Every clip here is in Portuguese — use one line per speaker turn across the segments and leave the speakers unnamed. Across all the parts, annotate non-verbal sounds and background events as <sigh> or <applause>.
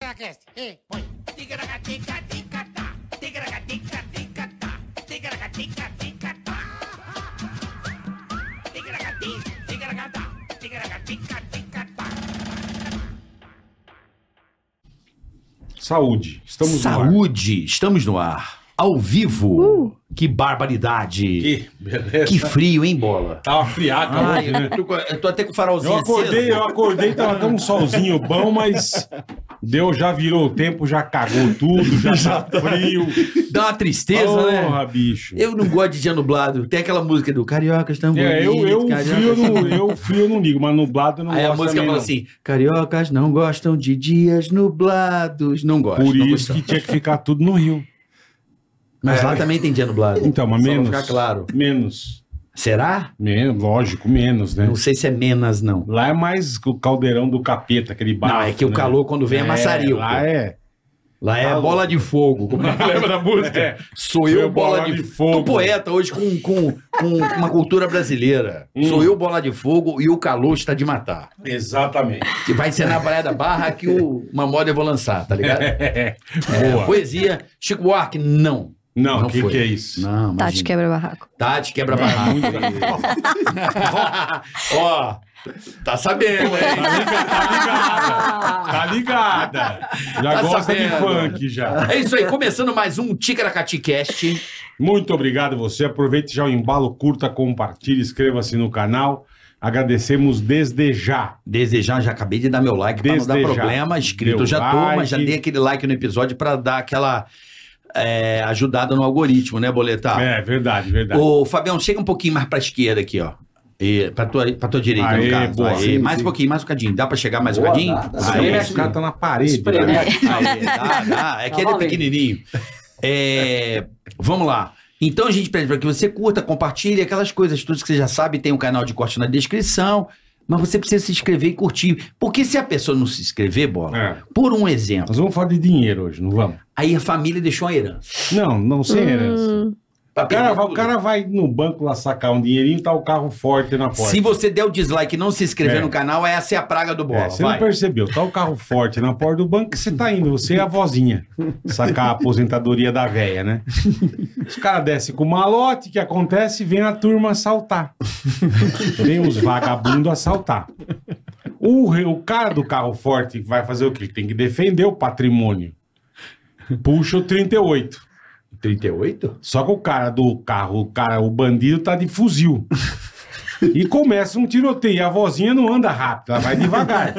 Ticaracast. E põe.
Ticaracatica-ticatá, ticaracatica-ticatá, ticaracatica-ticatá. Ticaracati, ticaracatá, ticaracatica-ticatá.
Saúde. Estamos no ar.
Saúde, estamos no ar, ao vivo. Que barbaridade.
Que beleza.
Que frio, hein, bola?
Tava friaca hoje, né?
eu, tô, eu tô até com o farolzinho
Eu acordei,
aceso.
eu acordei, tava tão um solzinho bom, mas deu, já virou o tempo, já cagou tudo, <laughs> já, tá frio.
Dá uma tristeza, né?
Porra, bicho.
Eu não gosto de dia nublado. Tem aquela música do Carioca, estamos
É, eu, eu, frio, eu não, eu frio eu não ligo, mas nublado eu não
Aí a
gosto
música
também,
fala
não.
assim: Cariocas não gostam de dias nublados. Não gostam.
Por
não
isso
gostam.
que tinha que ficar tudo no Rio.
Mas lá também tem dia nublado.
Então, mas
Só pra
menos.
ficar claro.
Menos.
Será?
Menos, lógico, menos, né?
Não sei se é menos, não.
Lá é mais o caldeirão do capeta, aquele bar.
não, é que o calor quando vem é, maçario.
Lá é.
Lá é
Tá
bola de <laughs> fogo, como é que <laughs> lembra da música?
É.
Sou eu,
Eu
bola, de, fogo. Tô poeta hoje com, com, com uma cultura brasileira.
Hum.
Sou eu, bola de fogo e o calor está de matar.
<laughs> Exatamente.
Que vai ser na Praia da Barra que o, uma moda eu vou lançar, tá <laughs> ligado? É,
Boa.
poesia, Chico Buarque, não.
Não, o
Não
que,
foi.
que é isso?
Não, Tá imagina.
Tati quebra-barraco.
Tati quebra <laughs> barraco. Ó, tá sabendo, hein?
Tá ligada. Já
Tá
gosta de
sabendo.
funk, já.
É isso aí, começando mais um Ticaracati Cast.
Muito obrigado a você. Aproveite já o embalo, curta, compartilhe, inscreva-se no canal. Agradecemos desde já.
Desejar, já acabei de dar meu like para não dar
Desejar.
problema. Inscrito,
Deu
eu já tô, mas já
like.
dei aquele like no episódio para dar aquela é, ajudada no algoritmo, né, Boletar?
É, verdade, verdade.
Ô, Fabião, chega um pouquinho mais pra esquerda aqui, ó. E, pra, tua, pra tua direita,
Aê,
no caso.
boa.
Aê,
Sim,
mais
sim.
um pouquinho, mais um cadinho. Dá pra chegar mais um cadinho?
Aí,
Aê,
o cara tá na parede.
Espreme.
né?
aê, dá, dá. É que ele é pequenininho. É, vamos lá. Então a gente pede pra que você curta, compartilhe aquelas coisas, tudo que você já sabe, tem um canal de corte na descrição. Mas você precisa se inscrever e curtir. Porque se a pessoa não se inscrever, bola,
É.
por um exemplo,
Nós vamos falar de dinheiro hoje, não vamos?
aí a família deixou uma herança.
Não, não sem herança.
Pra
O cara,
perder
vai, o
tudo.
cara vai no banco lá sacar um dinheirinho, tá o carro forte na porta.
Se você der o dislike e não se inscrever
É.
no canal, essa é a praga do bola.
É, você
vai.
não percebeu, tá o carro forte na porta do banco que você tá indo, você é a vozinha. Sacar a aposentadoria da véia, né? Os caras descem com o malote, o que acontece? Vem a turma assaltar. Vem os vagabundos assaltar. O, re- o cara do carro forte vai fazer o quê? Ele tem que defender o patrimônio. Puxa o 38.
38?
Só que o cara do carro, o cara, o bandido tá de fuzil. E começa um tiroteio. A vozinha não anda rápido, ela vai devagar.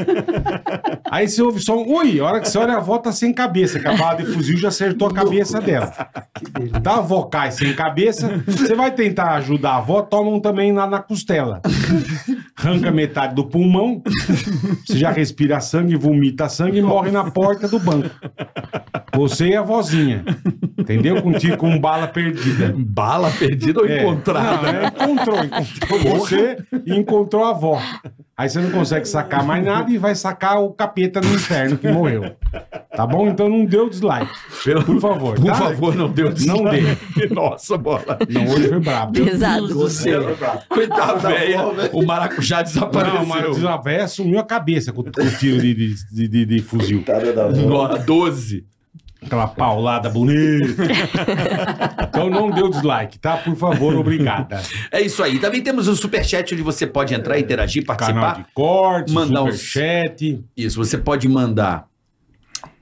Aí você ouve só um ui, a hora que você olha, a avó tá sem cabeça, que a bala de fuzil já acertou a cabeça dela. Tá, a avó cai sem cabeça, você vai tentar ajudar a avó, toma um também lá na costela. Arranca metade do pulmão, você já respira sangue, vomita sangue e morre na porta do banco. Você e a vozinha. Entendeu? Com, tiro, com bala perdida.
Bala perdida ou
É. Não,
encontrada?
é, encontrou, encontrou você e encontrou a avó. Aí você não consegue sacar mais nada e vai sacar o capeta no inferno que morreu. Tá bom? Então não dê o dislike. Por favor.
Por
tá?
favor, não deu
Não
dê. Nossa, bola.
Não, hoje foi brabo.
Pesado.
Do céu. Coitado, velho. O maracujá
Não,
desapareceu.
mas a véia sumiu a cabeça com, com o tiro de, de, de- de- de fuzil.
Nó- 12.
Aquela paulada bonita. Então não dê o dislike, tá? Por favor, obrigada.
É isso aí. Também temos um superchat onde você pode entrar, interagir,
Canal
participar.
de corte,
Mandar uns-
superchat,
Isso, você pode mandar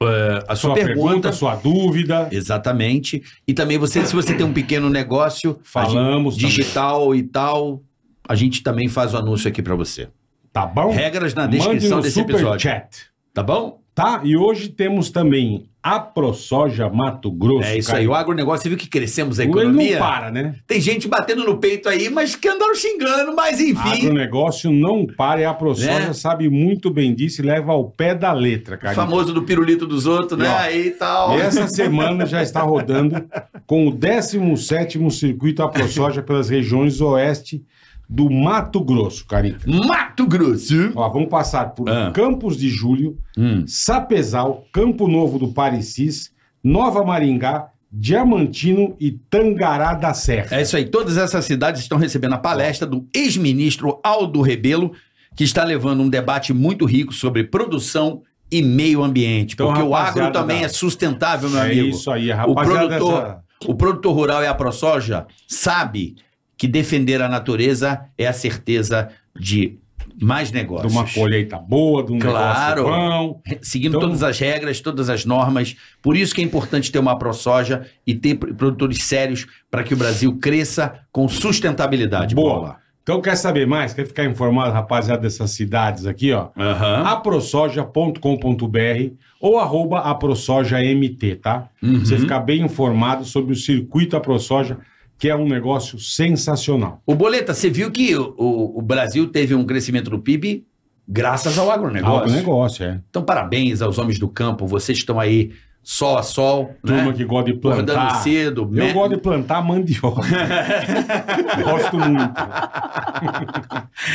eh, a
sua
sua, pergunta.
pergunta, sua dúvida.
Exatamente. E também você, se você tem um pequeno negócio, a gente-
Falamos. também.
digital e tal, a gente também faz o anúncio aqui pra você.
Tá bom?
Regras na
Mande
descrição
no
desse
super
episódio.
Chat,
Tá bom?
tá? E hoje temos também a ProSoja Mato Grosso.
É isso
cara.
aí. O agronegócio, você viu que crescemos a
Ele não
economia?
para, né?
Tem gente batendo no peito aí, mas que andaram xingando, mas enfim.
Agronegócio não para e a ProSoja
Né?
sabe muito bem disso e leva ao pé da letra,
O
cara.
famoso do pirulito dos outros, né?
E, Ah, ó, É.
Aí e tal.
E essa semana já está rodando com o 17º Circuito a ProSoja pelas regiões oeste do Mato Grosso, Carica.
Mato Grosso.
Ó, vamos passar por
Ah.
Campos de Julho,
Hum.
Sapezal, Campo Novo do Parecis, Nova Maringá, Diamantino e Tangará da Serra.
É isso aí. Todas essas cidades estão recebendo a palestra do ex-ministro Aldo Rebelo, que está levando um debate muito rico sobre produção e meio ambiente.
Então,
porque o agro
rapaziada,
também
dá.
é sustentável, meu
é
amigo.
isso aí,
O
rapaziada.
produtor,
essa-
o produtor rural e a ProSoja sabe que defender a natureza é a certeza de mais
De uma
negócios.
colheita boa, de um
Claro.
negócio bom.
Seguindo
Então-
todas as regras, todas as normas. Por isso que é importante ter uma ProSoja e ter pr- produtores sérios para que o Brasil cresça com sustentabilidade.
Boa.
Tá Bola.
Então, quer saber mais? Quer ficar informado, rapaziada, dessas cidades aqui, ó?
Aham.
aprosoja.com.br ou arroba aprosojamt, tá?
Uhum.
Pra Você ficar bem informado sobre o circuito aprosoja, que é um negócio sensacional.
O Boleta, você viu que o, o- o Brasil teve um crescimento do PIB graças ao agronegócio.
Algo negócio, é.
Então, parabéns aos homens do campo. Vocês estão aí sol a sol,
Turma
né?
que gosta de
Acordando
plantar.
cedo.
Eu
me-
gosto de plantar
<laughs>
mandioca. gosto muito.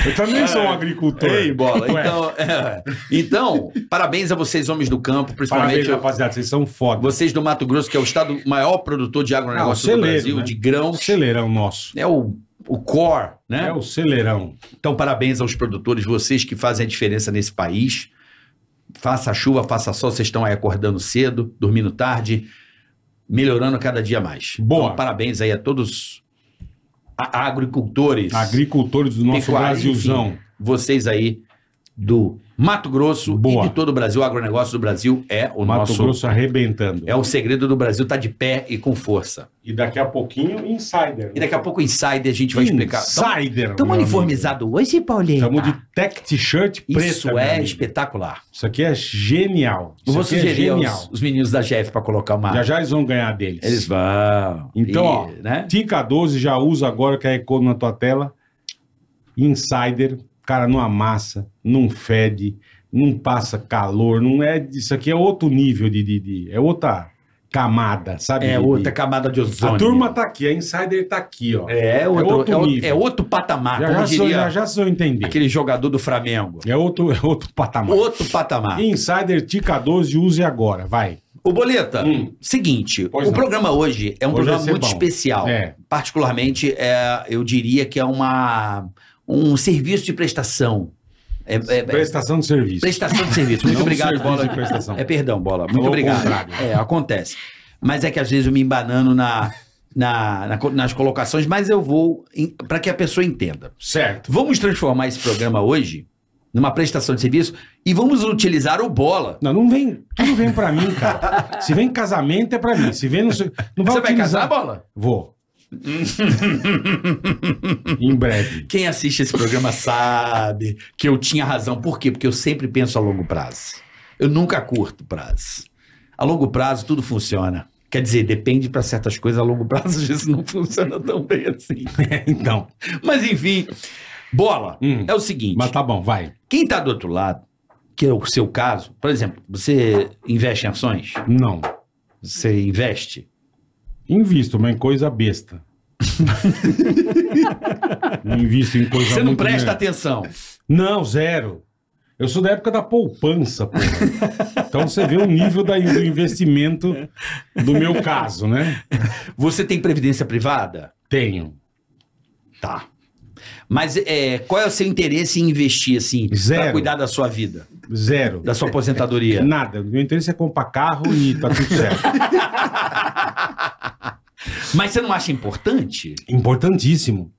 Eu também sou um agricultor.
Ei, bola.
Ué.
Então, é. Então, parabéns a vocês, homens do campo,
Parabéns,
principalmente
rapaziada. Vocês são foda.
vocês do Mato Grosso, que é o estado maior produtor de agronegócio
Ah, o
do
celeiro,
Brasil,
né?
de
O
grãos.
celeirão nosso.
É o, o core, né?
É o celeirão.
Então, parabéns aos produtores, vocês que fazem a diferença nesse país. Faça chuva, faça sol, vocês estão aí acordando cedo, dormindo tarde, melhorando cada dia mais.
Boa.
Então, parabéns aí a todos a- agricultores,
Agricultores do nosso
Pecuária,
Brasilzão.
vocês aí do Mato Grosso
Boa.
e de todo o Brasil. O agronegócio do Brasil é o
Mato
nosso.
Grosso arrebentando.
É o segredo do Brasil, tá de pé e com força.
E daqui a pouquinho, Insider.
E daqui a pouco o Insider a gente vai explicar.
Insider.
Estamos
meu
uniformizados hoje, Paulinho?
amigo. Estamos de tech t-shirt preta.
Isso
meu
é
amigo.
espetacular.
Isso aqui é genial. Isso
Eu vou
aqui é
sugerir aos,
genial.
os meninos da GF para colocar uma.
Já já eles vão ganhar deles.
Eles vão.
Então,
E,
ó,
né?
Tica 12, já usa agora que é code na tua tela. Insider, cara, não amassa, não fede, não passa calor, não é. Isso aqui é outro nível de. de- de- é outra camada, sabe?
É
De-
outra
de-
camada de ozônio.
A turma tá aqui, a Insider tá aqui, ó. É
É, outro, é,
outro
outro,
nível.
é outro patamar,
já,
como
já, sou-
diria
já, já vocês vão entender.
aquele jogador do Flamengo.
É, outro, é outro patamar.
Outro patamar.
Insider Tica 12, use agora, vai.
O Boleta,
Hum.
seguinte,
Pois
o
não.
programa hoje é um
Hoje vai
programa
ser
muito
bom.
especial.
É,
Particularmente, é, eu diria que é uma, um serviço de prestação. É, é- é-
prestação de serviço.
prestação de serviço. Muito
Não
obrigado,
serviço
Bola.
de prestação.
É, perdão, Bola. Muito
Falou o
obrigado.
contrário.
É, acontece. Mas é que às vezes eu me embanano na, na- na co- nas colocações, mas eu vou para que a pessoa entenda.
Certo.
Vamos transformar esse programa hoje numa prestação de serviço e vamos utilizar o Bola.
Não, não vem. Tudo vem pra mim, cara. Se vem em casamento, é pra mim. Se vem, não sei. Não vai
Você vai
utilizar-
casar, Bola?
Vou. em breve.
Quem assiste esse programa sabe que eu tinha razão. Por quê? Porque eu sempre penso a longo prazo. Eu nunca curto prazo. A longo prazo tudo funciona. Quer dizer, depende para certas coisas, a longo prazo <laughs> às vezes não funciona tão bem assim.
<laughs> Então.
Mas enfim, bola.
Hum.
É o seguinte,
Mas tá bom, vai.
quem tá do outro lado, que é o seu caso, por exemplo, você investe em ações?
Não.
Você investe?
Invisto, mas em coisa
<laughs>
besta. Não Invisto em coisa
Você não
muito
presta
merda.
atenção.
Não, zero. Eu sou da época da poupança, porra. Então você vê o nível da- do investimento do meu caso, né?
Você tem previdência privada?
Tenho.
Tá. Mas é, qual é o seu interesse em investir, assim,
Zero.
pra cuidar da sua vida,
Zero.
da
<laughs>
sua aposentadoria?
Nada. Meu interesse é comprar carro e tá tudo certo.
Mas você não acha importante?
Importantíssimo.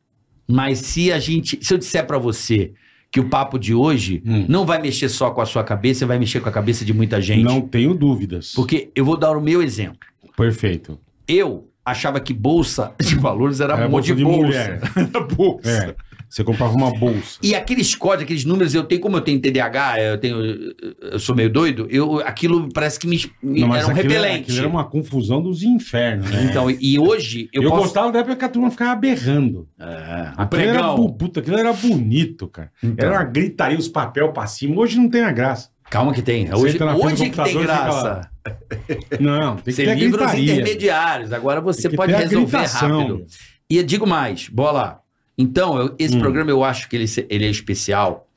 Mas se a gente. Se eu disser pra você que o papo de hoje
Hum.
não vai mexer só com a sua cabeça, vai mexer com a cabeça de muita gente.
Não tenho dúvidas.
Porque eu vou dar o meu exemplo.
Perfeito.
Eu achava que bolsa <laughs> de valores era
Era
amor
bolsa
de,
de
bolsa. <laughs>
mulher.
Era bolsa.
É. Você comprava uma bolsa.
E aqueles códigos, aqueles números, eu tenho, como eu tenho TDAH, eu tenho, eu sou meio doido, eu, aquilo parece que me, me
Não,
era um
aquilo é-
repelente.
aquilo era uma confusão dos infernos, né?
Então, e hoje eu,
eu
posso.
gostava da época que a turma ficava berrando.
É, o
Aquilo era,
pregão.
bu- puta, aquilo era bonito, cara.
Então.
Era uma gritaria, os papel pra cima. Hoje não tem a graça.
Calma que tem. né?
Você
Hoje,
entra na frente do
hoje que tem
computador e fica lá.
graça.
Não, tem que
Você
ter a
livra os
gritaria.
intermediários. Agora
Tem
você
que
pode
ter a
resolver
gritação,
rápido.
meu.
E eu digo mais, bola. Então, eu- esse
Hum.
programa eu acho que ele, se- ele é especial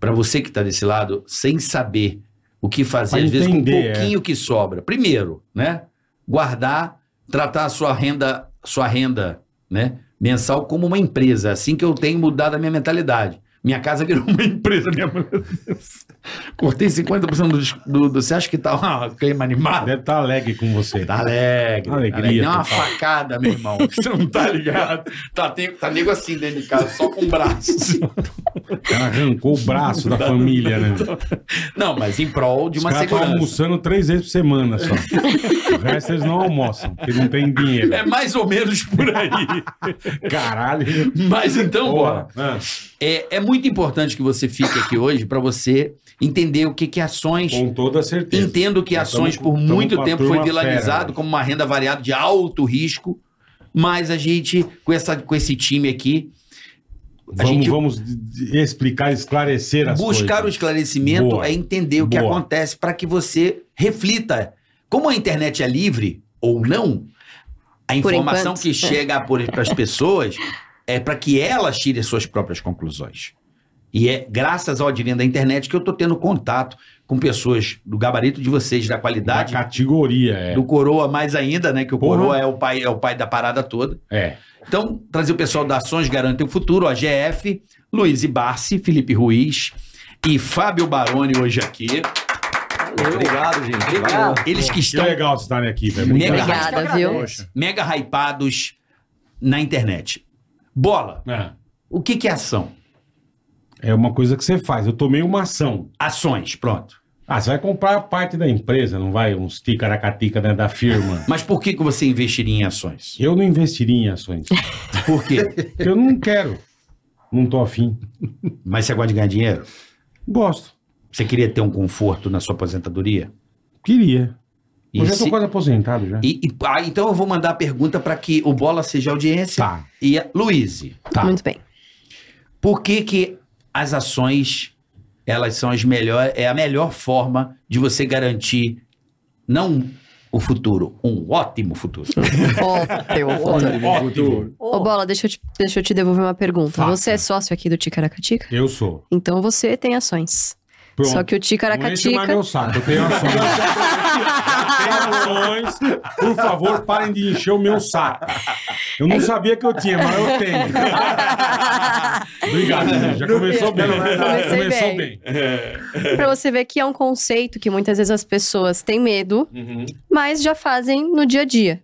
para você que tá desse lado, sem saber o que fazer,
Pra
às vezes com um
entender, é.
pouquinho que sobra. Primeiro, né? Guardar, tratar a sua renda, É sua renda, né, mensal como uma empresa, assim que eu tenho mudado a minha mentalidade. Minha casa virou uma <laughs> empresa, minha mulher. Cortei 50% do, dis- do, do. Você acha que tá uma clima animado?
Deve estar alegre com você.
Tá alegre.
Alegria
tá alegre. Deu uma
total.
facada, meu
<laughs>
irmão. Você não tá ligado. Tá, tem, tá nego assim dentro de casa, só com o braço. assim.
Ela arrancou o braço
<laughs> Tá.
da família, né?
Não, mas em prol de
Os
uma
caras estão
segurança.
almoçando três vezes por semana só. o resto eles não almoçam, porque não tem dinheiro.
É mais ou menos por aí.
<laughs> Caralho.
Mas então,
Porra. né?
bora. É, é muito importante que você fique aqui hoje para você entender o que, que ações.
Com toda certeza.
Entendo que
Nós
ações
tamo com-
por
tamo
muito
com a
tempo foi
turma fera,
vilanizado
velho.
como uma renda variável de alto risco, mas a gente, com, essa, com esse time aqui, a
Vamos,
gente
vamos de- de- explicar, esclarecer as
buscar o
coisas.
esclarecimento
Boa.
é entender o que
Boa.
acontece para que você reflita. Como a internet é livre ou não, a
Por
informação
enquanto. É.
que chega para as pessoas é para que elas tirem as suas próprias conclusões. E é graças ao advento da internet que eu estou tendo contato com pessoas do gabarito de vocês, da
da
qualidade,
categoria, é.
do Coroa mais ainda, né? Que o
Porra.
Coroa é o pai, é o pai da parada toda.
É.
Então, trazer o pessoal da Ações Garante o Futuro, a GF, Luiz Ibarci, Felipe Ruiz e Fábio Baroni hoje aqui. Obrigado, gente.
Obrigado.
Eles que
Que
estão
legal vocês estarem aqui, velho. Muito
Mega-
legal.
Obrigada, viu?
mega hypados na internet. Bola, o que, que é ação?
É. É uma coisa que você faz. Eu tomei uma ação.
Ações, pronto.
Ah, você vai comprar a parte da empresa, não vai? Uns ticaracatica né, da firma.
Mas por que, que você investiria em ações?
Eu não investiria em ações.
Por
<laughs>
quê?
porque eu não quero. Não tô afim.
Mas você gosta de ganhar dinheiro?
Gosto.
Você queria ter um conforto na sua aposentadoria?
Queria.
E
Eu já
se-
tô quase aposentado já.
E, e- ah, então eu vou mandar a pergunta para que o Bola seja audiência.
Tá,
E a, Luiz,
tá.
Muito bem.
por que que as ações elas são as melhores, é a melhor forma de você garantir não o futuro, um ótimo futuro.
Ó, teu futuro.
Ótimo.
Ô, Bola, deixa eu, te, deixa eu te devolver uma pergunta.
Faça.
Você é sócio aqui do Ticaracatica?
Eu sou.
Então você tem ações.
Pronto.
Só que
Não
o
enche mais
Ticaracatica...
meu saco. Eu tenho ações. Eu tenho ações. Por favor, parem de encher o meu saco. Eu
É
não sabia que eu tinha, mas eu
<laughs>
tenho. Obrigado, gente. já começou bem. né?
Comecei
Começou bem.
bem. pra você ver que é um conceito que muitas vezes as pessoas têm medo, mas já fazem no dia a dia.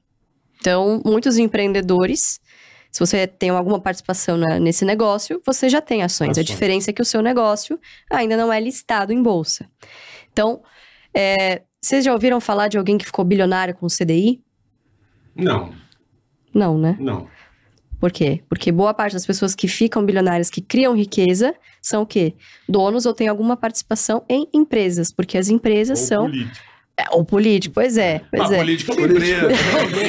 Então, muitos empreendedores, se você tem alguma participação na- nesse negócio, você já tem ações. A
Ações.
diferença é que o seu negócio ainda não é listado em bolsa. Então, é, vocês já ouviram falar de alguém que ficou bilionário com o CDI?
Não,
Não, né?
não.
Por quê? Porque boa parte das pessoas que ficam bilionárias, que criam riqueza, são o quê? Donos ou têm alguma participação em empresas, porque as empresas são.
político.
É, ou político, pois é. Pois
a
é.
política é uma empresa. A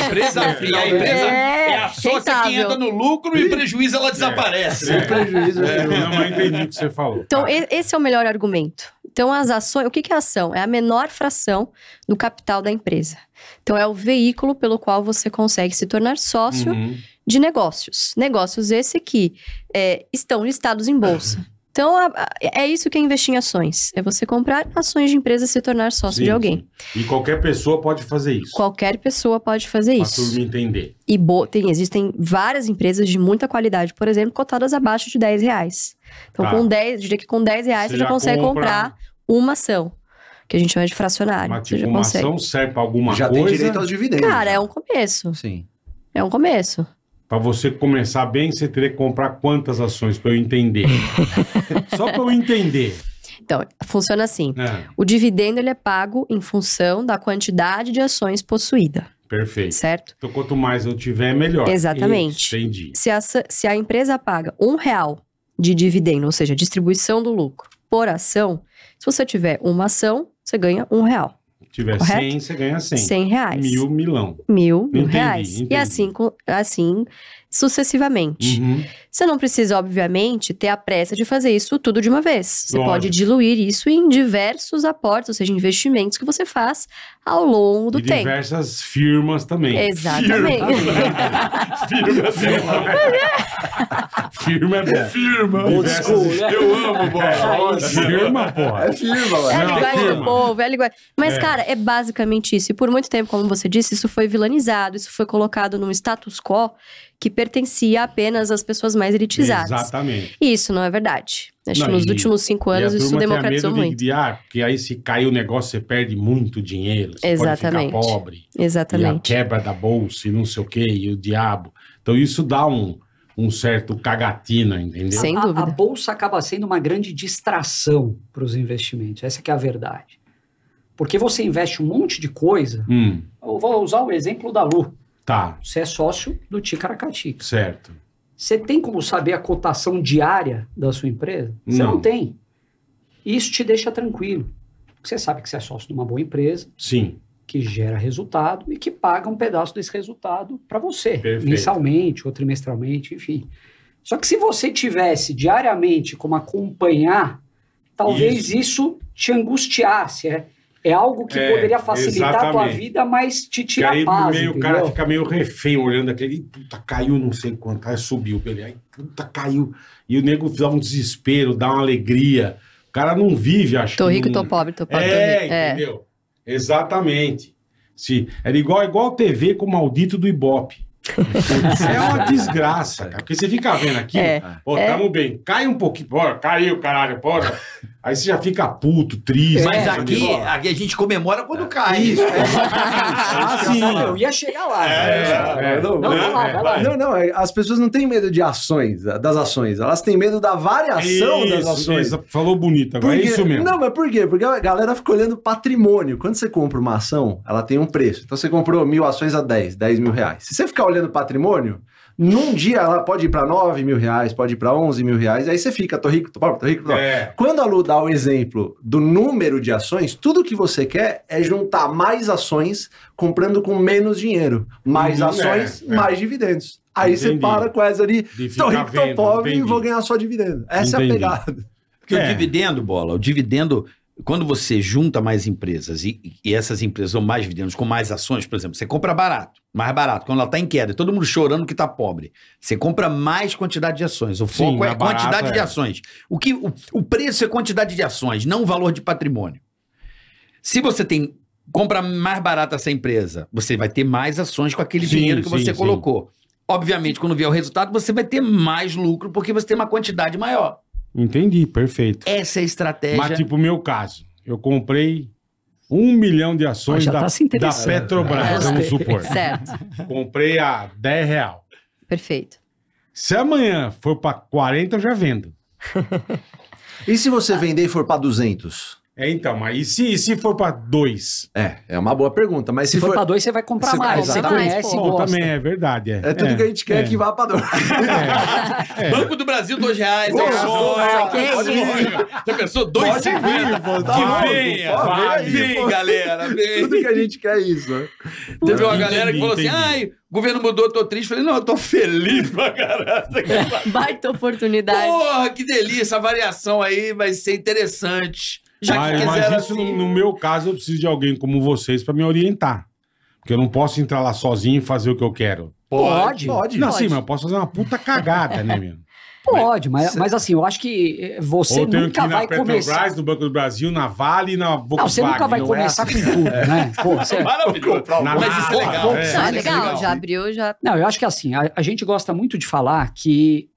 empresa, filha, a empresa é, a sócia que
rentável.
entra no lucro e prejuízo ela desaparece. né?
É.
Prejuízo.
É, não, mas entendi o que você falou.
Então,
Tá.
e- esse é o melhor argumento. Então, as ações, o que que é ação? É a menor fração do capital da empresa. Então, é o veículo pelo qual você consegue se tornar sócio
Uhum.
de negócios. Negócios esse que é, estão listados em bolsa. Então, a- a- é isso que é investir em ações. É você comprar ações de empresa e se tornar sócio
Sim,
de alguém.
sim. E qualquer pessoa pode fazer isso.
Qualquer pessoa pode fazer
pra
é isso.
turma entender.
E bo- tem- existem várias empresas de muita qualidade, por exemplo, cotadas abaixo de 10 reais. Então,
Tá.
com 10, diria que com 10 reais
Você
você já
já
consegue
compra-
comprar uma ação, que a gente chama de fracionário.
Mas
você
tipo,
já
uma
consegue.
ação né? serve pra alguma
Já tem
coisa.
direito aos dividendos.
Cara, é um começo.
Sim.
É um começo.
Pra você começar bem, você teria que comprar quantas ações pra eu
<laughs>
entender? Só pra eu entender.
Então, funciona assim.
É,
O dividendo ele é pago em função da quantidade de ações possuída,
perfeito.
certo?
Então, quanto mais eu tiver, melhor.
Exatamente.
Isso, entendi.
se a, sa- se a empresa paga um real de dividendo, ou seja, distribuição do lucro por ação, se você tiver uma ação, você ganha um real.
Se tiver
Correto?
100, você ganha 100.
Cem reais.
Mil, milão.
Mil
Entendi,
reais.
entendi.
E assim, co- assim sucessivamente.
Uhum.
Você não precisa, obviamente, ter a pressa de fazer isso tudo de uma vez. Você
Lógico.
pode diluir isso em diversos aportes, ou seja, investimentos que você faz ao longo do
e
tempo.
diversas firmas também.
Exatamente.
<laughs> Firma, firma é bom. Firma.
Old school, né?
Eu amo, bola. Firma, porra.
É firma,
É a
Não,
mano.
linguagem
firma.
do povo, é a linguagem. Mas,
É.
cara, é basicamente isso. E por muito tempo, como você disse, isso foi vilanizado, isso foi colocado num status quo que pertencia apenas às pessoas mais elitizadas.
Exatamente.
E isso não é verdade. Acho que
Não,
nos
e-
últimos cinco anos
e a
isso
turma tem
democratizou
medo de-
muito.
De, ah, porque aí se cai o negócio, você perde muito dinheiro. Você
Exatamente.
Pode ficar pobre.
Exatamente.
E a quebra da bolsa e não sei o quê, e o diabo. Então isso dá um, um certo cagatina, entendeu?
Sem
a,
dúvida.
a bolsa acaba sendo uma grande distração para os investimentos. Essa que é a verdade. Porque você investe um monte de coisa.
Hum,
Eu vou usar o exemplo da Lu.
tá,
Você é sócio do Ticaracatica.
certo.
Você tem como saber a cotação diária da sua empresa? Você
Não.
não tem. Isso te deixa tranquilo. Você sabe que você é sócio de uma boa empresa,
Sim,
que gera resultado e que paga um pedaço desse resultado para você,
Perfeito.
mensalmente ou trimestralmente, enfim. Só que se você tivesse diariamente como acompanhar, talvez
Isso.
isso, te angustiasse. É, é algo que
É,
poderia facilitar a tua
exatamente.
vida, mas te
que
tira
aí
a
no
paz.
meio o
entendeu?
cara fica meio refém olhando aquele, "Ih, puta, caiu não sei quanto, aí subiu, ele, aí, puta, caiu. E o nego dá um desespero, dá uma alegria. O cara não vive, acho
Tô
que
rico,
não-
tô pobre, tô pobre, tô rico.
É,
É.
entendeu? Exatamente. Se, era igual, igual TV com o maldito do <laughs> Ibope. é uma desgraça, cara. Porque você fica vendo aqui,
É,
pô,
é.
tamo bem, cai um pouquinho, bora, caiu, caralho, bora. Aí você já fica puto, triste. né?
Mas
sabe?
aqui,
Bora.
aqui a gente comemora quando cai. É. Isso.
<laughs> Ah, sim.
Eu ia chegar lá. né?
É, é.
Não,
Não, vai lá, vai lá.
Não, não, é, as pessoas não têm medo de ações, das ações. Elas têm medo da variação das
Isso,
ações.
isso, falou bonito agora, é
Porque-
isso mesmo.
Não, mas por quê? Porque a galera fica olhando patrimônio. Quando você compra uma ação, ela tem um preço. Então você comprou mil ações a 10, 10 mil reais. Se você ficar olhando patrimônio, num dia ela pode ir para 9 mil reais, pode ir para 11 mil reais, aí você fica, tô rico, tô pobre, tô rico, tô pobre.
É,
Quando a Lu dá o exemplo do número de ações, tudo que você quer é juntar mais ações comprando com menos dinheiro. Mais
Uhum, é,
ações,
é.
mais dividendos. Aí você
Entendi.
para com essa ali,
de
tô
ficar
rico, tô
vendo,
pobre e
entendi.
vou ganhar só dividendo. Essa
Entendi.
é a pegada.
Porque
É.
o dividendo, bola, o dividendo, quando você junta mais empresas e, e essas empresas dão mais dividendos com mais ações, por exemplo, você compra barato, mais barato, quando ela está em queda, todo mundo chorando que está pobre. Você compra mais quantidade de ações. O
Sim,
foco é
mais barato,
quantidade de
é.
ações. O, que, o, o preço é quantidade de ações, não o valor de patrimônio. Se você tem. Compra mais barato essa empresa, você vai ter mais ações com aquele
Sim,
dinheiro que
sim,
você
sim.
colocou. Obviamente, quando vier o resultado, você vai ter mais lucro porque você tem uma quantidade maior.
Entendi, perfeito.
Essa é a estratégia.
Mas, tipo, o meu caso, eu comprei um milhão de ações
Mas já
da,
tá se
da
interessando.
Petrobras,
É,
Gostei.
vamos supor.
Certo,
Comprei a 10 real.
perfeito.
Se amanhã for pra 40, eu já vendo.
E se
Ah.
você vender e for para 200?
É, então, mas e se, e se for pra 2?
É, é uma boa pergunta, mas
Se, for para dois, você vai comprar
Você
mais.
compra
Você
mais,
conhece e
pô.
Bom,
gosta.
também é verdade. É,
<laughs> É tudo que a gente
é.
quer que vá para dois.
É, é.
Banco do Brasil, dois reais.
Boa,
é o
boa,
sonho.
é o
sonho. Já pensou? Dois
Pode vir, pô, tá
Que
bom,
venha.
pô,
Vai,
vem aí,
vem,
pô.
galera. Vem.
<laughs> tudo que a gente quer é isso. né?
Teve uma
Entendi,
galera que falou assim:
entendi.
ai, o governo mudou, eu tô triste. Falei, não, eu tô feliz pra caralho.
Baita oportunidade.
Porra, que delícia. Essa variação aí vai ser interessante. Já
mas,
que
mas
quiseram
isso,
assim.
no meu caso, eu preciso de alguém como vocês pra me orientar. Porque eu não posso entrar lá sozinho e fazer o que eu quero.
Pode.
Pode.
Não,
Pode.
sim, mas eu posso fazer uma puta cagada, né, meu?
Pode, mas, mas assim, eu acho que eh, você
Ou eu tenho que
nunca
ir na
vai
Petrobras, um
começar.
no Banco do Brasil, na Vale e na Volkswagen.
Não, você nunca vai
não é
começar
assim.
com tudo, né? Pô, você-
Maravilhoso.
Na
Mas isso é
Lada,
legal.
é.
isso
Não, é legal, já abriu, já.
Não, eu acho que assim, a, a gente gosta muito de falar que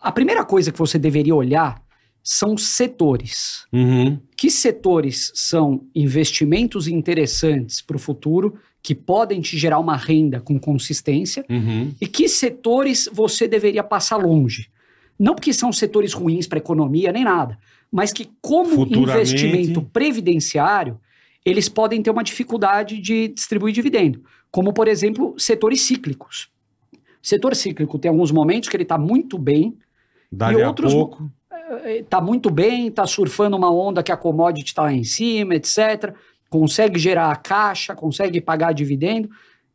a primeira coisa que você deveria olhar são os setores.
Uhum.
Que setores são investimentos interessantes para o futuro, que podem te gerar uma renda com consistência,
Uhum.
e que setores você deveria passar longe. Não porque são setores ruins para a economia nem nada, mas que, como
Futuramente-
investimento previdenciário, eles podem ter uma dificuldade de distribuir dividendo. Como, por exemplo, setores cíclicos. Setor cíclico tem alguns momentos que ele está muito bem,
Dali a
outros-
pouco.
está muito bem, está surfando uma onda que a commodity está lá em cima, etc. Consegue gerar caixa, consegue pagar dividendo.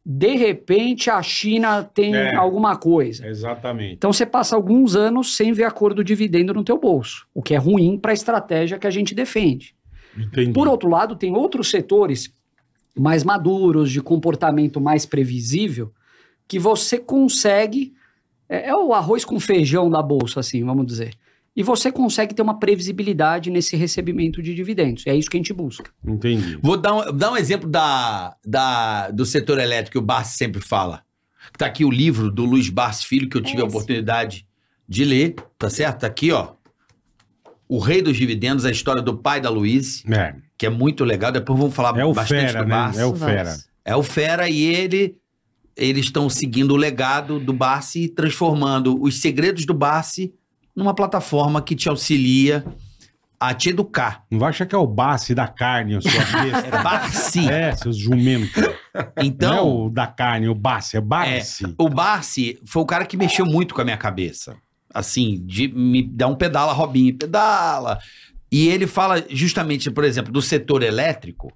De repente, a China tem
É.
alguma coisa.
Exatamente.
Então você passa alguns anos sem ver a cor do dividendo no teu bolso, o que é ruim para a estratégia que a gente defende.
Entendi.
Por outro lado, tem outros setores mais maduros, de comportamento mais previsível, que você consegue é, é o arroz com feijão da bolsa, assim, vamos dizer. E você consegue ter uma previsibilidade nesse recebimento de dividendos. É isso que a gente busca.
Entendi.
Vou dar um, dar um exemplo da, da- do setor elétrico que o Barsi sempre fala. Tá aqui o livro do Luiz Barsi Filho, que eu tive a
esse.
oportunidade de ler, tá certo? Tá aqui, ó. O Rei dos Dividendos, a história do pai da Luiz,
É,
que é muito legal. Depois vamos falar
é o
bastante
fera,
do
né?
Barsi.
É o
Vamos.
fera.
É o Fera e ele. Eles estão seguindo o legado do Barsi, transformando os segredos do Barsi numa plataforma que te auxilia a te educar.
Não vai achar que é o Bassi da carne, a
<laughs>
sua
É
besta.
Barsi.
é, seus jumentos. Não é
Então,
o da carne, o Bassi, é Bassi.
o Barsi foi o cara que mexeu muito com a minha cabeça. Assim, de me dar um pedala, Robinho, pedala. E ele fala justamente, por exemplo, do setor elétrico.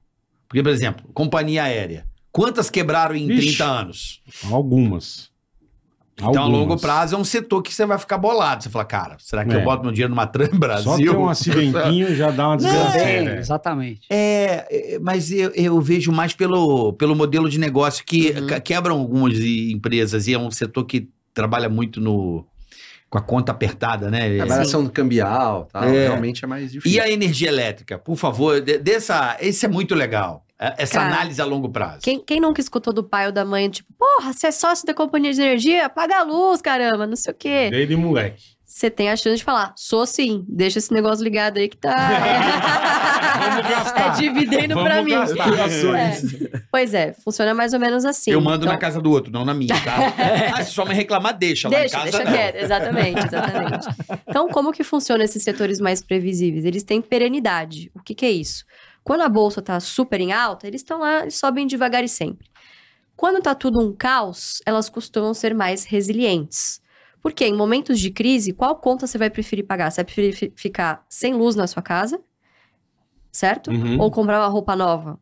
Porque, por exemplo, companhia aérea. Quantas quebraram em
Ixi.
30 anos?
Algumas.
É. Então, a longo
Algumas.
prazo é um setor que você vai ficar bolado. Você fala, cara, será que
É.
eu boto meu dinheiro numa Tram Brasil?
Só ter um acidentinho já dá uma
Também,
desgraceira.
exatamente.
É, é, mas eu, eu vejo mais pelo, pelo modelo de negócio que
Uhum.
que- quebram algumas e- empresas e é um setor que trabalha muito no, com a conta apertada,
É
né?
Trabalhação do cambial, tal,
É.
realmente é mais difícil.
E a energia elétrica, por favor, de- dessa, esse é muito legal. é- Essa
Cara,
análise a longo prazo.
Quem, quem nunca escutou do pai ou da mãe, tipo, porra, você é sócio da companhia de energia? Apaga a luz, caramba, não sei o quê.
Desde É. moleque.
Você tem a chance de falar, sou sim, deixa esse negócio ligado aí que tá.
<laughs> Vamos gastar.
É dividendo
Vamos
pra mim.
<laughs>
gastar.
É. Pois é, funciona mais ou menos assim.
eu mando
Então,
na casa do outro, não na minha, tá?
<laughs>
ah, se só me reclamar, deixa,
Deixa,
lá em casa né?
deixa
não.
quieto, exatamente,
<laughs>
exatamente. Então, como que funciona esses setores mais previsíveis? Eles têm perenidade. O que, que é isso? Quando a bolsa tá super em alta, eles estão lá, eles sobem devagar e sempre. Quando tá tudo um caos, elas costumam ser mais resilientes. Porque em momentos de crise, qual conta você vai preferir pagar? Você vai preferir fi- ficar sem luz na sua casa, certo?
Uhum.
Ou comprar uma roupa nova,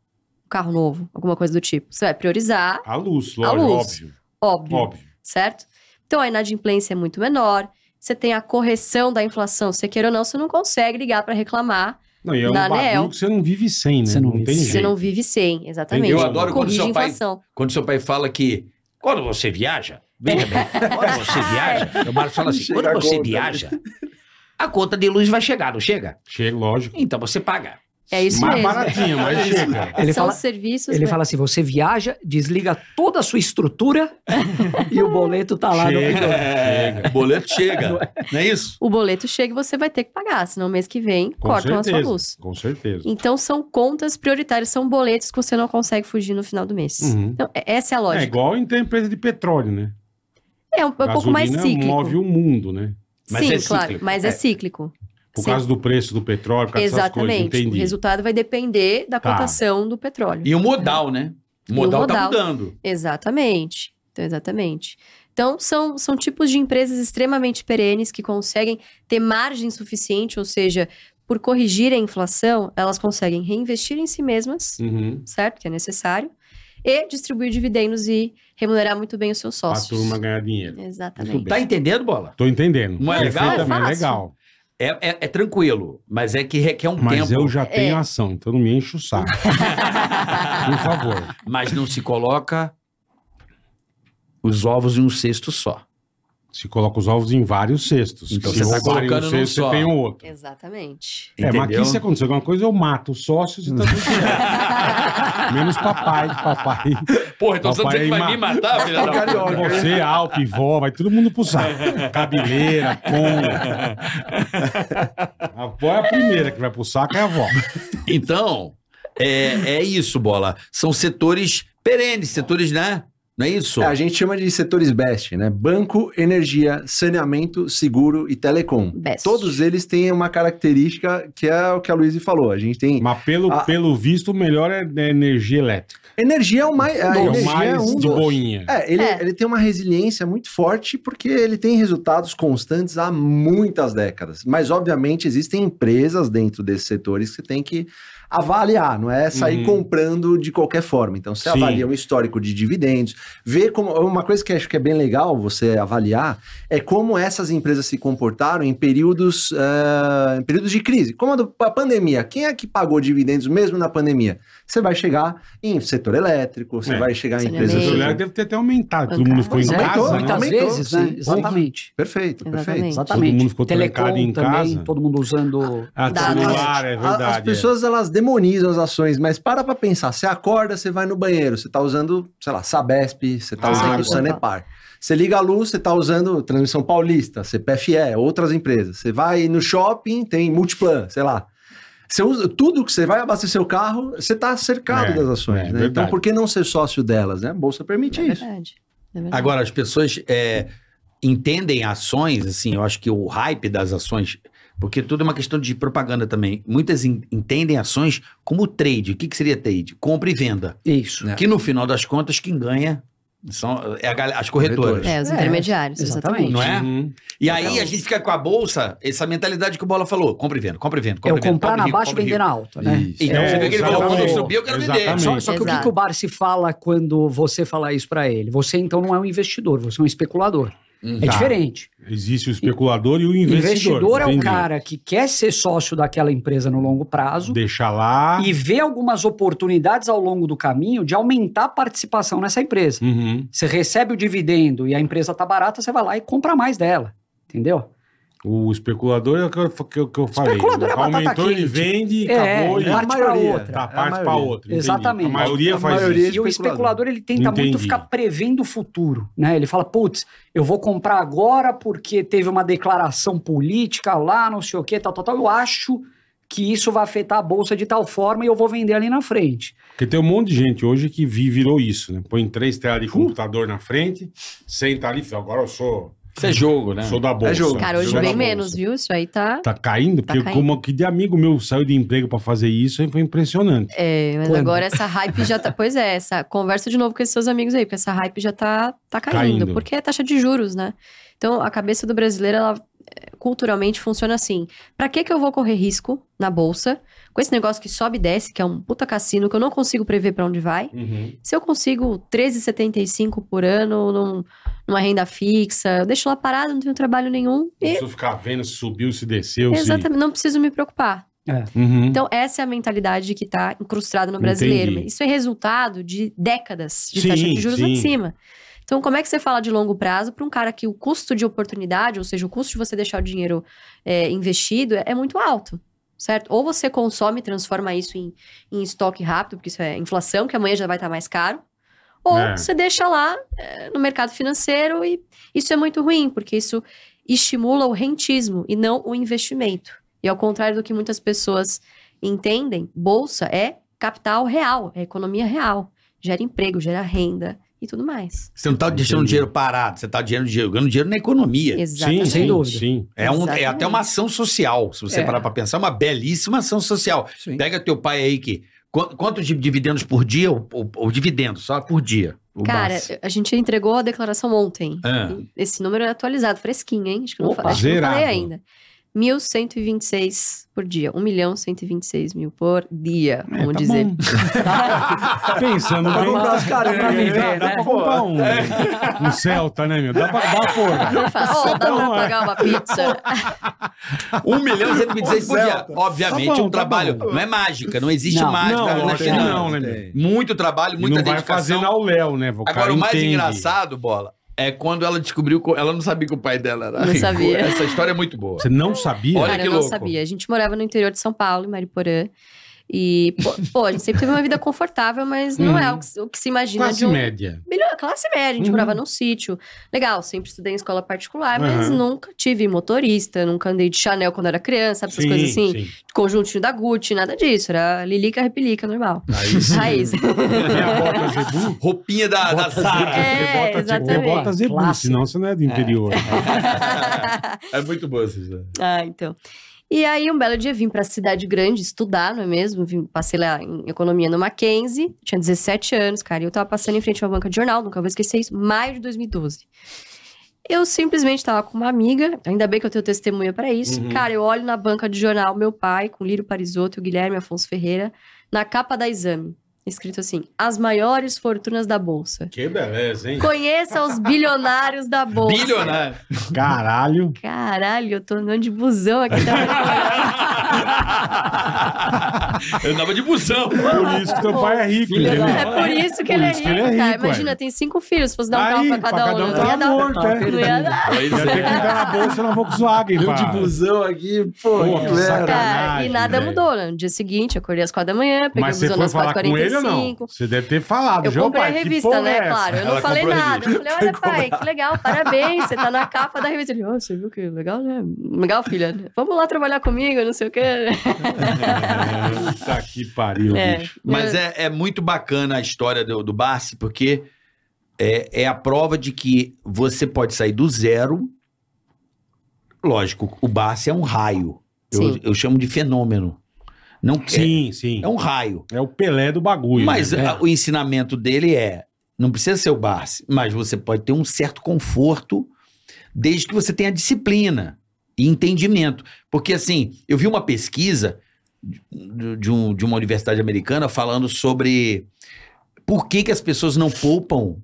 um carro novo, alguma coisa do tipo. Você vai priorizar,
A luz,
A
lógico,
luz.
óbvio.
óbvio
Óbvio.
certo? Então a inadimplência é muito menor. Você tem a correção da inflação, se você queira ou não, você não consegue ligar para reclamar.
Não, e é um
Da
bagulho
Neo.
que você não vive sem, né?
Você não vive
tem
sem.
Você
jeito.
não vive sem, exatamente.
Eu adoro
quando
Corrige
seu
a
pai-
inflação.
Quando seu pai fala que. Quando você viaja, veja bem, quando
<laughs>
você viaja, o Marcos fala assim:
Chega
quando
a
você
né?
conta.
viaja, a conta de luz vai chegar, não chega?
Chega, lógico.
Então você paga.
É isso
mais
mesmo.
baratinha, mas chega.
Ele
São
fala,
É os serviços.
ele
né?
fala assim: você viaja, desliga toda a sua estrutura <laughs> e o boleto tá lá no
Chega.
final.
O É, boleto <laughs> chega. Não é isso?
O boleto chega e você vai ter que pagar, senão mês que vem
Com
cortam a
certeza,
sua luz.
Com certeza. É
Então são contas prioritárias, são boletos que você não consegue fugir no final do mês.
Uhum.
Então, é- essa é a
É
lógica.
igual em ter empresa de petróleo, né?
É, um, é um pouco mais
Gasolina
cíclico.
move o mundo, né?
Mas
Sim,
é
claro,
cíclico,
mas
é.
é cíclico.
Por
Sim.
causa do preço do petróleo, por causa dessas
Exatamente.
coisas.
O
Entendi.
resultado vai depender da
Tá.
cotação do petróleo.
E o modal, né? O
E o
modal, tá
modal.
mudando.
Exatamente. Então, exatamente. Então, são, são tipos de empresas extremamente perenes que conseguem ter margem suficiente, ou seja, por corrigir a inflação, elas conseguem reinvestir em si mesmas,
Uhum.
certo? Que é necessário, e distribuir dividendos e remunerar muito bem os seus
Pra
sócios.
turma ganhar dinheiro.
Exatamente.
Tá entendendo, bola?
Tô entendendo.
Não é legal?
Perfeitamente,
É fácil.
legal.
É, é- é tranquilo, mas é que requer um
Mas
<laughs> tempo.
eu já
É.
tenho ação, então não me enche o saco. Por
<laughs>
favor.
Mas não se coloca os ovos em um cesto só.
Se coloca os ovos em vários cestos.
Então
Se
você tá
roubarem
colocando
um
num
cesto,
só.
você tem um outro.
Exatamente.
É, mas
Entendeu?
aqui se acontecer alguma coisa, eu mato os sócios e tá tudo certo. Menos papai, papai.
Porra, então você tá
Papai
dizendo que vai
ma-
me matar, filha da puta?
Carioca.
Você, Alp, vó, vai todo mundo pro saco. Cabeleira, com. A vó é a primeira que vai pro saco, é a vó.
<laughs> Então, é, é isso, bola. São setores perenes, setores, né? Não é isso?
É, a gente chama de setores best, né? Banco, energia, saneamento, seguro e telecom.
Best.
Todos eles têm uma característica que é o que a Luísa falou. A gente tem.
Mas pelo,
Ah.
pelo visto, o melhor é é energia elétrica.
Energia é o mais. A
É o
energia é
mais
um
de
dos-
boinha.
É, ele,
É.
ele tem uma resiliência muito forte porque ele tem resultados constantes há muitas décadas. Mas, obviamente, existem empresas dentro desses setores que tem que avaliar, não é sair
Uhum.
comprando de qualquer forma. Então, você
Sim.
avalia um histórico de dividendos, vê como. Uma coisa que eu acho que é bem legal você avaliar é como essas empresas se comportaram em períodos, ah, em períodos de crise, como a, do, a pandemia. Quem é que pagou dividendos mesmo na pandemia? Você vai chegar em setor elétrico, você
É.
vai chegar em
Saneamento.
Essa
empresas.
Sim.
mulher deve ter até aumentado. Todo mundo ficou em
Pois é,
casa.
aumentou,
né?
Muitas
Aumentou,
vezes, né?
sim.
Exatamente.
Perfeito, perfeito.
Exatamente.
Exatamente.
Todo mundo ficou trancado em
também,
casa.
todo mundo usando.
Ah,
Dados.
celular, é
né? A-
verdade.
As pessoas elas demonizam as ações, mas para pra pensar. Você acorda, você vai no banheiro, você tá usando, sei lá, Sabesp, você tá
Ah,
usando
tá.
Sanepar. Você liga a luz, você tá usando Transmissão Paulista, CPFE, outras empresas. Você vai no shopping, tem Multiplan, sei lá. Você usa tudo que você vai abastecer o carro, você tá cercado
É,
das ações,
é
né? Então
verdade.
por que não ser sócio delas, né? A bolsa permite
É
isso.
verdade. É
Uhum.
verdade.
Agora, as pessoas é, entendem ações, assim, eu acho que o hype das ações, porque tudo é uma questão de propaganda também. Muitas en- entendem ações como trade. O que, que seria trade? Compra e venda.
Isso.
Que no final das contas, quem ganha são é a gal- as corretoras.
É, os
É,
intermediários,
exatamente.
exatamente.
Não é?
Uhum.
E aí a gente fica com a bolsa, essa mentalidade que o Bola falou: compra e venda, compra e venda,
É
compra
o
e venda.
comprar
compra e
na
rico,
baixa e
compra e
vender na
rico.
alta, né?
Então
É,
você vê que ele falou: quando
exatamente.
subiu, eu quero vender.
Exatamente.
Só-
Só, só que o que,
Exato.
que o Barsi fala quando você fala isso pra ele? Você então não é um investidor, você é um especulador.
Hum,
É
Tá.
diferente.
Existe o especulador e o
Investidor,
investidor.
é o
entendi.
cara que quer ser sócio daquela empresa no longo prazo
Deixa lá.
e vê algumas oportunidades ao longo do caminho de aumentar a participação nessa empresa.
Uhum.
Você recebe o dividendo e a empresa tá barata, você vai lá e compra mais dela. Entendeu?
O especulador é o que eu, que eu- que eu falei.
Especulador é batata
Aumentou, ele
quente.
vende,
É,
acabou
é a
e
parte pra
maioria.
outra.
tá a
É a
parte para
maioria.
outra. entendi.
Exatamente.
A maioria
A
faz
maioria-
isso.
E o especulador ele tenta muito
Entendi.
ficar prevendo o futuro, né? Ele fala, putz, eu vou comprar agora porque teve uma declaração política lá, não sei o que, tal, tal, tal. Eu acho que isso vai afetar a bolsa de tal forma e eu vou vender ali na frente.
Porque tem um monte de gente hoje que vi, virou isso, né? Põe três telas de computador na frente, senta ali e fala, agora eu sou,
Isso é jogo, né?
sou da bolsa.
jogo.
Cara, hoje
Sou da
bem
é bolsa.
menos, viu? Isso aí tá.
Tá caindo?
Tá
Porque
caindo.
como que de amigo meu saiu de emprego pra fazer isso, aí foi impressionante.
É, mas
Quando?
agora essa hype já tá. Pois é, essa. Conversa de novo com esses seus amigos aí, porque essa hype já tá, tá caindo,
Caindo.
Porque é taxa de juros, né? Então, a cabeça do brasileiro, ela eh, culturalmente funciona assim. Pra que que eu vou correr risco na bolsa com esse negócio que sobe e desce, que é um puta cassino, que eu não consigo prever pra onde vai?
Uhum.
Se eu consigo 13,75 por ano num- numa renda fixa, eu deixo lá parado, não tenho trabalho nenhum
Não
e
preciso ficar vendo se subiu, se desceu. se-
exatamente, não preciso me preocupar.
Uhum.
Então, essa é a mentalidade que está incrustada no brasileiro.
Entendi.
Isso é resultado de décadas de
Sim,
taxa de juros lá de
sim.
cima. Então, como é que você fala de longo prazo para um cara que o custo de oportunidade, ou seja, o custo de você deixar o dinheiro é, investido, é, é muito alto, certo? Ou você consome e transforma isso em, em estoque rápido, porque isso é inflação, que amanhã já vai estar mais caro. Ou
É.
você deixa lá é, no mercado financeiro e isso é muito ruim, porque isso estimula o rentismo e não o investimento. E ao contrário do que muitas pessoas entendem, bolsa é capital real, é economia real. Gera emprego, gera renda e tudo mais.
Você não tá deixando o
Entendi.
dinheiro parado, você tá dinheiro, ganhando dinheiro na economia.
Exatamente.
sem dúvida.
Sim.
É, um- é
Exatamente.
até uma ação social, se você
É.
parar pra pensar, uma belíssima ação social.
<laughs>
Sim.
Pega teu pai aí que. qu- Quantos de- dividendos por dia? Ou, ou, ou dividendos, só por dia. o
Cara,
Bassi?
a gente entregou a declaração ontem.
Ah.
Esse número é atualizado, fresquinho, hein? Acho que não,
Opa,
fa- acho que não
zerado.
falei ainda. 1.126 por dia. 1 milhão 126 mil por dia,
É,
vamos
tá
dizer.
bom.
Tá
Pensando
Pra
bem,
comprar
dá-
as caras,
pra viver,
É, dá,
né?
Tá
É.
pra comprar um, um Celta, né, meu? Dá pra dar, porra. <laughs>
Fala, ó, é dá
é.
pra pagar uma pizza.
Um milhão e 126 por dia. Obviamente,
<laughs> Tá bom,
um
tá
trabalho.
bom.
não é mágica, não existe
Não,
mágica.
não,
né?
lógico que não, né, meu?
Tem.
Muito trabalho,
E
muita
não vai
dedicação.
fazendo ao Léo, né? O
Agora,
cara
o mais
entende.
engraçado, bola, é quando ela descobriu. co- Ela não sabia que o pai dela era.
Não
rico.
sabia.
Essa história é muito boa.
Você não sabia?
Olha
Cara,
que
eu não
louco.
sabia. A gente morava no interior de São Paulo, em Mariporã. E, pô, pô, a gente sempre teve uma vida confortável, mas não
Uhum.
é o que, o que se imagina
Classe
de um.
média.
Melhor, classe média, a gente
Uhum.
morava num sítio. Legal, sempre estudei em escola particular, mas
Aham.
nunca tive motorista, nunca andei de Chanel quando era criança, sabe? Essas coisas assim,
sim.
conjuntinho da Gucci, nada disso. Era lilica, repelica, normal.
tá Aí sim. <laughs>
Raiz.
Tem a bota
<laughs>
zebu.
Roupinha da, da Sara.
É,
Você bota, tipo,
exatamente.
bota zebu,
Clássico.
senão você não é do interior.
É muito boa essa história.
Ah, então. E aí, um belo dia, vim pra cidade grande estudar, não é mesmo? Vim, passei lá em economia no Mackenzie, tinha 17 anos, cara, e eu tava passando em frente a uma banca de jornal, nunca vou esquecer isso, maio de 2012. Eu simplesmente tava com uma amiga, ainda bem que eu tenho testemunha pra isso.
Uhum.
Cara, eu olho na banca de jornal meu pai, com Lírio Parisotto, o Guilherme Afonso Ferreira, na capa da exame, escrito assim: As maiores fortunas da Bolsa.
Que beleza, hein?
Conheça os bilionários da Bolsa.
Bilionário.
Caralho. <laughs>
Caralho, eu tô andando de busão aqui. Tá?
Eu andava de busão.
Por isso que teu pai é rico,
Filha da-
entendeu?
É por isso que
Por
ele é
isso
rico,
que ele é
cara.
rico,
Imagina,
é.
tem cinco filhos. Se fosse dar um
Aí,
carro pra cada um, não ia
tá
dar.
morto, é.
Não ia dar.
Pois
Ia ter que
é.
entrar na bolsa na Volkswagen,
Eu
pá.
de busão aqui, pô.
Pô,
que
que
merda.
sacanagem.
Cara, e nada
velho.
mudou, né? No dia seguinte, eu acordei às quatro da manhã, peguei
Mas
o
você
busão
foi
às
falar com ele ou não?
4h45.
Você deve ter falado.
Eu
João,
comprei a
pai, que
revista,
porra
né?
é essa?
Claro, eu
Ela
não falei
comprou a
nada. Eu falei,
<laughs>
olha,
é?
pai,
comprou.
que legal, parabéns, você tá na capa da revista. Ele, "Ô, você viu que legal, né? Legal, filha. né? Vamos lá trabalhar comigo, não sei o quê.
Puta que pariu,
É.
bicho.
Mas é, é muito bacana a história do, do Barsi, porque é, é a prova de que você pode sair do zero. Lógico, o Barsi é um raio. Eu,
Sim.
eu chamo de fenômeno. Não
Sim,
Sim.
sim.
É, um raio.
É o Pelé do bagulho.
Mas
né?
a- o ensinamento dele é: não precisa ser o Barsi, mas você pode ter um certo conforto desde que você tenha disciplina e entendimento. Porque, assim, eu vi uma pesquisa de, de um- de uma universidade americana falando sobre por que, que as pessoas não poupam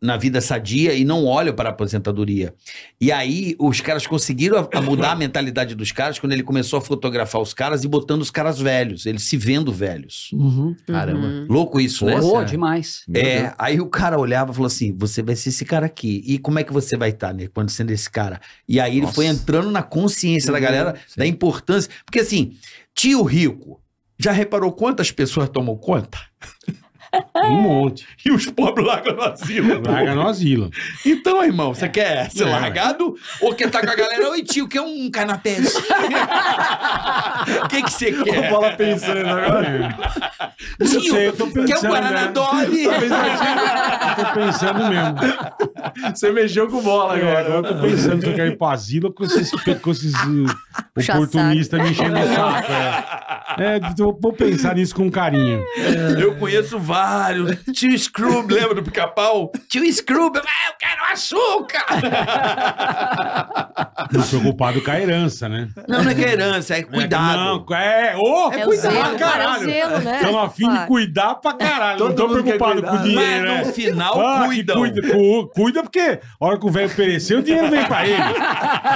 na vida sadia e não olham para a aposentadoria. E aí os caras conseguiram a- a mudar a mentalidade dos caras quando ele começou a fotografar os caras e botando os caras velhos, eles se vendo velhos.
Uhum.
Caramba.
Uhum.
Louco isso, né?
Pô, demais.
Meu Deus.
É, aí o cara olhava e falou assim: você vai ser esse cara aqui. E como é que você vai estar, né? Quando sendo esse cara? E aí ele
Nossa.
foi entrando na consciência da
Uhum,
galera
sim.
da importância. Porque assim, tio rico, já reparou quantas pessoas tomam conta? <laughs>
Um monte.
E os pobres largam no asilo.
Larga no asilo.
Então, irmão, você quer ser
É,
largado ou quer estar com a galera? Oi, tio, quer um canapézinho? O que que você
O
quer?
Bola pensando agora.
É. Não
Tio,
sei, eu
é
tô
quer um
pensando,
Guaraná
né?
Dolly?
Eu tô pensando mesmo.
Você mexeu com bola
É,
agora.
agora eu tô pensando que eu quero ir pro asilo com esses, com esses eh,
Puxa
oportunistas me enchendo o saco. É, É, eu vou pensar nisso com carinho.
Eu conheço vários. Tio Scroob, lembra do pica-pau? Tio Scroob, ah, eu quero açúcar!
Tô preocupado com a herança, né?
Não, não é que é herança, é cuidado.
Não, é, ô,
É o
cuidado
zelo,
pra caralho.
é o zelo, né?
Estamos afim de
Claro.
cuidar pra caralho.
Todo
não tô
mundo quer
preocupado
cuidar.
com o
Mas
dinheiro,
no
né?
final
Ah, que
cuidam.
cuida, cu- cuida, porque a hora que o velho perecer, o dinheiro vem pra <laughs> ele.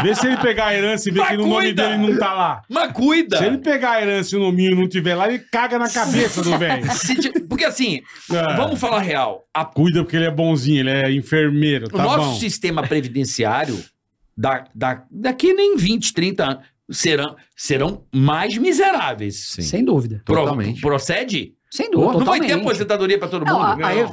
Vê se ele pegar a herança e vê
Mas
que o nome
cuida.
dele não tá lá.
Mas cuida!
Se ele pegar a herança e o nominho não tiver lá, ele caga na cabeça do <laughs> velho.
Se ti- Porque assim,
É.
vamos falar real. A-
Cuida porque ele é bonzinho, ele é enfermeiro,
o
tá
nosso
bom.
sistema previdenciário, da, da, daqui nem 20, 30 anos, serão, serão mais miseráveis.
Sem dúvida.
Pro-
Totalmente.
procede?
Sem dúvida.
não vai ter
totalmente.
aposentadoria né? pra todo mundo.
Não, a-
não.
a re-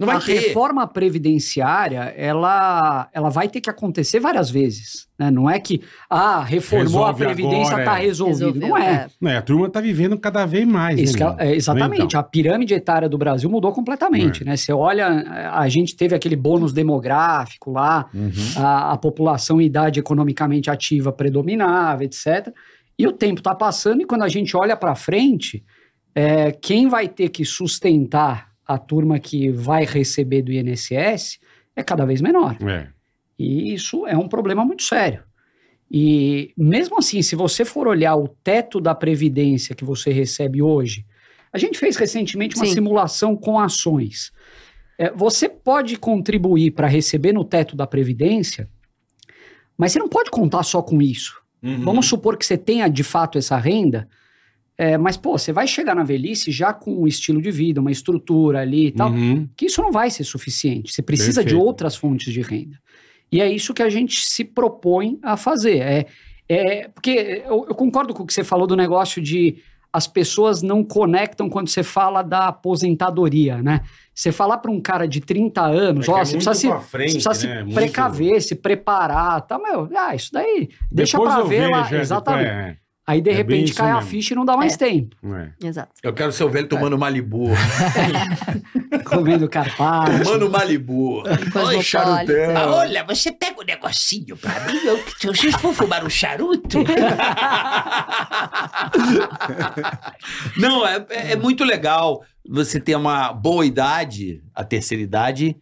Não vai
a
ter.
reforma previdenciária, ela, ela vai ter que acontecer várias vezes. né? Não é que, ah, reformou
Resolve
a Previdência,
agora,
está
é.
resolvido.
Resolveu,
não é.
é.
É, a turma tá vivendo cada vez mais.
Isso
né,
que ela-
irmão?
é, exatamente.
Então, É.
A pirâmide etária do Brasil mudou completamente. Né? Você olha, a- a gente teve aquele bônus demográfico lá,
Uhum.
a, a população em idade economicamente ativa predominava, etc. E o tempo está passando e quando a gente olha para frente, é, quem vai ter que sustentar a turma que vai receber do INSS é cada vez menor.
é.
E isso é um problema muito sério. E mesmo assim, se você for olhar o teto da previdência que você recebe hoje, a gente fez recentemente uma
Sim.
simulação com ações. É, você pode contribuir para receber no teto da previdência, mas você não pode contar só com isso.
É. Uhum.
Vamos supor que você tenha de fato essa renda, é, mas pô, você vai chegar na velhice já com um estilo de vida, uma estrutura ali e tal
Uhum.
que isso não vai ser suficiente. Você precisa
Perfeito.
de outras fontes de renda. E é isso que a gente se propõe a fazer. É, é porque eu, eu concordo com o que você falou do negócio de as pessoas não conectam quando você fala da aposentadoria, né? Você falar para um cara de 30
É
anos,
que
ó,
é
você
muito
precisa se,
pra frente,
você precisa
né?
se
Muito-
precaver, se preparar, tá? Meu, ah, isso daí deixa
Depois
para
eu
ver
vejo, é,
lá,
depois-
exatamente.
é,
Aí de
é bem
repente
isso
cai a
mesmo.
ficha e não dá mais
É.
tempo.
é.
Exato.
Eu quero ser o velho tomando Malibu. <laughs>
Comendo carpaccio.
Tomando Malibu.
Cosmopolitan.
Ah, olha, você pega um negocinho pra mim. Eu, se vocês for fumar um charuto. <laughs> Não, é, é- é muito legal você ter uma boa idade, a terceira idade.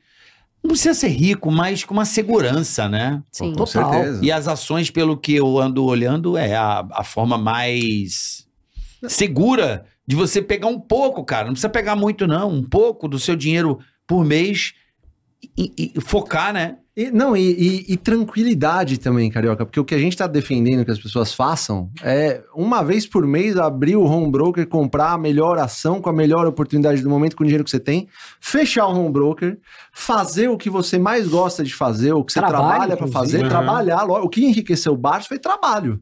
Não precisa ser rico, mas com uma segurança, né?
Sim.
Com
Total.
certeza.
E as ações, pelo que eu ando olhando, é a, a forma mais segura de você pegar um pouco, cara. Não precisa pegar muito, não. Um pouco do seu dinheiro por mês e, e- e focar, né?
E, não, e, e- e tranquilidade também, Carioca, porque o que a gente está defendendo que as pessoas façam é, uma vez por mês, abrir o home broker, comprar a melhor ação com a melhor oportunidade do momento, com o dinheiro que você tem, fechar o home broker, fazer o que você mais gosta de fazer, o que você
Trabalho,
trabalha para
inclusive.
fazer,
Uhum.
trabalhar. lo- O que enriqueceu o Barça foi trabalho.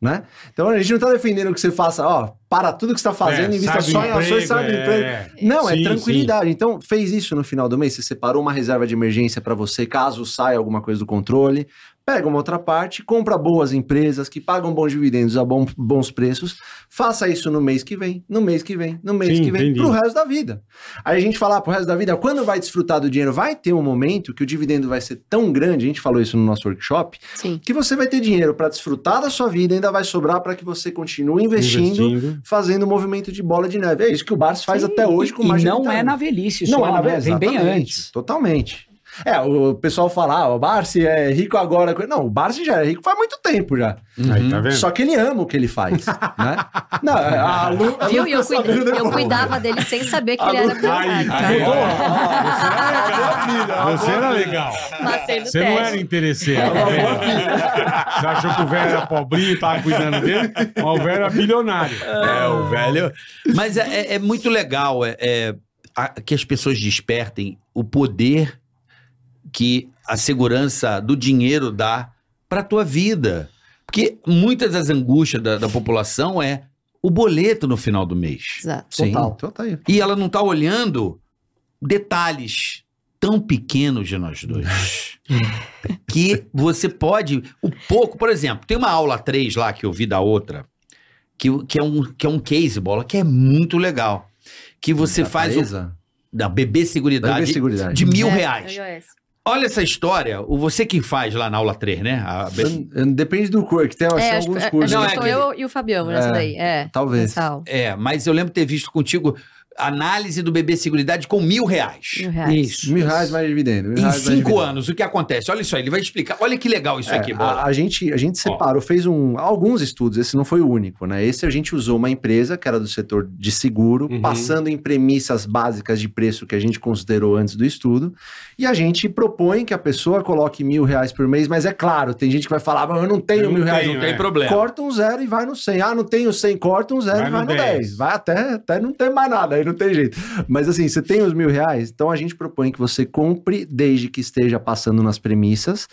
Né? Então a gente não está defendendo que você faça, ó, para tudo que você está fazendo,
É,
invista
sabe
só em ações,
emprego,
sabe
é,
emprego.
é.
Não,
Sim,
é tranquilidade. Então, fez isso no final do mês, você separou uma reserva de emergência para você, caso saia alguma coisa do controle, pega uma outra parte, compra boas empresas que pagam bons dividendos a bom- bons preços, faça isso no mês que vem, no mês que vem, no mês
Sim,
que vem,
entendi.
pro resto da vida. Aí a gente falar pro resto da vida, quando vai desfrutar do dinheiro, vai ter um momento que o dividendo vai ser tão grande, a gente falou isso no nosso workshop,
Sim.
que você vai ter dinheiro para desfrutar da sua vida, ainda vai sobrar para que você continue investindo,
Investindo.
fazendo o movimento de bola de neve. É isso que o Barça faz
Sim,
até hoje
e-
com
e
mais de
não
30
é
anos.
na velhice
Não
só,
é na
né?
verdade.
Vem bem
exatamente,
antes.
Totalmente. É, o pessoal fala, ah, o Barsi é rico agora. Não, o Barsi já é rico faz muito tempo já.
Aí, tá vendo?
Uhum. Só que ele ama o que ele faz, né? Não, a Lu, a Lu
Viu? E eu,
ficou
cuida-
sabendo
eu
depois. <laughs>
cuidava dele sem saber que ele era
Aí,
é,
bilionário, tá?
aí,
Ah,
ó. Você era legal.
Passei no
Você
teste.
não é era interesseiro. tá vendo? Você achou que o velho era pobrinho e tava cuidando dele? Mas o velho era bilionário.
É, o velho. Mas é, é- é muito legal é, é, a- que as pessoas despertem o poder que a segurança do dinheiro dá pra tua vida. Porque muitas das angústias da, da população é o boleto no final do mês.
Exato.
Sim,
Total.
então tá aí.
E ela não tá olhando detalhes tão pequenos de nós dois. que você pode. O pouco, por exemplo, tem uma aula 3 lá que eu vi da outra, que, que, é, um, que é um case bola, que é muito legal. Que você
Da
faz o,
Taesa?
da BB Seguridade,
Deve seguridade.
de mil
É,
reais.
iOS.
Olha essa história, o você que faz lá na aula 3, né? A B-
Depende do curso, que tem
É,
são
acho,
alguns
que-
cursos.
acho
Não,
que
é
sou
aquele-
eu e o Fabião nessa
É.
daí. É.
Talvez.
Nessa aula.
É, mas eu lembro ter visto contigo análise do BB Seguridade com mil reais.
Mil reais.
Isso.
Mil reais mais dividendo. mil
Em
reais mais
cinco
dividendo.
anos, o que acontece? Olha isso aí, ele vai explicar. Olha que legal isso
É,
aqui,
a,
Bola.
a gente, a gente separou, fez um, alguns estudos, esse não foi o único, né? Esse a gente usou uma empresa que era do setor de seguro,
Uhum.
passando em premissas básicas de preço que a gente considerou antes do estudo, e a gente propõe que a pessoa coloque mil reais por mês, mas é claro, tem gente que vai falar, "Ah, mas eu não tenho
Eu não
mil reais,
tenho,
não
Não tem
é.
problema.
Corta um zero e vai no 100. Ah, não tenho 100, corta um zero
Vai
e vai
no
no
10.
10. Vai até, até não ter mais nada, aí não tem jeito. Mas assim, você tem os mil reais, então a gente propõe que você compre desde que esteja passando nas premissas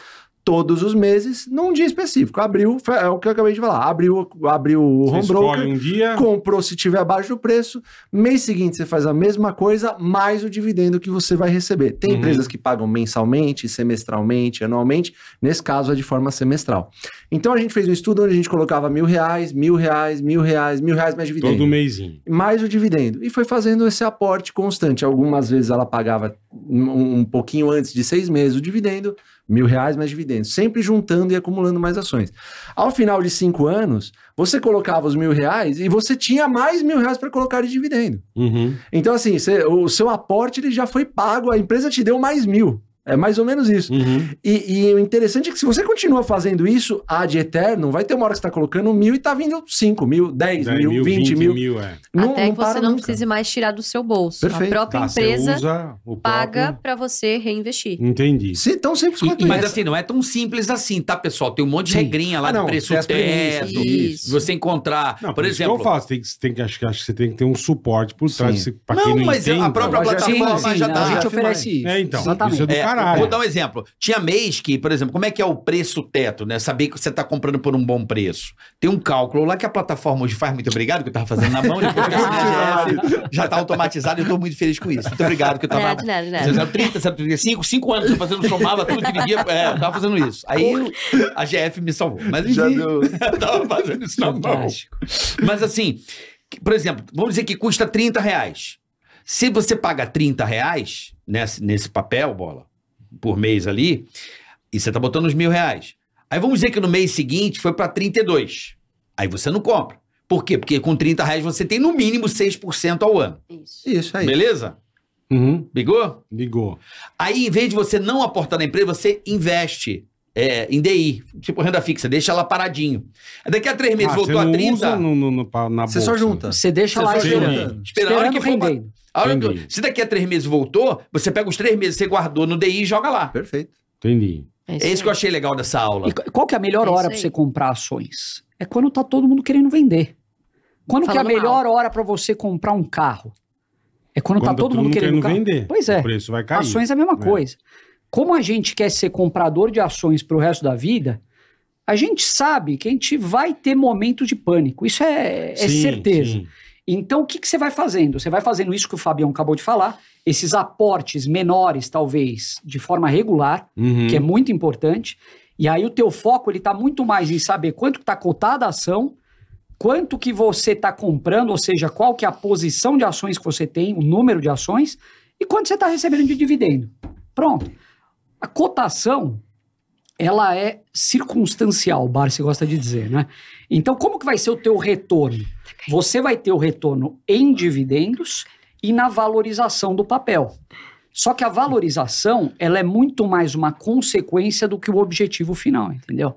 todos os meses, num dia específico. Abriu, fe- é o que eu acabei de falar, abriu, abriu o
Você
home
escolhe
broker,
um dia.
comprou se tiver abaixo do preço, mês seguinte você faz a mesma coisa, mais o dividendo que você vai receber. Tem
Uhum.
empresas que pagam mensalmente, semestralmente, anualmente, nesse caso é de forma semestral. Então a gente fez um estudo onde a gente colocava mil reais, mil reais, mil reais, mil reais mais dividendo
Todo mêsinho.
mais o dividendo. E foi fazendo esse aporte constante. Algumas vezes ela pagava um, um pouquinho antes de seis meses o dividendo, mil reais mais dividendo, sempre juntando e acumulando mais ações. Ao final de cinco anos, você colocava os mil reais e você tinha mais mil reais para colocar de dividendo.
Uhum.
Então, assim, você- o seu aporte ele já foi pago, a empresa te deu mais mil. É mais ou menos isso.
Uhum.
E, e o interessante é que se você continua fazendo isso ad eterno, vai ter uma hora que você está colocando mil e tá vindo cinco mil, dez
Dez
mil, vinte mil.
é.
Até que você
para
não
nunca.
precise mais tirar do seu bolso. A
Perfeito.
própria
Tá, você
empresa
usa o
paga
próprio-
pra você reinvestir.
Entendi.
Sim, tão simples
E-
quanto
e- mas
isso.
assim, não é tão simples assim, tá, pessoal? Tem um monte de regrinha lá
Ah,
do
não,
preço
tem as
teto.
premissas,
isso.
Você encontrar,
Não,
por
isso que
exemplo.
eu faço, tem que, tem que, acho, que, acho que você tem que ter um suporte por trás.
Sim.
se- pra quem
Não,
não
mas a
entenda.
própria-
Mas já
plataforma
sim, sim,
já
assim, a
dá-
gente
já
oferece isso.
É, então,
Exatamente.
isso é do
É,
caralho.
Vou dar um exemplo. Tinha mês que, por exemplo, como é que é o preço teto, né? Saber que você tá comprando por um bom preço. Tem um cálculo lá que a plataforma hoje faz, muito obrigado, que eu tava fazendo na mão, depois que eu assinei a GF, já tá automatizado e eu tô muito feliz com isso. Muito obrigado que eu tava
Nada, nada, nada.
030, 035, 5 anos eu fazendo, somava tudo, dividia. É, eu tava fazendo isso. Aí a GF me salvou. Mas enfim,
Já
<laughs>
deu.
eu tava fazendo isso na mão.
Fantástico.
Mas assim, que- por exemplo, vamos dizer que custa 30 reais. Se você paga 30 reais nesse, nesse papel, bola, por mês ali, e você tá botando os mil reais. Aí vamos dizer que no mês seguinte foi para 32. Aí você não compra. Por quê? Porque com 30 reais você tem no mínimo 6% ao ano.
Isso.
Isso
É
aí.
Beleza?
Uhum.
Bigou? Ah,
Ligou.
Aí, em vez de você não aportar na empresa, você investe é, em DI, tipo renda fixa, deixa ela paradinho. Aí Daqui a três meses
Ah, você
voltou a
não
30.
usa no, no- no- pa- na
Você só
bolsa.
junta.
Você deixa
Você
lá
só
esperando.
Entendi.
Espera, a hora que
Esperando
for
rendendo.
a hora que-
Entendi.
se daqui a três meses voltou, você pega os três meses que você guardou no DI e joga lá.
Perfeito.
Entendi.
tá
É
É isso que eu achei legal dessa aula.
E qu- qual que é a melhor
É
hora
isso
para
aí.
você comprar ações? É quando tá todo mundo querendo vender. Quando que é a
Falando
melhor hora para você comprar um carro? É quando, tá todo mundo querendo um carro.
vender.
Pois é.
O preço vai cair.
Ações é a mesma
É.
coisa. Como a gente quer ser comprador de ações para o resto da vida, a gente sabe que a gente vai ter momento de pânico. Isso é, é
Sim,
certeza.
sim.
Então, o que, que você vai fazendo? Você vai fazendo isso que o Fabião acabou de falar, esses aportes menores, talvez, de forma regular,
Uhum.
que é muito importante. E aí o teu foco ele está muito mais em saber quanto que está cotada a ação, quanto que você está comprando, ou seja, qual que é a posição de ações que você tem, o número de ações, e quanto você está recebendo de dividendo. Pronto. A cotação, ela é circunstancial, o Barsi gosta de dizer, né? Então, como que vai ser o teu retorno? Você vai ter o retorno em dividendos e na valorização do papel. Só que a valorização, ela é muito mais uma consequência do que o objetivo final, entendeu?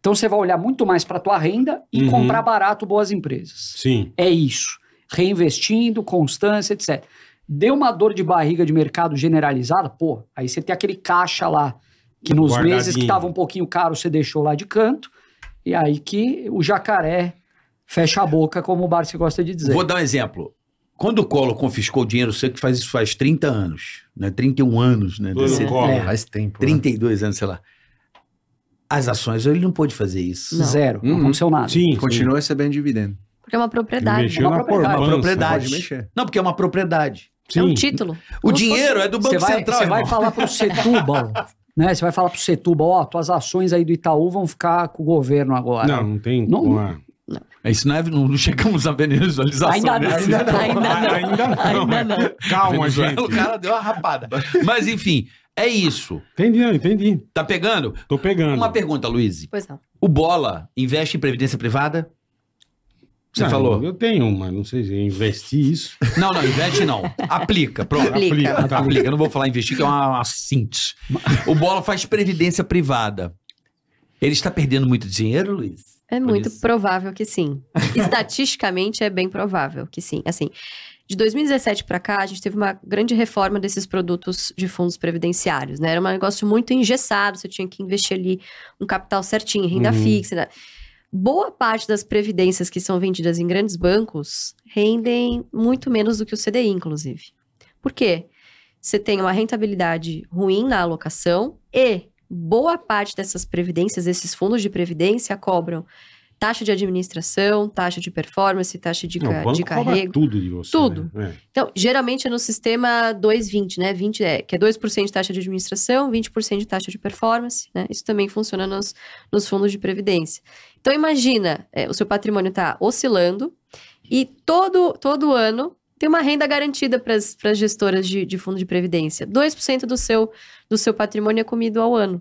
Então você vai olhar muito mais para a tua renda e
Uhum.
comprar barato boas empresas.
Sim.
É isso. Reinvestindo, constância, etc. Deu uma dor de barriga de mercado generalizada, pô, aí você tem aquele caixa lá que nos
Guardadinho.
meses que estava um pouquinho caro você deixou lá de canto, e aí que o jacaré fecha a boca, como o Barsi gosta de dizer.
Vou dar um exemplo. Quando o Collor confiscou o dinheiro, sei que faz isso faz 30 anos, né? 31 anos, né?
Plano
Desse-
Collor.
É.
Faz tempo.
né? 32 anos, sei lá. As ações, ele não pôde fazer isso.
Não.
Zero, não
Uhum.
aconteceu nada.
Sim.
né?
sim.
Continua recebendo dividendo.
Porque é uma
Ele
propriedade.
mexeu
uma
na
propriedade.
poupança.
Uma propriedade.
Pode mexer.
Não, porque é uma propriedade.
Sim.
É um título.
O
Como se
dinheiro
fosse-
é do
Você
Banco
vai,
Central,
você vai
irmão.
falar pro Setúbal, né? Você vai falar pro Setúbal, ó, tuas ações aí do Itaú vão ficar com o governo agora.
Não, não tem.
Não-
como é.
Isso não, é, não não chegamos a venezualização.
Ainda não,
desse-
ainda
<laughs>
não.
Ah, Ainda não.
Ainda não.
<laughs> Calma,
Venezuela,
gente.
O cara deu uma rapada. Mas enfim, é isso.
Entendi, não, entendi.
Tá pegando?
Tô pegando.
Uma pergunta, Luiz.
Pois não.
O Bola investe em previdência privada? Você
Não,
falou.
Eu tenho uma, não sei se investi isso.
Não, não, investe não. Aplica, pronto.
Aplica.
tá.
Aplica. Eu não vou falar investir, que é uma, uma síntese. O Bola faz previdência privada. Ele está perdendo muito dinheiro, Luiz?
É
Por
muito
isso.
provável que
<laughs>
sim. Estatisticamente é bem provável que sim. Assim, de 2017 pra cá, a gente teve uma grande reforma desses produtos de fundos previdenciários, né? Era um negócio muito engessado, você tinha que investir ali um capital certinho, renda
Uhum.
fixa. né? Boa parte das previdências que são vendidas em grandes bancos rendem muito menos do que o CDI, inclusive. Por quê? Você tem uma rentabilidade ruim na alocação e boa parte dessas previdências, esses fundos de previdência, cobram taxa de administração, taxa de performance, taxa de,
Não,
ca-
o banco
de
cobra
carrego.
tudo de você.
Tudo.
né?
Então, geralmente é no sistema 2,20, né? 20 é, que é 2% de taxa de administração, 20% de taxa de performance, né? Isso também funciona nos, nos fundos de previdência. Então, imagina, é, o seu patrimônio está oscilando e todo, todo ano tem uma renda garantida para as gestoras de, de fundo de previdência. 2% do seu, do seu patrimônio é comido ao ano.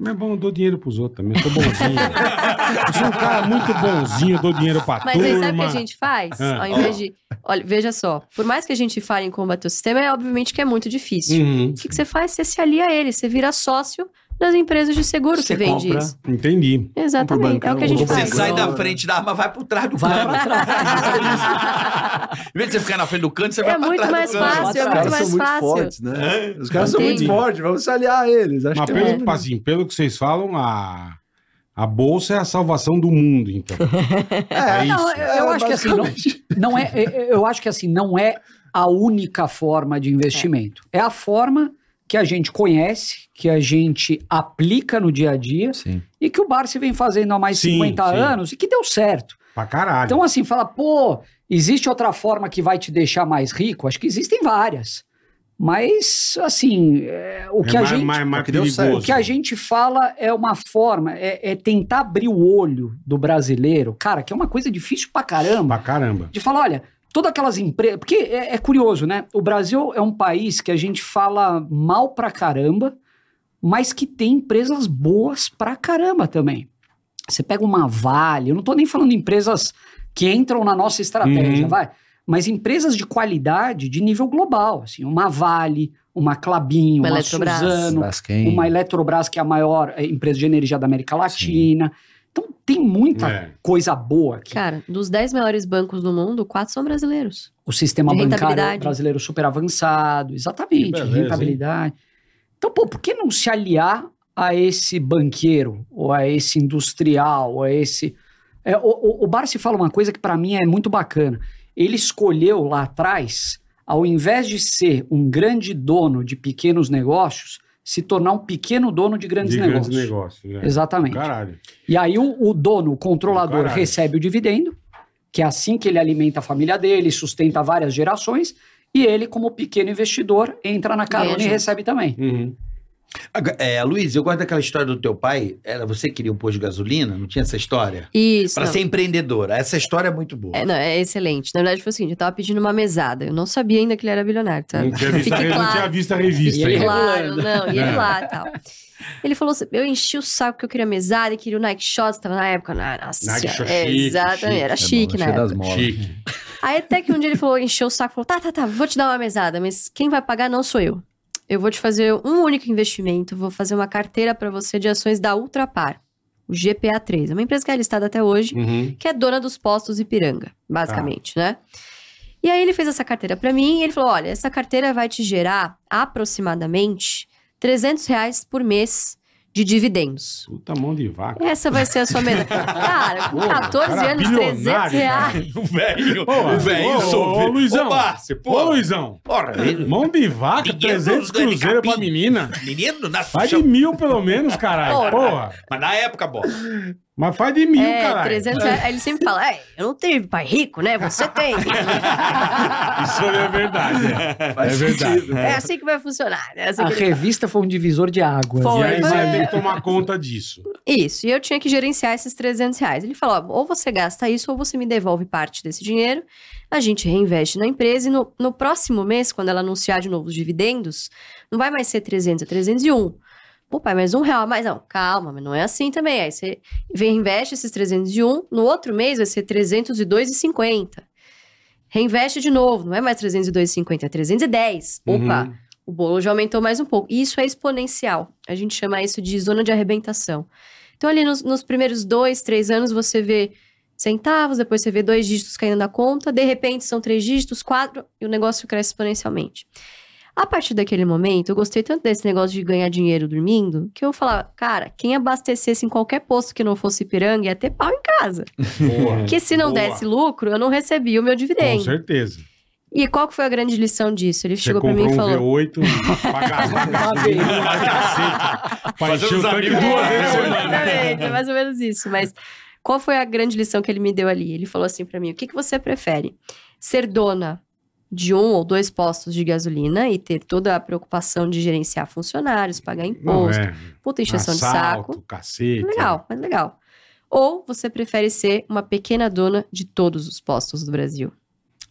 Mas é bom, eu dou dinheiro pros outros também. Eu sou bonzinho. eu sou um cara muito bonzinho, eu dou dinheiro pra
Mas
turma.
aí sabe o que a gente faz?
Ah.
Ao invés de. Olha, veja só. Por mais que a gente fale em combater o sistema, é obviamente que é muito difícil.
Uhum,
O que, que você faz? Você se alia a ele, você vira sócio das empresas de seguro
Você
que vende
compra.
isso.
entendi.
Exatamente.
bancão,
é o que a gente
vamos pro
Você
faz.
bancão.
sai da frente da arma, vai por trás do
Vai
cano.
pra trás.
<laughs> Em vez de você ficar na frente do canto, você vai
É
pra
muito
trás do
mais
cano.
fácil, é
Os
muito
caras são
mais
muito
fácil.
fortes, né? Os caras são muito
Entendi.
fortes, vamos se aliar a eles. Acho
Mas
que é mais
pelo,
bonito.
assim, pelo que vocês falam, a, a bolsa é a salvação do mundo, então. É
Não,
isso.
eu acho que assim, não, não é, é- eu acho que assim, não é a única forma de investimento. É a forma que a gente conhece, que a gente aplica no dia a dia <laughs>
Sim.
e que o Barsi vem fazendo há mais de
Sim,
50
sim.
anos e que deu certo.
Pra caralho.
Então, assim, fala, pô, existe outra forma que vai te deixar mais rico? Acho que existem várias. Mas, assim, é, o, que
é
a
mais,
gente,
mais, mais
o que deu
perigoso.
certo.
o que a gente fala é uma forma, é, é tentar abrir o olho do brasileiro, cara, que é uma coisa difícil pra caramba,
Pra caramba.
de falar, olha, todas aquelas empresas. Porque é, é curioso, né? O Brasil é um país que a gente fala mal pra caramba, mas que tem empresas boas pra caramba também. Você pega uma Vale, eu não tô nem falando empresas que entram na nossa estratégia,
Uhum.
vai. Mas empresas de qualidade de nível global, assim, uma Vale, uma Clabin,
Uma
uma,
Eletrobras.
Suzano,
Braskem.
uma Eletrobras, que é a maior eh, empresa de energia da América Latina. Então tem muita
É.
coisa boa aqui.
Cara, dos 10 maiores bancos do mundo, quatro são brasileiros.
o sistema
De
bancário
rentabilidade.
brasileiro super avançado, exatamente,
Que beleza,
rentabilidade. Então, pô, por que não se aliar a esse banqueiro, ou a esse industrial, ou a esse. É, o, o, o Barsi fala uma coisa que para mim é muito bacana. Ele escolheu lá atrás, ao invés de ser um grande dono de pequenos negócios, se tornar um pequeno dono de grandes
de
negócios.
grandes negócios. né?
Exatamente.
Caralho.
E aí o, o dono, o controlador,
Caralho.
recebe o dividendo, que é assim que ele alimenta a família dele, sustenta várias gerações, e ele, como pequeno investidor, entra na carona
Ganha
e
junto.
recebe também.
Uhum.
Agora, É, Luiz, eu gosto daquela história do teu pai. Era você que queria um posto de gasolina? Não tinha essa história?
Isso.
Pra
não.
ser empreendedora. Essa história é muito boa.
É, não, é excelente. Na verdade, foi o seguinte: eu tava pedindo uma mesada. Eu não sabia ainda que ele era bilionário, tá?
Não, tinha visto, a-
<laughs> Fique
não
claro.
tinha visto a revista
E ele
ainda.
Claro,
regulando.
não, e ele
É.
lá e tal. Ele falou assim: eu enchi o saco que eu queria mesada, e queria o Nike Shots, tava na época, na- nossa.
Nike
senhora,
Shots
é,
chique,
Exatamente,
chique,
era
É
chique
né?
na
Cheio
época.
das molas.
Chique.
Aí até que um dia ele falou, encheu o saco, falou: tá, tá, tá, vou te dar uma mesada, mas quem vai pagar não sou eu. Eu vou te fazer um único investimento, vou fazer uma carteira pra você de ações da Ultrapar, o GPA3. É uma empresa que é listada até hoje
Uhum.
que é dona dos postos Ipiranga, basicamente, né? E aí ele fez essa carteira pra mim e ele falou: olha, essa carteira vai te gerar aproximadamente 300 reais por mês de dividendos.
Puta mão de vaca.
Essa vai ser a sua
<laughs>
meta. Cara, com 14
cara
anos,
bilionário, né?
300 reais.
cara.
<laughs> O velho.
Ô,
o velho
ô,
sofreu.
Ô, Luizão.
Ô, Márcio,
Ô,
pô.
Luizão.
Porra, ele-
Mão de vaca,
Dinheiro
300
do Dani
cruzeiro
Capim.
pra menina.
Menino, na
Faz de mil, pelo menos, caralho.
Porra.
Porra.
Mas na época, bom.
Mas faz de mil,
É,
caralho.
300 reais. Aí ele sempre fala: é, eu não tive pai rico, né? Você tem.
<laughs> Isso é verdade. É, é verdade.
É assim que vai funcionar. É assim
A
que...
revista foi um divisor de águas.
Foi.
E
né?
aí você tem que tomar conta disso.
Isso, e eu tinha que gerenciar esses 300 reais. Ele falou: ó, ou você gasta isso, ou você me devolve parte desse dinheiro, a gente reinveste na empresa, e no, no próximo mês, quando ela anunciar de novo os dividendos, não vai mais ser 300, é 301. Pô, pai, mais um real a mais. Não, calma, mas não é assim também. Aí você reinveste esses 301, no outro mês vai ser 302,50. Reinveste de novo, não é mais 302,50, é 310. Opa,
Uhum.
o bolo já aumentou mais um pouco. E isso é exponencial. A gente chama isso de zona de arrebentação. Então, ali nos, nos primeiros dois, três anos, você vê centavos, depois você vê dois dígitos caindo na conta, de repente são três dígitos, quatro, e o negócio cresce exponencialmente. A partir daquele momento, eu gostei tanto desse negócio de ganhar dinheiro dormindo, que eu falava, cara, quem abastecesse em qualquer posto que não fosse Ipiranga ia ter pau em casa.
Porra.
Porque se não
É, Boa.
desse lucro, eu não recebia o meu
Com
dividendo.
certeza.
E qual que foi a grande lição disso? Ele chegou
você
pra
comprou
mim e falou...
um V8
<laughs>
pra gastar gasolina <laughs> pra cacete. Pra
Fazendo
encher o
os
tanque
amigos. <laughs>
duas
É,
vezes por semana.
Exatamente, é mais ou menos isso. Mas qual foi a grande lição que ele me deu ali? Ele falou assim pra mim: o que, que você prefere? Ser dona de um ou dois postos de gasolina e ter toda a preocupação de gerenciar funcionários, pagar
Não,
imposto,
é.
puta encheção
Assalto, é?
de saco.
cacete.
Legal, mas legal. Ou você prefere ser uma pequena dona de todos os postos do Brasil?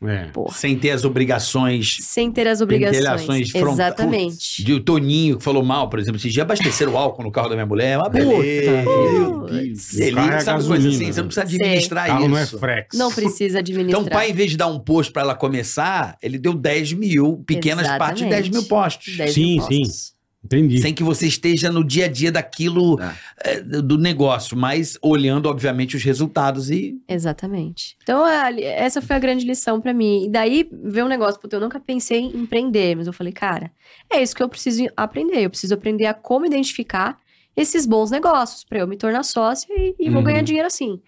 É.
Porra.
Sem ter as obrigações
Sem ter as obrigações.
Pentelhações frontais.
Exatamente.
de o Toninho, que falou mal, por exemplo, esses dias abasteceram o álcool no carro da minha mulher. é Uma beleza.
Putz.
Ele
Carro é
sabe coisa
gasolina,
assim, você não precisa
Sei.
O
administrar
carro
isso.
não é frex.
Não precisa administrar.
Então, o pai, em vez de dar um posto pra ela começar, ele deu 10 mil, pequenas
Exatamente.
partes de 10 mil postos.
10
Sim,
mil
sim.
postos.
Entendi.
Sem que você esteja no dia a dia daquilo
Tá.
eh, do negócio, mas olhando, obviamente, os resultados e.
Exatamente. Então, a- essa foi a grande lição pra mim. E daí, ver um negócio, puta, eu nunca pensei em empreender, mas eu falei, cara, é isso que eu preciso aprender. Eu preciso aprender a como identificar esses bons negócios pra eu me tornar sócia e, e
Uhum.
vou ganhar dinheiro assim.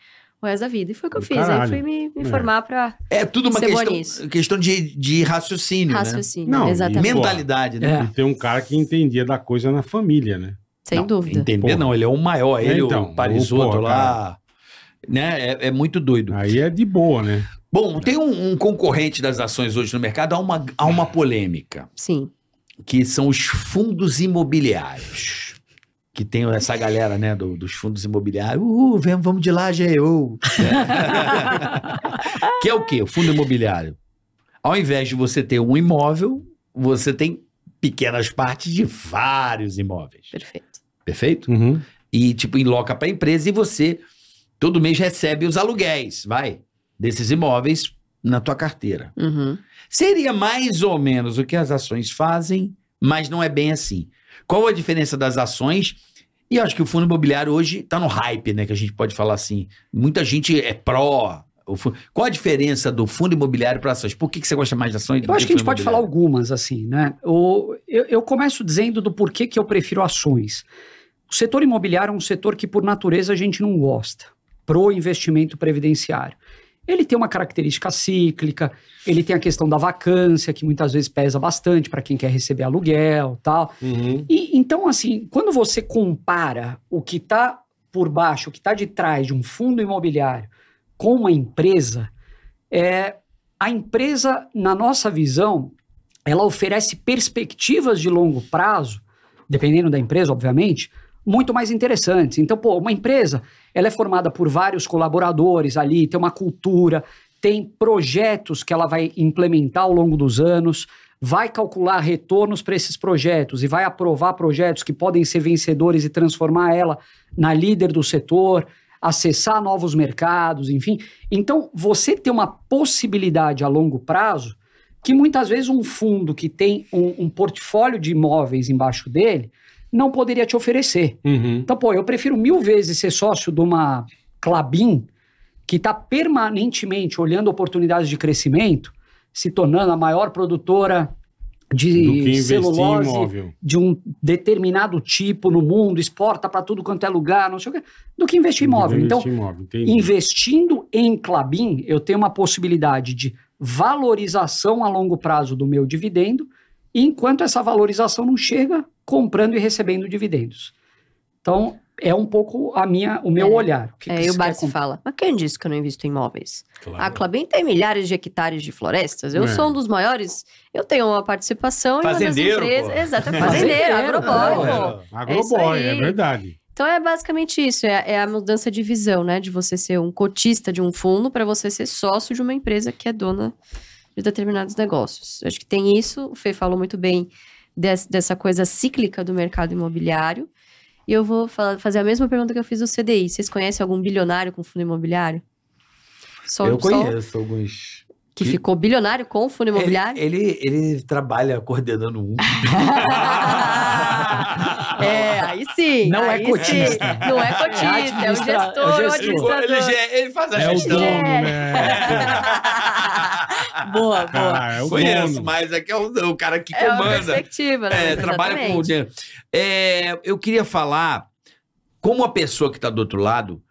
O resto da vida. E foi o que eu
Do
fiz.
caralho.
Aí fui me, me
É.
formar pra
É tudo uma
Ser boa
questão,
nisso.
questão de, de raciocínio,
raciocínio.
Não, e-
né?
Exatamente.
Pô.
Mentalidade, né?
É.
E tem um cara que entendia da coisa na família, né?
Sem
Não,
dúvida.
Entender
Porra.
não, ele é o maior, ele,
Então,
o Parisoto
o porra,
lá. Né? É, é muito doido.
Aí é de boa, né?
Bom, tem um, um concorrente das ações hoje no mercado, há uma, há uma polêmica,
Sim.
que são os fundos imobiliários. Que tem essa galera, né, do- dos fundos imobiliários. Uhul, vem, vamos de lá, GEU. <laughs> que é o quê? O fundo imobiliário. Ao invés de você ter um imóvel, você tem pequenas partes de vários imóveis.
Perfeito.
Perfeito?
Uhum.
e tipo enloca para a empresa e você todo mês recebe os aluguéis, vai, desses imóveis na tua carteira.
Uhum.
Seria mais ou menos o que as ações fazem, mas não é bem assim. Qual a diferença das ações? tá E eu acho que o fundo imobiliário hoje está no hype, né? Que a gente pode falar assim. Muita gente é pró o fu- qual a diferença do fundo imobiliário para ações? Por que, que você gosta mais de ações? do
Eu acho que a
fundo
gente pode falar
imobiliário?
algumas, assim, né? O- eu, eu começo dizendo do porquê que eu prefiro ações. O setor imobiliário é um setor que, por natureza, a gente não gosta, pro investimento previdenciário. Ele tem uma característica cíclica, ele tem a questão da vacância, que muitas vezes pesa bastante para quem quer receber aluguel tal.
Uhum.
E, então, assim, quando você compara o que está por baixo, o que está de trás de um fundo imobiliário com uma empresa, é, a empresa, na nossa visão, ela oferece perspectivas de longo prazo, dependendo da empresa, obviamente, muito mais interessantes. Então, pô, uma empresa, ela é formada por vários colaboradores ali, tem uma cultura, tem projetos que ela vai implementar ao longo dos anos, vai calcular retornos para esses projetos e vai aprovar projetos que podem ser vencedores e transformar ela na líder do setor, acessar novos mercados, enfim. Então, você tem uma possibilidade a longo prazo que muitas vezes um fundo que tem um, um portfólio de imóveis embaixo dele não poderia te oferecer.
Uhum.
Então, pô, eu prefiro mil vezes ser sócio de uma Clabin que está permanentemente olhando oportunidades de crescimento, se tornando a maior produtora
Do que
de
investir em
celulose
imóvel.
de um determinado tipo no mundo, exporta para tudo quanto é lugar, não sei o quê, do que investir em imóvel. Então,
Investir em imóvel, entendi.
investindo em Clabin, eu tenho uma possibilidade de valorização a longo prazo do meu dividendo, enquanto essa valorização não chega comprando e recebendo dividendos. Então, é um pouco a minha, o meu
É.
olhar. O que que
É, e o
você quer
Barsi
comprar?
fala, mas quem disse que eu não invisto em imóveis?
Claro.
A Ah, Clabin tem milhares de hectares de florestas. Eu
É.
sou um dos maiores. Eu tenho uma participação
Fazendeiro,
em uma das
pô.
empresas. Exato, é fazendeiro,
Fazendeiro,
agrobóico.
É, Agroboy,
isso
é,
aí.
verdade.
Então é basicamente isso, é, é a mudança de visão, né? De você ser um cotista de um fundo para você ser sócio de uma empresa que é dona de determinados negócios. Eu acho que tem isso, o Fê falou muito bem des- dessa coisa cíclica do mercado imobiliário. E eu vou fa- fazer a mesma pergunta que eu fiz do CDI. Vocês conhecem algum bilionário com fundo imobiliário? Só, um,
Eu
só
conheço alguns.
que ficou bilionário com fundo imobiliário?
Ele, ele, ele trabalha coordenando um.
<laughs> É, aí sim.
Não é
aí
cotista.
sim. Não é cotista, é, o
administra-
gestor,
é o
é o
gestor.
administrador.
ele, é ge- ele faz a
É o
gestão.
dono,
<laughs>
né?
<laughs> boa, boa.
Cara, é o
Conheço,
dono.
mas é que é o, o cara que
É uma
Ah, comanda.
perspectiva, né?
É, trabalha com o
Exatamente.
dinheiro. É, eu queria falar como a pessoa que está do outro lado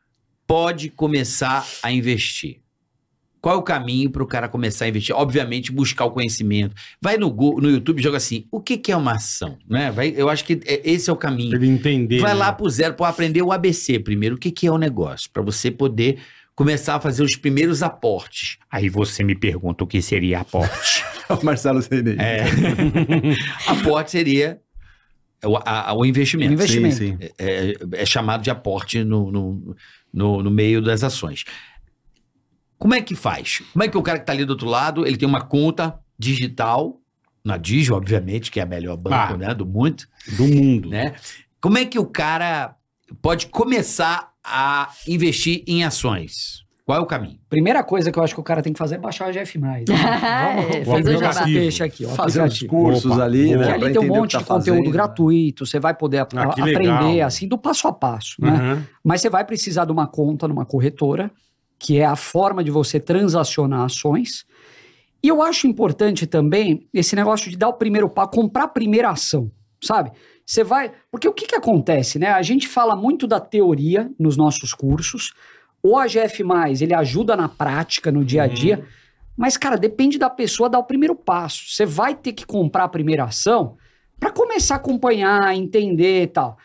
pode começar a investir. Qual é o caminho para o cara começar a investir? Obviamente, buscar o conhecimento. Vai no, Google, no YouTube, joga assim: o que, que é uma ação? Né? Vai, eu acho que é- esse é o
Pra
caminho.
ele entender.
Vai
né?
lá pro zero para aprender o ABC primeiro. O que, que é o negócio? Para você poder começar a fazer os primeiros aportes. Aí você me pergunta o que seria aporte.
Marcelo Cedei.
É. <laughs> aporte seria o, a- o investimento.
Um investimento.
Sim, sim.
É, é chamado de aporte no, no, no- no meio das ações. Como é que faz? Como é que o cara que está ali do outro lado, ele tem uma conta digital, na Digio, obviamente, que é a melhor banco
Ah.
né, do mundo,
Do mundo.
né? Como é que o cara pode começar a investir em ações? Qual é o caminho?
Primeira coisa que eu acho que o cara tem que fazer é baixar a
<laughs>
GF+. Vamos
fazer
É,
fazer
o jabá.
deixa aqui, ó,
Fazer uns
aplicativo.
cursos
Opa,
ali,
boa.
né?
Que
pra
ali tem um
entender o
monte
que tá
de conteúdo
fazendo.
gratuito, você vai poder ap-
Ah, que legal.
aprender assim do passo a passo,
Uhum.
né?
Aham.
Mas você vai precisar de uma conta numa corretora, que é a forma de você transacionar ações. E eu acho importante também esse negócio de dar o primeiro passo, comprar a primeira ação, sabe? Você vai. Porque o que, que acontece, né? A gente fala muito da teoria nos nossos cursos. O AGF, ele ajuda na prática,
Uhum.
no dia a dia. Mas, cara, depende da pessoa dar o primeiro passo. Você vai ter que comprar a primeira ação para começar a acompanhar, entender e tal.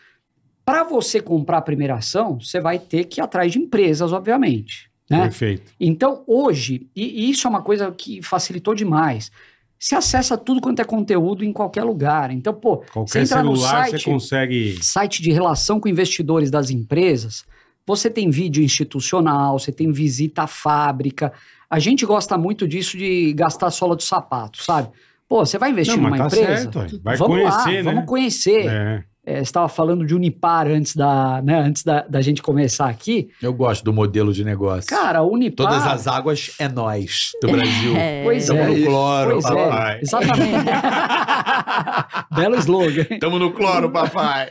Para você comprar a primeira ação, você vai ter que ir atrás de empresas, obviamente. Né?
Perfeito.
Então, hoje, e e isso é uma coisa que facilitou demais, se acessa tudo quanto é conteúdo em qualquer lugar. Então, pô, você
Qualquer
entrar no
celular
site,
você consegue.
site de relação com investidores das empresas, você tem vídeo institucional, você tem visita à fábrica. A gente gosta muito disso de gastar a sola do sapato, sabe? Pô, você vai investir
Não, mas
numa
tá
empresa?
certo. ué. Vai
vamos
conhecer,
lá,
né?
vamos conhecer.
É.
É, você estava falando de Unipar antes da, né, antes da, da gente começar aqui.
Eu gosto do modelo de negócio.
Cara, Unipar.
Todas as águas é nós do Brasil.
É.
Pois
Estamos
é.
no cloro,
Pois
papai.
é, exatamente.
<laughs>
Belo slogan.
Estamos no cloro, papai.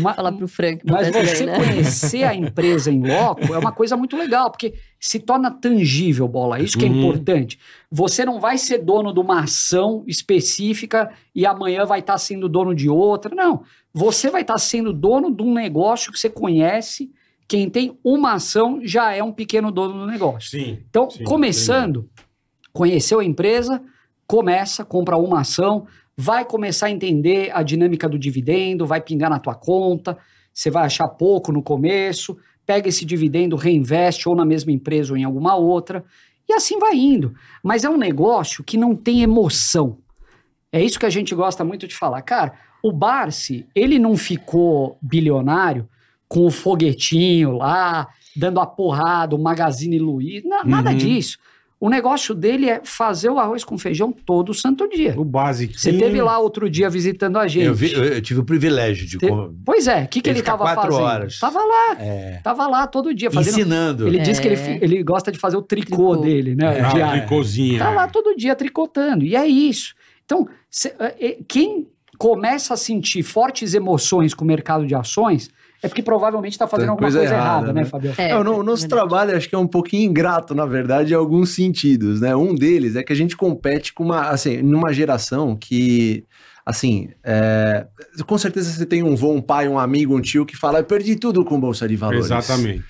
Ma-
Falar pro Frank.
Mas
brasileiro,
é. você
né?
conhecer a empresa em loco é uma coisa muito legal, porque se torna tangível, bola. Isso que é
Uhum.
importante. Você não vai ser dono de uma ação específica e amanhã vai estar sendo dono de outra. Não. Você vai estar sendo dono de um negócio que você conhece. Quem tem uma ação já é um pequeno dono do negócio.
Sim.
Então,
Sim,
começando, conheceu a empresa, começa, compra uma ação, vai começar a entender a dinâmica do dividendo, vai pingar na tua conta, você vai achar pouco no começo, pega esse dividendo, reinveste ou na mesma empresa ou em alguma outra, e assim vai indo. Mas é um negócio que não tem emoção. É isso que a gente gosta muito de falar. Cara, o Barsi, ele não ficou bilionário com o foguetinho lá, dando a porrada, o Magazine Luiz, na- nada
Uhum.
disso. O negócio dele é fazer o arroz com feijão todo santo dia.
O básico.
Você teve lá outro dia visitando a gente.
Eu, vi- eu- eu tive o privilégio de
Te-
co-
Pois é, o que, que
Ele
ele
fica
estava
quatro
fazendo?
horas.
Tava lá,
é,
tava lá todo dia Tá fazendo.
ensinando.
Ele
É.
diz que ele, fi- ele gosta de fazer o tricô,
Tricô.
dele, né?
É.
Ah,
diário.
de cozinha.
Tá lá todo dia tricotando. E é isso. Então, cê- eh, eh, quem começa a sentir fortes emoções com o mercado de ações é porque provavelmente está fazendo
Tem
alguma
coisa
coisa, errada,
errada,
né,
né?
Fabiano?
É,
É, o no- nosso
verdade.
trabalho acho que é um pouquinho ingrato, na verdade, em alguns sentidos, né? Um deles é que a gente compete com uma, assim, numa geração que, assim, é, com certeza você tem um vô, um pai, um amigo, um tio que fala, eu perdi tudo com Bolsa de Valores.
Exatamente.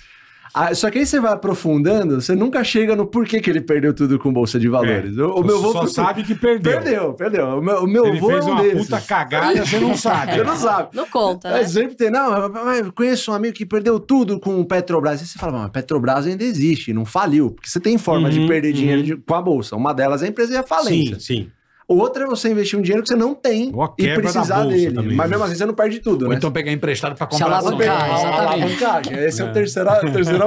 Ah, só que aí você vai aprofundando, você nunca chega no porquê que ele perdeu tudo com Bolsa de Valores. o, o meu avô
É. só
ficou-
sabe que perdeu.
Perdeu, perdeu. O meu, o meu
Ele
avô
fez
é um
uma
desses.
puta cagada, você não sabe.
<laughs> Você não sabe.
Não conta,
É,
né?
sempre tem, não, mas eu conheço um amigo que perdeu tudo com o Petrobras. Aí você fala, mas Petrobras ainda existe, não faliu. Porque você tem forma
Uhum,
de perder
uhum.
dinheiro de- com a bolsa. Uma delas é a empresa e a falência.
Sim, sim.
Outra é você investir um dinheiro que você não tem
Ou a
e
quebra da
precisar
bolsa
dele.
também,
mas
né?
mesmo assim você não perde tudo,
Ou
né? Tá
então pegar emprestado para
Se
comprar ação.
alavancar,
Ah,
exatamente.
Alavancagem. Esse é, o terceiro.
<laughs>
terceiro...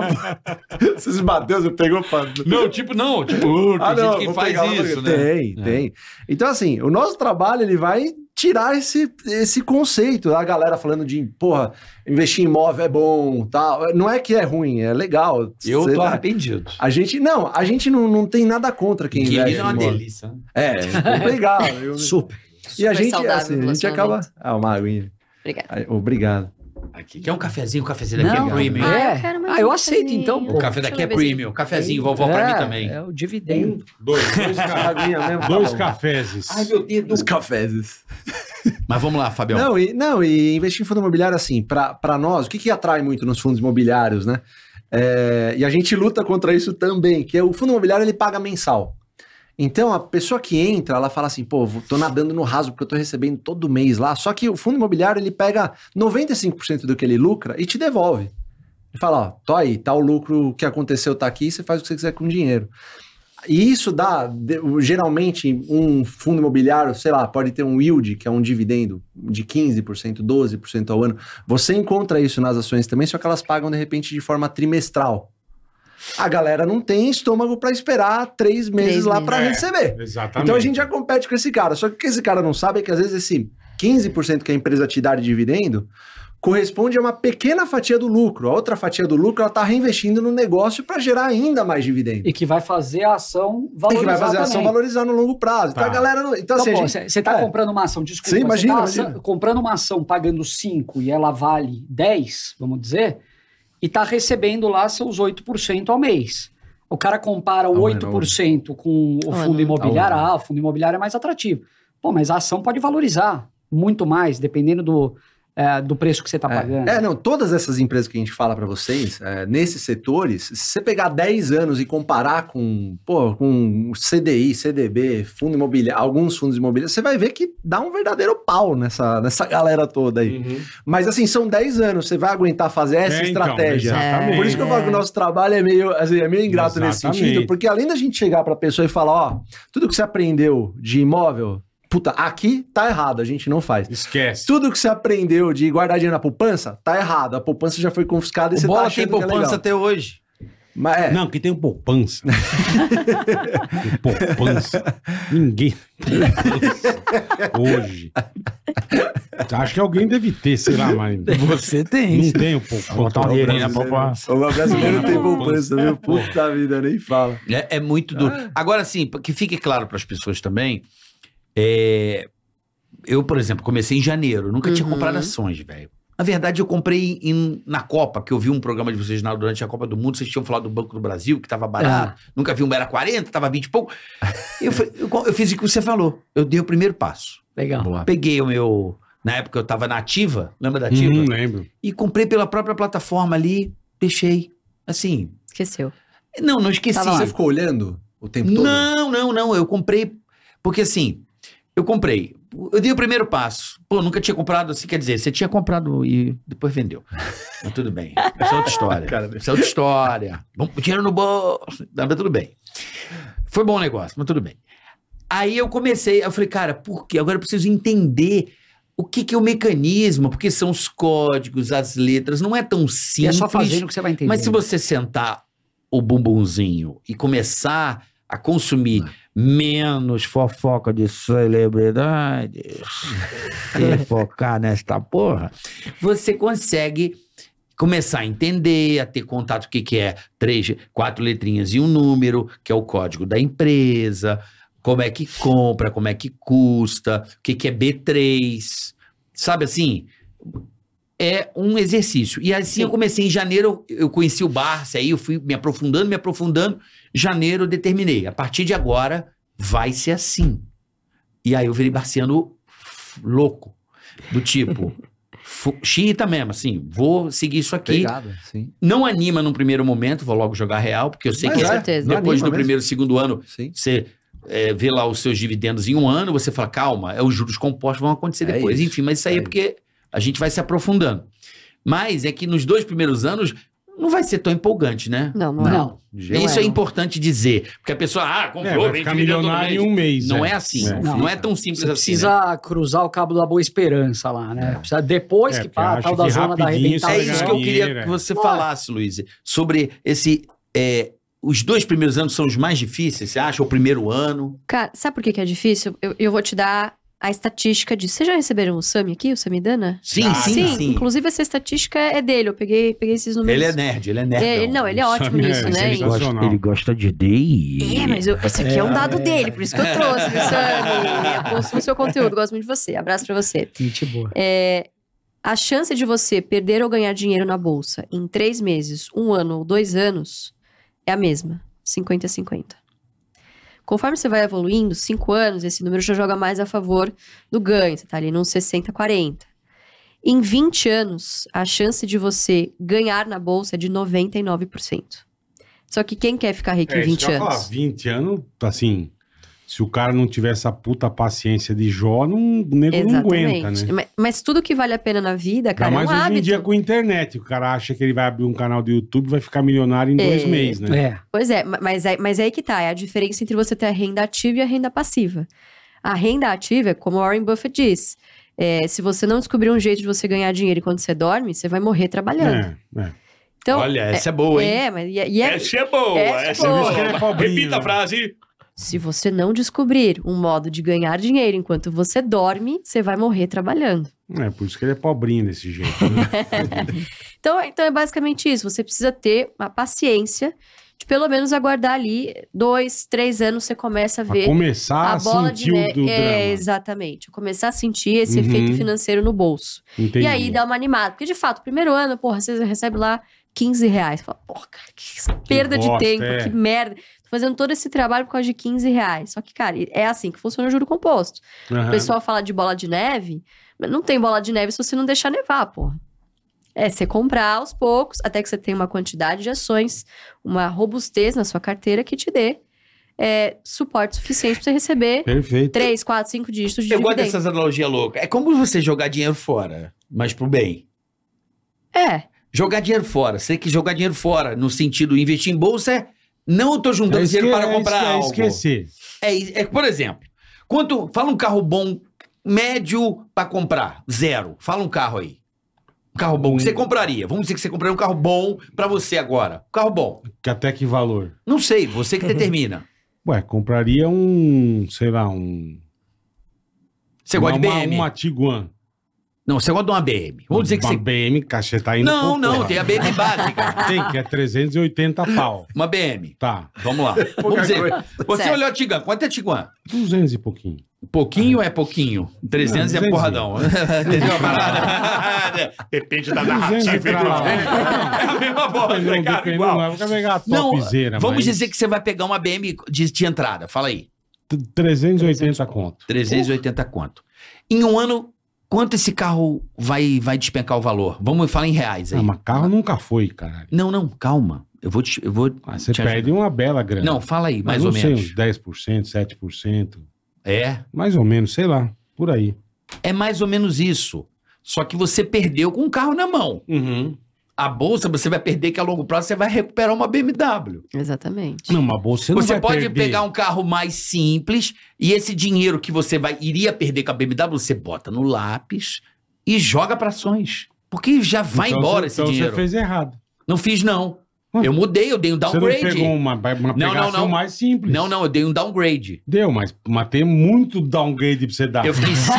Vocês bateu, <laughs> você pegou pra...
Não, tipo, não, tipo, uh, tem gente que
vou
faz
Ah, pegar lá,
isso,
porque-
né?
Tem, tem. Então, assim, o nosso trabalho, ele vai tirar esse, esse conceito. A galera falando de, porra, investir em imóvel é bom, tal. Não é que é ruim, é legal.
Eu
Cê
tô
tá-
arrependido.
A gente, não, a gente não, não tem nada contra quem
Que
investe
é
em
uma
imóvel.
delícia. né?
É, é legal.
<laughs>
Eu-
Super.
e a
Super
gente,
saudável
assim,
pro
a gente acaba...
relacionamento.
Ah, uma aguinha.
Obrigada.
Ai, Obrigado.
Aqui. Quer um cafezinho? O cafezinho daqui
Não,
é premium.
Ah,
é.
eu quero mais
Ah, eu
um
aceito,
cafezinho.
então.
O
Pô.
café daqui é
Deixa eu ver se-
premium. Cafezinho, vovó pra mim também.
É o dividendo.
Dois, dois, ca-
Aguinha mesmo, tá
dois
bom.
cafezes.
meu dedo.
Os cafés.
Mas vamos lá, Fabião.
Não e, não, e investir em fundo imobiliário, assim, para nós, o que, que atrai muito nos fundos imobiliários, né? É, e a gente luta contra isso também, que é o fundo imobiliário ele paga mensal. Então, a pessoa que entra, ela fala assim, pô, vou- tô nadando no raso porque eu tô recebendo todo mês lá. Só que o fundo imobiliário, ele pega 95% do que ele lucra e te devolve. Ele fala, ó, tô aí, tá o lucro que aconteceu, tá aqui, você faz o que você quiser com o dinheiro. E isso dá, de- geralmente, um fundo imobiliário, sei lá, pode ter um yield, que é um dividendo de 15%, 12% ao ano. Você encontra isso nas ações também, só que elas pagam, de repente, de forma trimestral. A galera não tem estômago para esperar três meses
Três
lá para
meses.
receber.
Exatamente.
Então a gente já compete com esse cara. Só que o que esse cara não sabe é que às vezes esse 15% que a empresa te dá de dividendo corresponde a uma pequena fatia do lucro. A outra fatia do lucro ela está reinvestindo no negócio para gerar ainda mais dividendo.
E que vai fazer a ação né?
E
valorizar
que vai fazer a ação
também.
valorizar no longo prazo. Então
Tá.
a galera não. Então,
Então,
assim, a
pô,
gente-
você está
é.
comprando uma ação, desculpa.
Sim,
você
imagina,
tá
imagina.
aça- comprando uma ação pagando 5 e ela vale 10, vamos dizer, e está recebendo lá seus 8% ao mês. O cara compara o
Ao
8% com o
Ao
fundo
ano.
imobiliário,
Ao ano.
ah, o fundo imobiliário é mais atrativo. Pô, mas a ação pode valorizar muito mais, dependendo do, eh, do preço que você está pagando.
É, não, todas essas empresas que a gente fala pra vocês, é, nesses setores, se você pegar 10 anos e comparar com, pô, com CDI, CDB, fundo imobiliário, alguns fundos imobiliários, você vai ver que dá um verdadeiro pau nessa, nessa galera toda aí.
Uhum.
Mas assim, são 10 anos, você vai aguentar fazer essa
É, então,
estratégia.
exatamente.
Por isso que eu falo que o nosso trabalho é meio, assim, é meio ingrato nesse
Exatamente.
sentido, porque além da gente chegar pra pessoa e falar, ó, tudo que você aprendeu de imóvel, puta, aqui tá errado, a gente não faz.
Esquece.
Tudo que você aprendeu de guardar dinheiro na poupança, tá errado. A poupança já foi confiscada e
O
você tá
Bola tem
achando que é
poupança
legal.
até hoje.
Mas é,
Não, que tem um poupança. Tem poupança. Ninguém. tem poupança Hoje. Acho que alguém deve ter, sei lá, mas.
Você
Não tem um poupança. Tá um dinheirinho na poupança.
o brasileiro tem
Não.
poupança, viu? Puta vida, nem fala.
É, é muito duro.
Ah.
Agora, sim, pra- que fique claro para as pessoas também, é, eu, por exemplo, comecei em janeiro, nunca tinha
Uhum.
comprado ações, velho. Mas Na verdade, eu comprei em- na Copa, que eu vi um programa de vocês na- durante a Copa do Mundo, vocês tinham falado do Banco do Brasil, que tava barato.
Ah.
Nunca vi um, era 40, tava 20 e pouco. Eu, falei- eu, eu fiz o que você falou. Eu dei o primeiro passo.
Ah,
Legal.
Eu Peguei o meu. Na época eu tava na Ativa, lembra da Ativa?
Hum, lembro.
E comprei pela própria plataforma ali, deixei. Assim.
Esqueceu.
Não, não esqueci.
Tava Tá lá.
Você ficou olhando o tempo todo?
Tá Não, não, não. Eu comprei. Porque assim, eu comprei. Eu dei o primeiro passo. Pô, nunca tinha comprado assim, quer dizer, você tinha comprado e depois vendeu. Mas tudo bem. Isso é outra história. Isso é outra história. Vamos com dinheiro no bolso. Não, Mas tudo bem. Foi bom o negócio, mas tudo bem. Aí eu comecei, eu falei, cara, por quê? Agora eu preciso entender o que, que é o mecanismo, porque são os códigos, as letras, não é tão
E é
simples.
só fazendo que você vai entender.
Mas se você sentar o bumbumzinho e começar a consumir menos fofoca de celebridades e focar nesta porra, você consegue começar a entender, a ter contato com o que, que é três, quatro letrinhas e um número, que é o código da empresa, como é que compra, como é que custa, o que, que é B3. Sabe assim? É um exercício. E assim eu comecei em janeiro, eu eu conheci o Barça, aí eu fui me aprofundando, me aprofundando. Janeiro eu determinei. A partir de agora vai ser assim. E aí eu virei barciano f- louco. Do
<laughs>
tipo, fu- xiita mesmo, assim, vou seguir isso aqui.
Pegada, sim.
Não anima num primeiro momento, vou logo jogar real, porque eu sei
Mas
que
é, certeza.
não
depois
anima
do
mesmo,
primeiro, segundo ano,
Sim.
você é, vê lá os seus dividendos em um ano, você fala, calma, é os juros compostos vão acontecer
É
depois.
isso,
Enfim, mas isso aí é,
é
porque a gente vai se aprofundando. Mas é que nos dois primeiros anos não vai ser tão empolgante, né?
Não, não, é.
Não.
Gente,
isso é,
não.
importante dizer. Porque a pessoa, ah,
É,
comprou,
vai
vende
ficar
milhão todo
milionário em
mês.
um mês.
Não é,
é.
assim.
É.
Não, é tão simples
Você
assim. né?
precisa cruzar o cabo da Boa Esperança lá, né? Precisa, depois
É,
que
porque
pá, a
acho
tal da
que
zona da
rapidinho isso Sabe
É
arrebentada.
isso que
ganhar
eu queria
dinheiro,
que
é.
você falasse, Luiz, sobre esse. é, os dois primeiros anos são os mais difíceis, você acha? O primeiro ano?
Cara, sabe por que, que é difícil? Eu, eu vou te dar a estatística disso. Vocês já receberam o Sami aqui, o Samidana?
Sim,
Ah,
sim, sim.
Inclusive, essa estatística é dele. Eu peguei, peguei esses números.
Ele é nerd, ele é nerd.
É, ele- não, ele é ótimo
Sami é
nisso, né?
sensacional. Gosta- ele
gosta de DI.
É, mas eu- esse aqui é, um dado dele, por isso que eu trouxe, viu, Sami? Eu consumo seu conteúdo, gosto muito de você. Abraço pra você.
Gente boa.
A chance de você perder ou ganhar dinheiro na bolsa em três meses, um ano ou dois anos é a mesma. 50 a 50. Conforme você vai evoluindo, cinco anos, esse número já joga mais a favor do ganho. Você tá ali num 60 a 40. Em 20 anos, a chance de você ganhar na bolsa é de 99%. Só que quem quer ficar rico
É,
em
isso
20
que eu ia falar,
anos?
20 anos, assim, se o cara não tiver essa puta paciência de Jó, não, o nego não aguenta, né?
Ma- Mas tudo que vale a pena na vida,
Ainda
cara, é
mais
um
hoje em
hábito.
dia com a internet. O cara acha que ele vai abrir um canal do YouTube e vai ficar milionário em dois
É.
meses, né?
É.
Pois é, ma- mas é, mas é aí que tá, é a diferença entre você ter a renda ativa e a renda passiva. A renda ativa, é como Warren Buffett diz, é, se você não descobrir um jeito de você ganhar dinheiro enquanto você dorme, você vai morrer trabalhando.
É, é.
Então,
Olha, essa é boa, hein?
é, mas e é- e é-
é boa,
Essa é
Você viu que ele é pobrinho, né?
frase.
se você não descobrir um modo de ganhar dinheiro enquanto você dorme, você vai morrer trabalhando.
É, por isso que ele é pobrinho desse jeito.
<laughs>
né?
Então, então é basicamente isso. Você precisa ter uma paciência de pelo menos aguardar ali dois, três anos, você começa a
pra
ver.
começar a,
a bola de
sentir o
neve.
do
É,
drama.
exatamente. Começar a sentir esse
Uhum.
efeito financeiro no bolso.
Entendi.
E aí dá uma animada. Porque, de fato, primeiro ano, porra, você recebe lá 15 reais. Fala, porra, cara, que perda de
bosta,
tempo,
é.
que merda. Tô fazendo todo esse trabalho por causa de 15 reais. Só que, cara, é assim que funciona o juro composto.
Aham.
O um pessoal fala de bola de neve, mas não tem bola de neve se você não deixar nevar, porra. É você comprar aos poucos, até que você tenha uma quantidade de ações, uma robustez na sua carteira que te dê é, suporte suficiente pra você receber
Perfeito.
3, 4, 5 dígitos de
Eu gosto
dividendo.
dessas analogias loucas. É como você jogar dinheiro fora, mas pro bem.
É,
Jogar dinheiro fora. Você tem que jogar dinheiro fora, no sentido, investir em bolsa é. Não eu tô juntando
É
dinheiro
esque-
para
é
comprar
esque- é
algo.
esquecer.
É, isso. é, por exemplo, quanto. Fala um carro bom, médio pra comprar. Zero. Fala um carro aí. Um carro bom que você compraria. Vamos dizer que você compraria um carro bom pra você agora. Um carro bom.
Que até que valor?
Não sei, você que determina.
Ué, compraria um, sei lá, um...
Você gosta de
uma-
BM.
Uma Tiguan.
Não, você gosta de uma é BM. Vamos dizer que
uma
você.
BM, cacheta tá indo
Não,
pro
não,
porra.
tem a BM básica.
Tem, que é 380 pau.
Uma BM.
Tá.
Vamos lá. Vamos dizer.
coisa.
Você
Certo.
olhou a Tiguan. Quanto é a Tiguan?
200 e pouquinho.
Pouquinho é pouquinho. 300 é
Não,
porradão. <laughs> Entendeu a parada? <laughs> Depende da
200 e pra lá.
É a mesma bola,
Dependendo,
né, cara?
dependendo,
Igual.
não, vai pegar a
Não,
topzera,
vamos
mas
dizer que você vai pegar uma BM de, de entrada. Fala aí.
t- 380 conto.
380 quanto. Em um ano, quanto esse carro vai, vai despencar o valor? Vamos falar em reais aí.
Ah, mas carro nunca foi, caralho.
Não, não, calma. Eu vou te. Eu vou
Ah, você
te
perde uma bela
ajudar.
grana.
Não, fala aí,
Mas
mais
não
ou
sei,
menos.
uns 10%, 7%.
É.
Mais ou menos, sei lá. Por aí.
É mais ou menos isso. Só que você perdeu com o carro na mão. A bolsa você vai perder, que a longo prazo você vai recuperar uma BMW.
Exatamente.
Não, mas você não
Você
vai
pode
perder.
pegar um carro mais simples e esse dinheiro que você vai iria perder com a BMW, você bota no lápis e joga para ações. Porque já vai
Então
embora
você-
esse
então
dinheiro.
você fez errado.
Não fiz, não.
Hum.
Eu mudei, eu dei um
Você não pegou
downgrade.
uma, uma
Não, não,
pegação
não.
mais simples.
Não, não, eu dei um downgrade.
Deu, mas, mas tem muito downgrade pra você dar.
Eu fiquei cinco.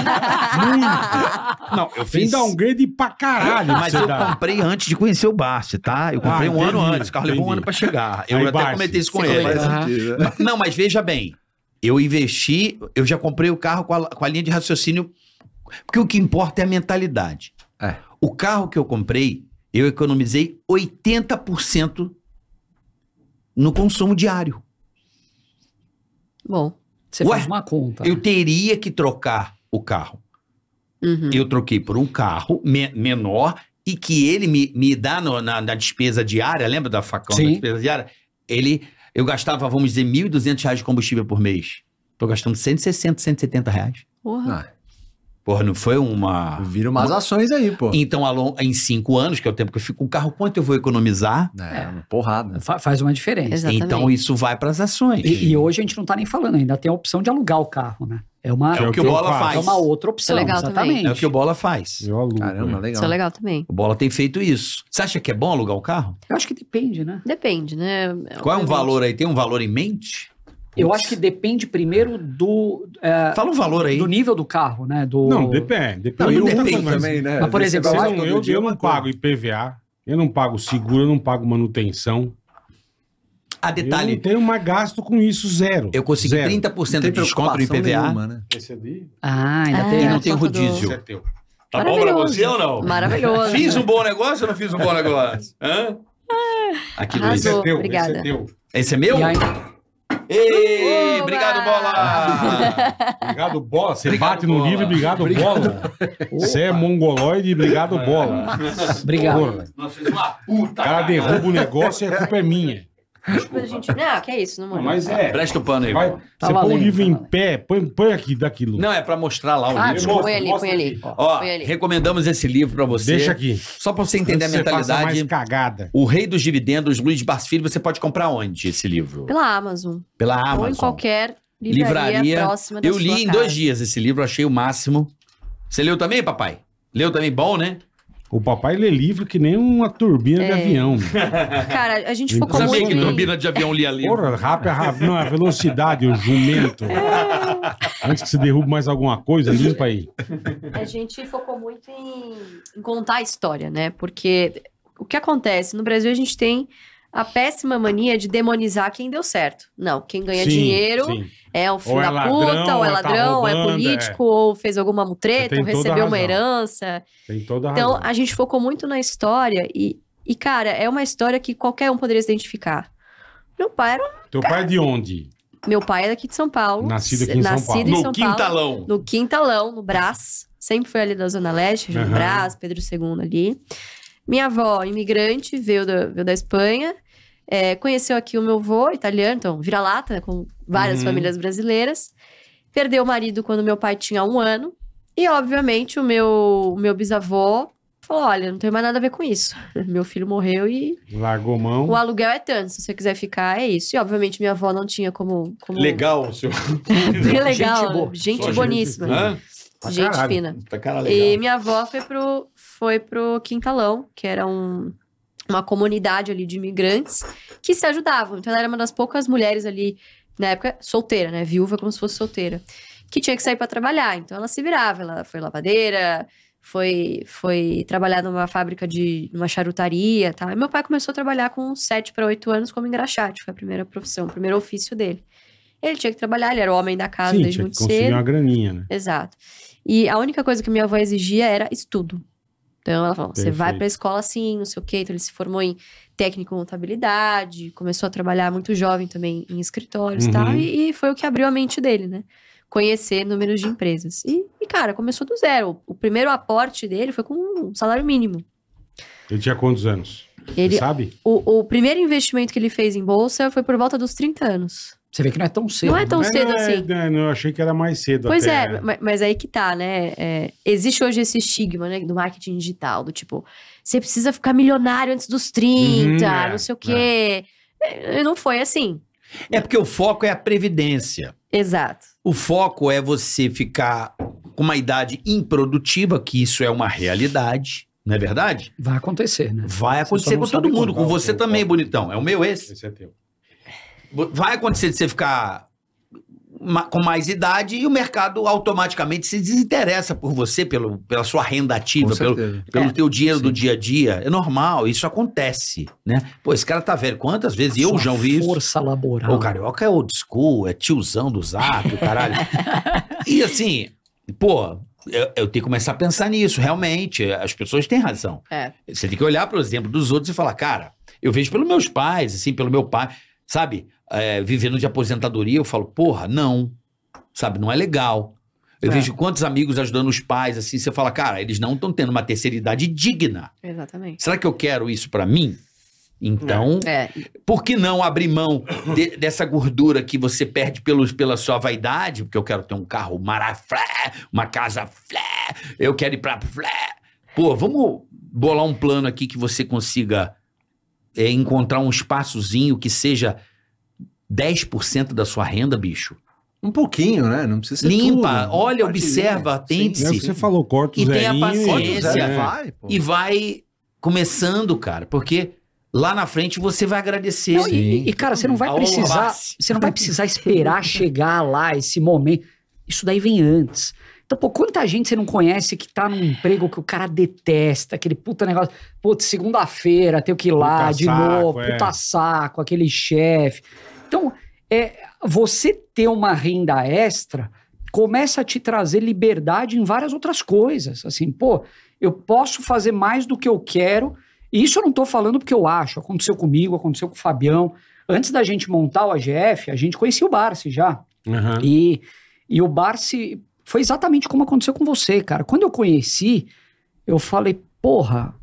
Muito. Não, eu fiz downgrade pra caralho pra
Mas
você
eu
dar.
comprei antes de conhecer o Barsi, tá? Eu comprei
Ah,
um ano
entendi,
antes. O carro levou um
entendi.
ano pra chegar. Eu
Aí,
até
Barsi,
comentei isso com
você
ele.
Faz
Aham.
sentido, né?
Ma- Não, mas veja bem. Eu investi, eu já comprei o carro com a, com a linha de raciocínio. Porque o que importa é a mentalidade.
É.
O carro que eu comprei, eu economizei 80% no consumo diário.
Bom.
Você
Ué,
faz uma conta.
Eu teria que trocar o carro.
Uhum.
Eu troquei por um carro me- menor e que ele me, me dá no- na, na despesa diária, lembra da facão da
Sim.
despesa diária? Ele, eu gastava, vamos dizer, 1.200 reais de combustível por mês. Tô gastando 160, 170 reais.
Porra.
Ah,
Porra, não foi uma.
Vira umas ações aí, pô.
Então, a long- em cinco anos, que é o tempo que eu fico com o carro, quanto eu vou economizar?
É, uma porrada.
Fa- faz uma diferença.
Exatamente.
Então, isso vai para as ações.
E, e hoje a gente não tá nem falando ainda, tem a opção de alugar o carro, né? É uma,
É o que o
eu
Bola
faço.
é
faz.
uma outra opção,
É legal
exatamente.
também.
É o que o Bola faz.
Eu alugo.
Caramba,
é.
legal.
Isso é legal também.
O Bola tem feito isso. Você acha que é bom alugar um carro?
Eu acho que depende, né?
Depende, né?
Qual é um valor aí? Tem um valor em mente?
Eu acho que depende primeiro do, é,
Fala um valor aí.
do nível do carro, né? Do...
Não, depende.
Não,
Depende
e
Não,
do
depende
tamanho,
depende
mas-
também, né?
Mas, por
Às vezes
exemplo,
você
Vocês
vai
não-
todo
eu,
dia,
eu
uma
não
coisa.
pago IPVA, eu não pago seguro, eu não pago manutenção.
A
Eu não
detalhe,
tenho mais gasto com isso, zero.
eu consegui
Zero.
30%
Não
de
tem
desconto no
preocupação
IPVA
nenhuma, né?
Esse ali?
Ah, ainda
Ah,
tem.
e não
É,
tem
por conta do-
rodízio.
Esse é teu.
Tá
Maravilhoso.
ou não?
Maravilhoso.
Fiz um bom negócio ou não fiz um bom negócio? Hã? Aqui, Luiz.
Esse é
Arrasou,
teu. Esse
obrigada.
é teu.
Esse é meu? <laughs>
E aí-
Ei,
Oba!
obrigado, Bola!
Obrigado, bola. Você
Obrigado,
bate no
Bola.
livro, obrigado, bola. Você é mongoloide, obrigado, bola.
Obrigado.
Porra,
Nós fizemos uma
o cara derruba o negócio e a culpa é minha.
A gente... Não, que é isso, não morre.
Mas é.
Presta o pano aí.
Vai,
Bola.
Tá
você põe o
valendo,
livro
tá
em
valendo.
pé, põe, põe aqui daquilo.
Não, é pra mostrar lá o
Ah,
livro.
desculpa. põe ali, põe ali.
Ó,
Põe ali.
recomendamos esse livro pra você.
Deixa aqui.
Só pra você entender a
Antes que você faça
mentalidade.
mais cagada.
O Rei dos Dividendos, Luiz Barsi Filho, você pode comprar onde esse livro?
Pela Amazon.
Pela
Ou em
Amazon.
qualquer livraria,
Livraria.
próxima da
Eu
sua
li em
casa.
dois dias esse livro, achei o máximo. Você leu também, papai? Leu também bom, né?
O papai lê livro que nem uma turbina de
É.
avião. meu.
Cara, a gente ficou
Não
com
sabia
muito
que
em-
turbina de avião lia livro.
Porra, rápido, rápido. Não, é velocidade, o jumento. Antes que você derrube mais alguma coisa, limpa aí.
A gente focou muito em, em contar a história, né? Porque o que acontece? No Brasil, a gente tem a péssima mania de demonizar quem deu certo. Não, quem ganha
Sim,
dinheiro
sim.
é um filho
Ou é
da
ladrão,
puta, ou é
ou tá
ladrão, ou é
roubando,
político, ou fez alguma
Você
mutreta,
tem
ou
toda a
recebeu uma
razão.
herança.
Tem toda a
Então,
razão.
a gente focou muito na história e, e, cara, é uma história que qualquer um poderia se identificar. Meu pai era,
Teu pai é de onde?
meu pai é daqui de São Paulo.
Nascido aqui em São
nascido
Paulo.
em
No
é São Paulo,
quintalão.
no Quintalão, no Brás. Sempre foi ali da Zona Leste, João
Aham.
Brás, Pedro II ali. Minha avó, imigrante, veio da, veio da Espanha. é, conheceu aqui o meu avô, italiano, então vira-lata, com várias
Uhum.
famílias brasileiras. Perdeu o marido quando meu pai tinha um ano. E, obviamente, o meu, o meu bisavô falou: olha, não tem mais nada a ver com isso. <laughs> Meu filho morreu e
Largou mão.
o aluguel é tanto. Se você quiser ficar, é isso. E, obviamente, minha avó não tinha como. como...
Legal, seu.
Bem <laughs> legal.
Gente boa.
Gente,
Só gente
boníssima.
Hã?
Pra
gente
caralho.
fina.
Tá cara
E minha avó foi pro, foi pro Quintalão, que era um- uma comunidade ali de imigrantes que se ajudavam. Então ela era uma das poucas mulheres ali, na época, solteira, né? Viúva, como se fosse solteira. Que tinha que sair pra trabalhar. Então ela se virava, ela foi lavadeira, foi, foi trabalhar numa fábrica de uma charutaria e tal. E meu pai começou a trabalhar com 7 para 8 anos como engraxate, foi a primeira profissão, o primeiro ofício dele. Ele tinha que trabalhar, ele era o homem da casa
Ah,
Sim,
desde
tinha
muito
que conseguir
cedo.
uma graninha, né?
Exato. E a única coisa que minha avó exigia era estudo. Então ela falou: você vai
Perfeito.
pra escola assim, não sei o quê. Então ele se formou em técnico em contabilidade, começou a trabalhar muito jovem também em escritórios
Uhum.
e tal. E, e foi o que abriu a mente dele, né? Conhecer números de empresas. E, e, cara, começou do zero. O primeiro aporte dele foi com um salário mínimo.
Ele tinha quantos anos?
Ele,
Você sabe?
o, o primeiro investimento que ele fez em bolsa foi por volta dos 30 anos.
Você vê que não é tão cedo.
Não é tão
Mas
cedo
não é-
assim.
não, Eu achei que era mais cedo
Pois
até,
é,
né?
ma- mas aí que tá, né? É, existe hoje esse estigma, né, do marketing digital, do tipo, você precisa ficar milionário antes dos 30,
Uhum, é,
não sei o quê. É, Não foi assim.
É porque o foco é a previdência.
Exato.
O foco é você ficar com uma idade improdutiva, que isso é uma realidade, não é verdade?
Vai acontecer, né?
Vai
Você só
acontecer
não
com
sabe
todo mundo,
contar
com
o
você
teu
também,
copo.
bonitão. É o meu esse.
Esse é teu.
Vai acontecer de você ficar ma- com mais idade e o mercado automaticamente se desinteressa por você, pelo, pela sua renda ativa, pelo,
certeza.
pelo
É,
teu dinheiro do
sim.
dia a dia. É normal, isso acontece, né? Pô, esse cara tá velho. Quantas vezes eu
Sua
já ouvi isso?
Força laboral.
O carioca é old school, é tiozão do zap, o caralho. e assim, pô, eu, eu tenho que começar a pensar nisso, realmente. As pessoas têm razão.
É.
Você tem que olhar para o exemplo dos outros e falar, cara, eu vejo pelos meus pais, assim, pelo meu pai, sabe? É, vivendo de aposentadoria, eu falo, porra, não. Sabe, não é legal. Eu
É.
vejo quantos amigos ajudando os pais, assim, você fala, cara, eles não estão tendo uma terceira idade digna.
Exatamente.
Será que eu quero isso para mim? Então,
É,
por que não abrir mão de- dessa gordura que você perde pelos, pela sua vaidade? Porque eu quero ter um carro maraflé, uma casa flé, eu quero ir pra flé. Pô, vamos bolar um plano aqui que você consiga é, encontrar um espaçozinho que seja 10% da sua renda, bicho.
Um pouquinho, né? Não precisa ser
Limpa,
tudo.
olha,
Compartilha. né?
observa, atende-se.
É o que você falou, corta o né?
E tem a
Zerinho
Pode
paciência.
usar, né?
Esse é.
vai, pô.
E vai começando, cara, porque lá na frente você vai agradecer.
Não, e, e, cara, você não vai
Ao
precisar.
Alvace.
Você não vai precisar esperar <laughs> chegar lá esse momento. Isso daí vem antes. Então, pô, quanta gente você não conhece que tá num emprego que o cara detesta, aquele puta negócio. Putz, segunda-feira, tenho que ir lá
Puta
de
saco,
novo,
é.
puta saco, aquele chefe. Então, é, você ter uma renda extra começa a te trazer liberdade em várias outras coisas. Assim, pô, eu posso fazer mais do que eu quero. E isso eu não tô falando porque eu acho. Aconteceu comigo, aconteceu com o Fabião. Antes da gente montar o AGF, a gente conhecia o Barsi já.
Aham.
E, e o Barsi foi exatamente como aconteceu com você, cara. Quando eu conheci, eu falei, porra,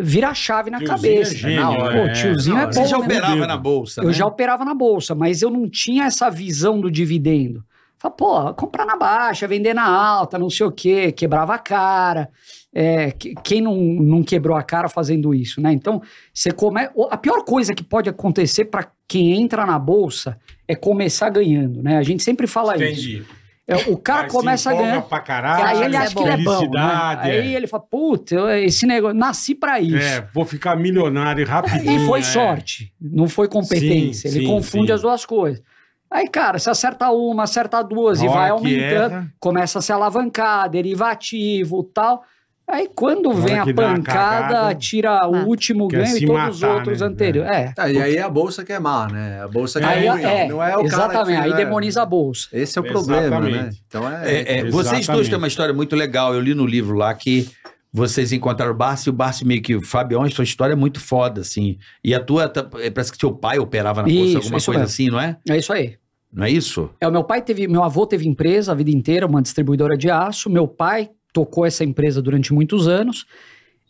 vira a chave na
Tiozinho
cabeça.
é gênio,
Na hora.
né?
Pô, tiozinho
Na
é
hora.
bom,
Você já
né?
operava na bolsa,
Eu
né?
já operava na bolsa, mas eu não tinha essa visão do dividendo. Falei, pô, comprar na baixa, vender na alta, não sei o quê, quebrava a cara. É, que- quem não, não quebrou a cara fazendo isso, né? Então, você come... o- a pior coisa que pode acontecer para quem entra na bolsa é começar ganhando, né? A gente sempre fala isso.
Entendi.
É, o cara
Aí se
começa
empolga
ganhando.
Pra caralho,
Aí ele
acha
acha que ele é bom. Né?
felicidade,
Aí ele fala, puta, eu- esse negócio, nasci para
é.
isso.
É, vou ficar milionário rapidinho.
E foi
é.
sorte, não foi competência.
Sim,
Ele
sim,
confunde
sim.
as duas coisas. Aí, cara, você acerta uma, acerta duas
Na
e vai
hora que é.
aumentando,
erra.
começa a se alavancar, derivativo tal. Aí, quando
Na hora
vem a
que dá uma
pancada,
cagada,
tira o
mata.
último
Quer
ganho
se
e todos os
matar,
outros
né?
anteriores. É.
Ah, e aí a bolsa que é má, né? A bolsa que
Aí,
é,
É,
ruim,
é,
não é o cara
exatamente,
que-
aí demoniza a bolsa.
Esse é o problema, né?
Exatamente.
Então é,
É, é, vocês dois
Exatamente.
têm uma história muito legal. Eu li no livro lá que vocês encontraram o Barça e o Barça meio que. Fabião, a sua história é muito foda, assim. E a tua, tá- é, parece que teu pai operava na bolsa,
Isso,
alguma
isso
coisa
mesmo.
assim, não é?
É isso aí.
Não é isso?
É, o meu pai teve, meu avô teve empresa a vida inteira, uma distribuidora de aço. Meu pai tocou essa empresa durante muitos anos.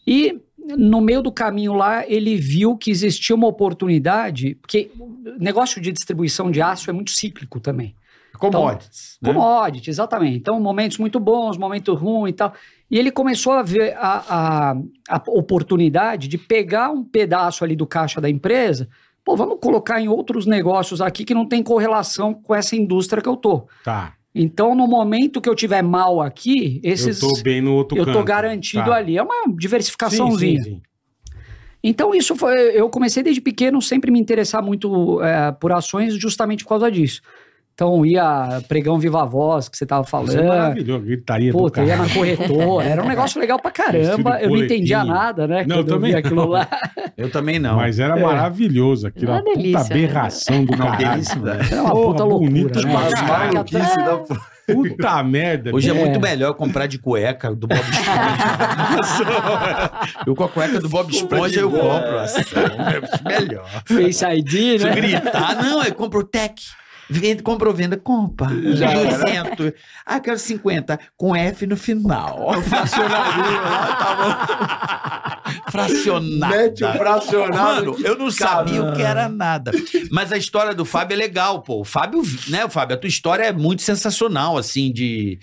E no meio do caminho lá, ele viu que existia uma oportunidade, porque o negócio de distribuição de aço é muito cíclico também. Então,
Commodities. né?
Commodity, exatamente. Então, momentos muito bons, momentos ruins e tal. E ele começou a ver a, a- a oportunidade de pegar um pedaço ali do caixa da empresa. Pô, vamos colocar em outros negócios aqui que não tem correlação com essa indústria que eu tô.
Tá.
Então, no momento que eu tiver mal aqui, esses
Eu tô bem no outro
eu
canto.
tô garantido
Tá.
ali. É uma diversificaçãozinha.
Sim, sim, sim.
Então, isso é, foi. Eu comecei desde pequeno sempre me interessar muito eh, por ações justamente por causa disso. Então ia pregão viva voz que você tava
Isso é
falando.
maravilhoso, gritaria do
Puta, ia
caralho.
na
<laughs>
corretora. Era um negócio legal pra
Vestido
caramba. Eu não
coletinho.
entendia nada, né?
Não, eu
quando eu
também
vi aquilo
não.
lá.
Eu também não.
Mas era
É.
maravilhoso aquilo.
Uma
Uma puta
delícia, né?
aberração do
Não,
caralho.
delícia, velho.
Era uma
Porra,
puta loucura.
bonito
né?
demais.
Mas
Caralho.
maluquice da porra.
Puta merda. né?
Hoje é.
É.
muito melhor comprar de cueca do Bob Esponja. eu com a cueca do Bob Esponja eu compro. assim, é melhor.
Face ID,
Se
né?
é gritar, não, eu compro o tech. Vende, compra ou venda, compra. 200. Ah, quero 50. Com F no final.
Fracionadinho lá, tá
<laughs>
bom.
Fracionada.
Mete o fracionado.
Mano, eu não sabia o que era nada. Mas a história do Fábio é legal, pô. O Fábio, né, Fábio? A tua história é muito sensacional, assim, de.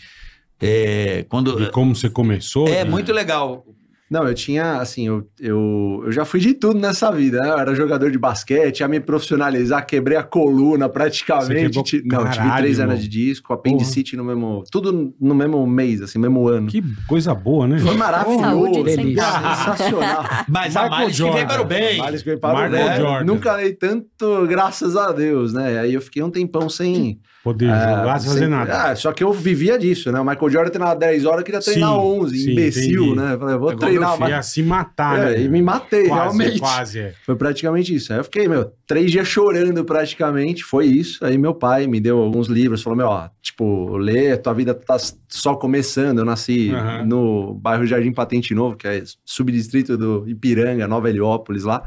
é,
De
quando.
como você começou.
É
né?
muito legal.
Não, eu tinha, assim, eu, eu, eu já fui de tudo nessa vida, né? Eu era jogador de basquete, a me profissionalizar, quebrei a coluna
Você
praticamente.
quebrou-
Ti- Não, eu tive
Caralho,
três
irmão.
anos de disco, apendicite no mesmo. Tudo no mesmo mês, assim, mesmo ano.
Que coisa boa, né?
Foi maravilhoso. assim,
Saúde de
delícia.
cara, sensacional.
Mas a
Michael
Maris que
Jordan.
veio para o bem.
Miles Grey parou,
Michael
né?
Jordan.
Nunca dei tanto, graças a Deus, né? Aí eu fiquei um tempão sem. é,
Poder jogar sem fazer
sem-
nada.
Ah, só que eu vivia disso, né? O Michael Jordan treinava 10 horas, eu queria treinar
Sim,
11,
sim,
imbecil,
entendi.
né? Eu falei, eu vou
Igual
treinar
meu filho,
mais.
ia se matar,
É,
né?
e me matei,
quase,
realmente.
Quase, é.
Foi praticamente isso. Aí eu fiquei, meu, três dias chorando praticamente. Foi isso. Aí meu pai me deu alguns livros, falou: meu, ó, tipo, lê, tua vida tá só começando. Eu nasci
Aham.
no bairro Jardim Patente Novo, que é subdistrito do Ipiranga, Nova Heliópolis lá.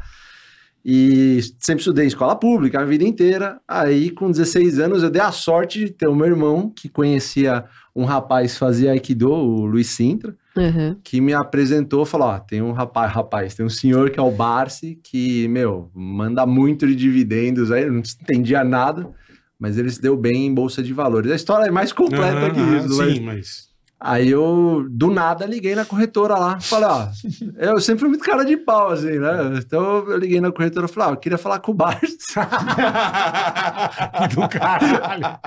E sempre estudei em escola pública a vida inteira. Aí, com 16 anos, eu dei a sorte de ter o meu irmão, que conhecia um rapaz que fazia Aikido, o Luiz Sintra
Uhum.
que me apresentou, falou, ó, tem um rapaz, rapaz, tem um senhor que é o Barsi, que, meu, manda muito de dividendos, aí eu não entendia nada, mas ele se deu bem em Bolsa de Valores. A história é mais completa
Aham,
que
aham,
isso, mas-
Sim, mas...
Aí eu, do nada, liguei na corretora lá. Falei, ó, eu sempre fui muito cara de pau, assim, né? Então eu liguei na corretora e falei, ó, eu queria falar com o Barsi.
do
<laughs>
caralho.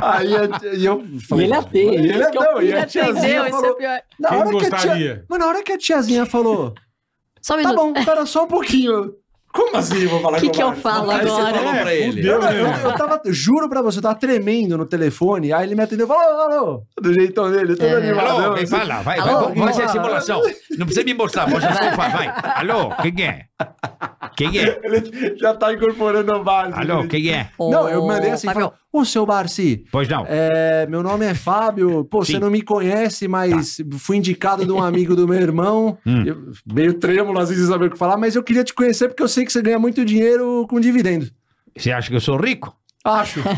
Aí eu, e eu
E ele atende,
E ele
isso que é o
ateu, e a
Entendeu?
tiazinha
Esse é o
falou...
pior.
Na
Quem
hora que a tia...
gostaria?
Mas na hora que a tiazinha falou...
Só um
Tá
minuto.
bom, pera só um pouquinho. Como assim eu vou falar
O que,
com
que eu
Mário?
falo
Aí você
agora?
falou pra
É,
ele.
fudeu.
Eu, eu, eu tava, juro pra você, eu tava tremendo no telefone. Aí ele me atendeu e falou: alô, alô, do jeitão dele, todo assim.
É.
animado.
Alô, vem falar, vai,
Alô,
vai, vai
vamos
ser
lá.
simulação. Não precisa me mostrar, mostra só o vai. Alô, quem é? Quem é?
Ele já tá incorporando o Barsi.
Alô, quem é?
Não, eu mandei assim:
Fábio,
falei, Ô, seu Barsi,
Pois não.
é, meu nome é Fábio. Pô,
Sim. Tá.
você não me conhece, mas fui indicado de um amigo do meu irmão.
<laughs> Hum.
Eu, meio trêmulo, às vezes, sem saber o que falar, mas eu queria te conhecer porque eu sei que você ganha muito dinheiro com dividendos.
Você acha que eu sou rico?
Acho.
<laughs>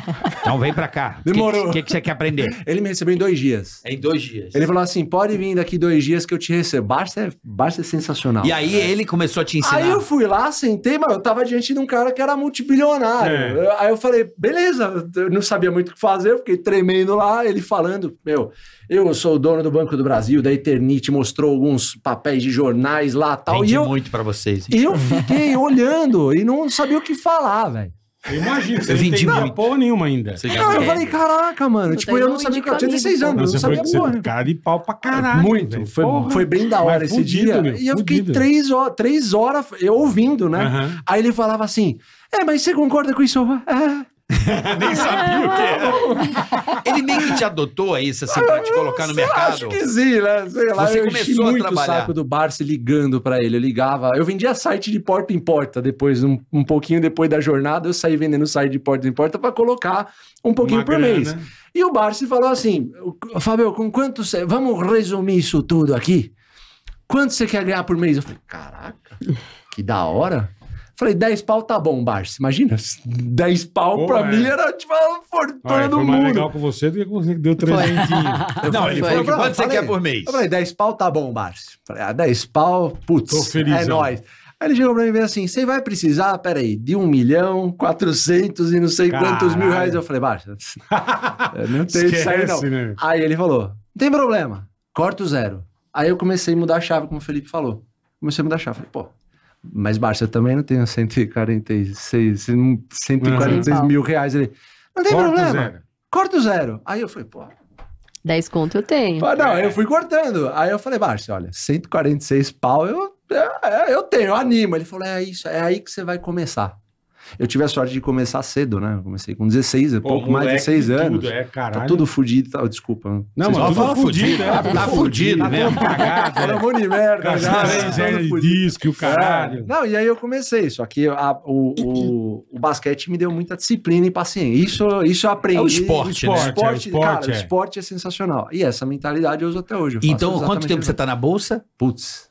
Então vem pra cá.
Demorou.
O que, que você quer aprender?
ele me recebeu em dois dias.
é Em dois dias.
Ele falou assim: pode vir daqui dois dias que eu te recebo. Barça é, Barça é sensacional.
E aí ele começou a te ensinar.
né? Aí eu fui lá, sentei, mas eu tava diante de um cara que era multibilionário.
É.
Eu- Aí eu falei, beleza, eu não sabia muito o que fazer, eu fiquei tremendo lá, ele falando, meu, eu sou o dono do Banco do Brasil, da Eternite, mostrou alguns papéis de jornais lá tal,
Vendi
e eu,
muito pra vocês.
e
<laughs>
eu fiquei olhando e não sabia o que falar, velho.
Imagina, você
Eu
não
vendi
tem
muito.
porra nenhuma ainda.
Você
Não,
já
eu
é.
falei, caraca, mano,
Puta,
tipo, eu
eu
não
não
sabia o que eu
indico
tinha
amigo,
16
pô.
anos, eu
Você
não
foi
sabia
você-
porra. né?" É
cara de pau pra caralho.
Muito,
velho.
Então, foi,
Porra.
foi bem da hora
Mas
esse
fudido,
dia.
meu,
e eu fiquei
fudido.
três horas, três horas eu ouvindo, né?
Aham.
Aí ele falava assim: É, mas você concorda com isso? Eu, "É."
nem sabia o que
<laughs> Um
era. Ele meio que te adotou aí, assim, pra te colocar no
Eu
mercado.
Acho que sim, né? Sei lá,
Você
eu enchi
começou a
muito o
trabalhar.
saco do Barça ligando pra ele. Eu ligava, eu vendia site de porta em porta depois, um, um pouquinho depois da jornada, eu saí vendendo site de porta em porta pra colocar um pouquinho
Uma
por
grana.
mês. E o Barsi falou assim: "O- Fabio, com quanto você. Vamos resumir isso tudo aqui. Quanto você quer ganhar por mês? Eu falei, caraca, que da hora. Falei, 10 pau tá bom, Barsi. Imagina, <laughs> 10 pau
Pô,
pra
é.
mim era tipo a
Ah,
fortuna
ele
do
foi mais
mundo.
legal com você do que com você que deu 300.
Não, ele
Foi.
falou,
Não,
quanto você
falei.
quer por mês?
Eu falei, 10 pau tá bom, Barsi. Falei, ah, 10 pau,
Tô
putz,
felizão.
é nóis. Aí ele chegou pra mim e veio assim, você vai precisar, peraí, de 1 milhão, 400 e não sei quantos mil
Caralho.
reais. Eu falei, Barsi, <laughs> eu
<laughs>
não tenho isso aí não.
Esquece, né?
Aí ele falou: não tem problema, corta o zero. Aí eu comecei a mudar a chave, como o Felipe falou. Comecei a mudar a chave. Falei, pô, mas Barça, eu também não tenho 146, 146
Uhum.
mil reais. Ele, não tem
Corta o
problema,
zero.
corta o zero. Aí eu falei, pô.
10 conto eu tenho.
pô, Não, eu fui cortando. Aí eu falei, Barça, olha, 146 pau eu, é, é, eu tenho, eu animo. Ele falou, é isso, é aí que você vai começar. Eu tive a sorte de começar cedo, né? Eu comecei com 16, é
Pô,
pouco mais de
moleque,
16
tudo,
anos.
É, caralho.
Tá tudo fudido e tal, desculpa.
Não,
Vocês
mas tudo
falam- né?
falam
fudido,
fudido,
é,
tá
tudo
fudido
tá
mesmo.
tudo cagado,
Fala um
né?
monte de merda, já,
Gastar
né?
miséria
Tudo
de
fudido. É.
disco, e o caralho.
Não, e aí eu comecei, só que a- o, o, o basquete me deu muita disciplina e paciência. Isso, isso eu aprendi.
É o esporte,
né?
esporte,
É, o esporte,
cara,
é.
o esporte é sensacional. E essa mentalidade eu uso até hoje. eu faço
Então, há quanto
exatamente
tempo
isso.
você tá na bolsa?
Putz,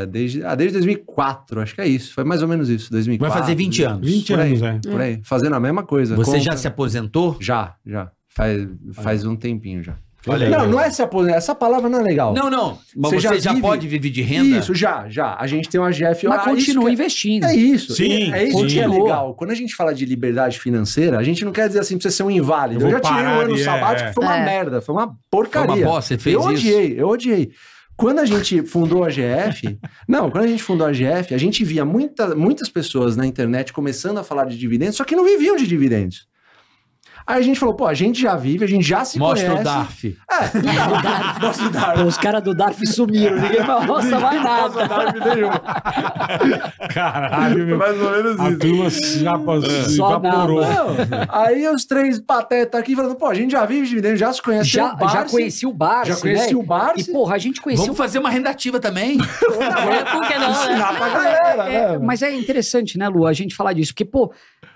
é, desde, ah, desde 2004, acho que é isso. Foi mais ou menos isso, 2004.
Vai fazer 20 anos. né?
20
Por aí.
anos, é.
Por aí, fazendo a mesma coisa.
Você
compra-
já se aposentou?
Já, já. Faz, faz um tempinho já.
Olha aí.
não, não é se aposentar. Essa palavra não é legal.
Não, não. Mas
Você
você,
já
já,
vive-
pode viver de renda?
Isso, já, já. A gente tem uma GF.
Mas
Ah,
continua
isso que
investindo.
é, é isso.
Sim,
é isso que é
continua.
legal. Quando a gente fala de liberdade financeira, a gente não quer dizer assim pra você ser um inválido.
Eu
Eu,
vou
já tirei um
parar
ano
de- é,
sabático,
é.
que foi uma
É.
merda, foi uma
Foi
porcaria.
uma bosta, você fez
Eu
isso.
odiei, eu odiei. Quando a gente fundou a GF, não, quando a gente fundou a GF, a gente via muita, muitas pessoas na internet começando a falar de dividendos, só que não viviam de dividendos. Aí a gente falou, pô, a gente já vive, a gente já se
Mostra
conhece.
o DARF.
É, não, mostra o Darf.
Os caras do DARF sumiram, ninguém mais mostra mais
Mostra o
nada.
Darf nenhum.
Caralho, meu.
Mais ou menos
A
isso.
turma se evapo- se
É. Só
evaporou.
Não, Aí os três patetas aqui falando, pô, a gente já vive de dividendos, já se conhece. tem
Já,
o Barsi,
já conheci o Barsi,
Já conheci
né?
o Barsi.
E, porra, a gente conheceu
um
Vamos fazer uma renda ativa também?
Por que não, né?
ensinar pra galera,
É,
né?
mas é interessante, né, Lu, a gente falar disso, porque, pô,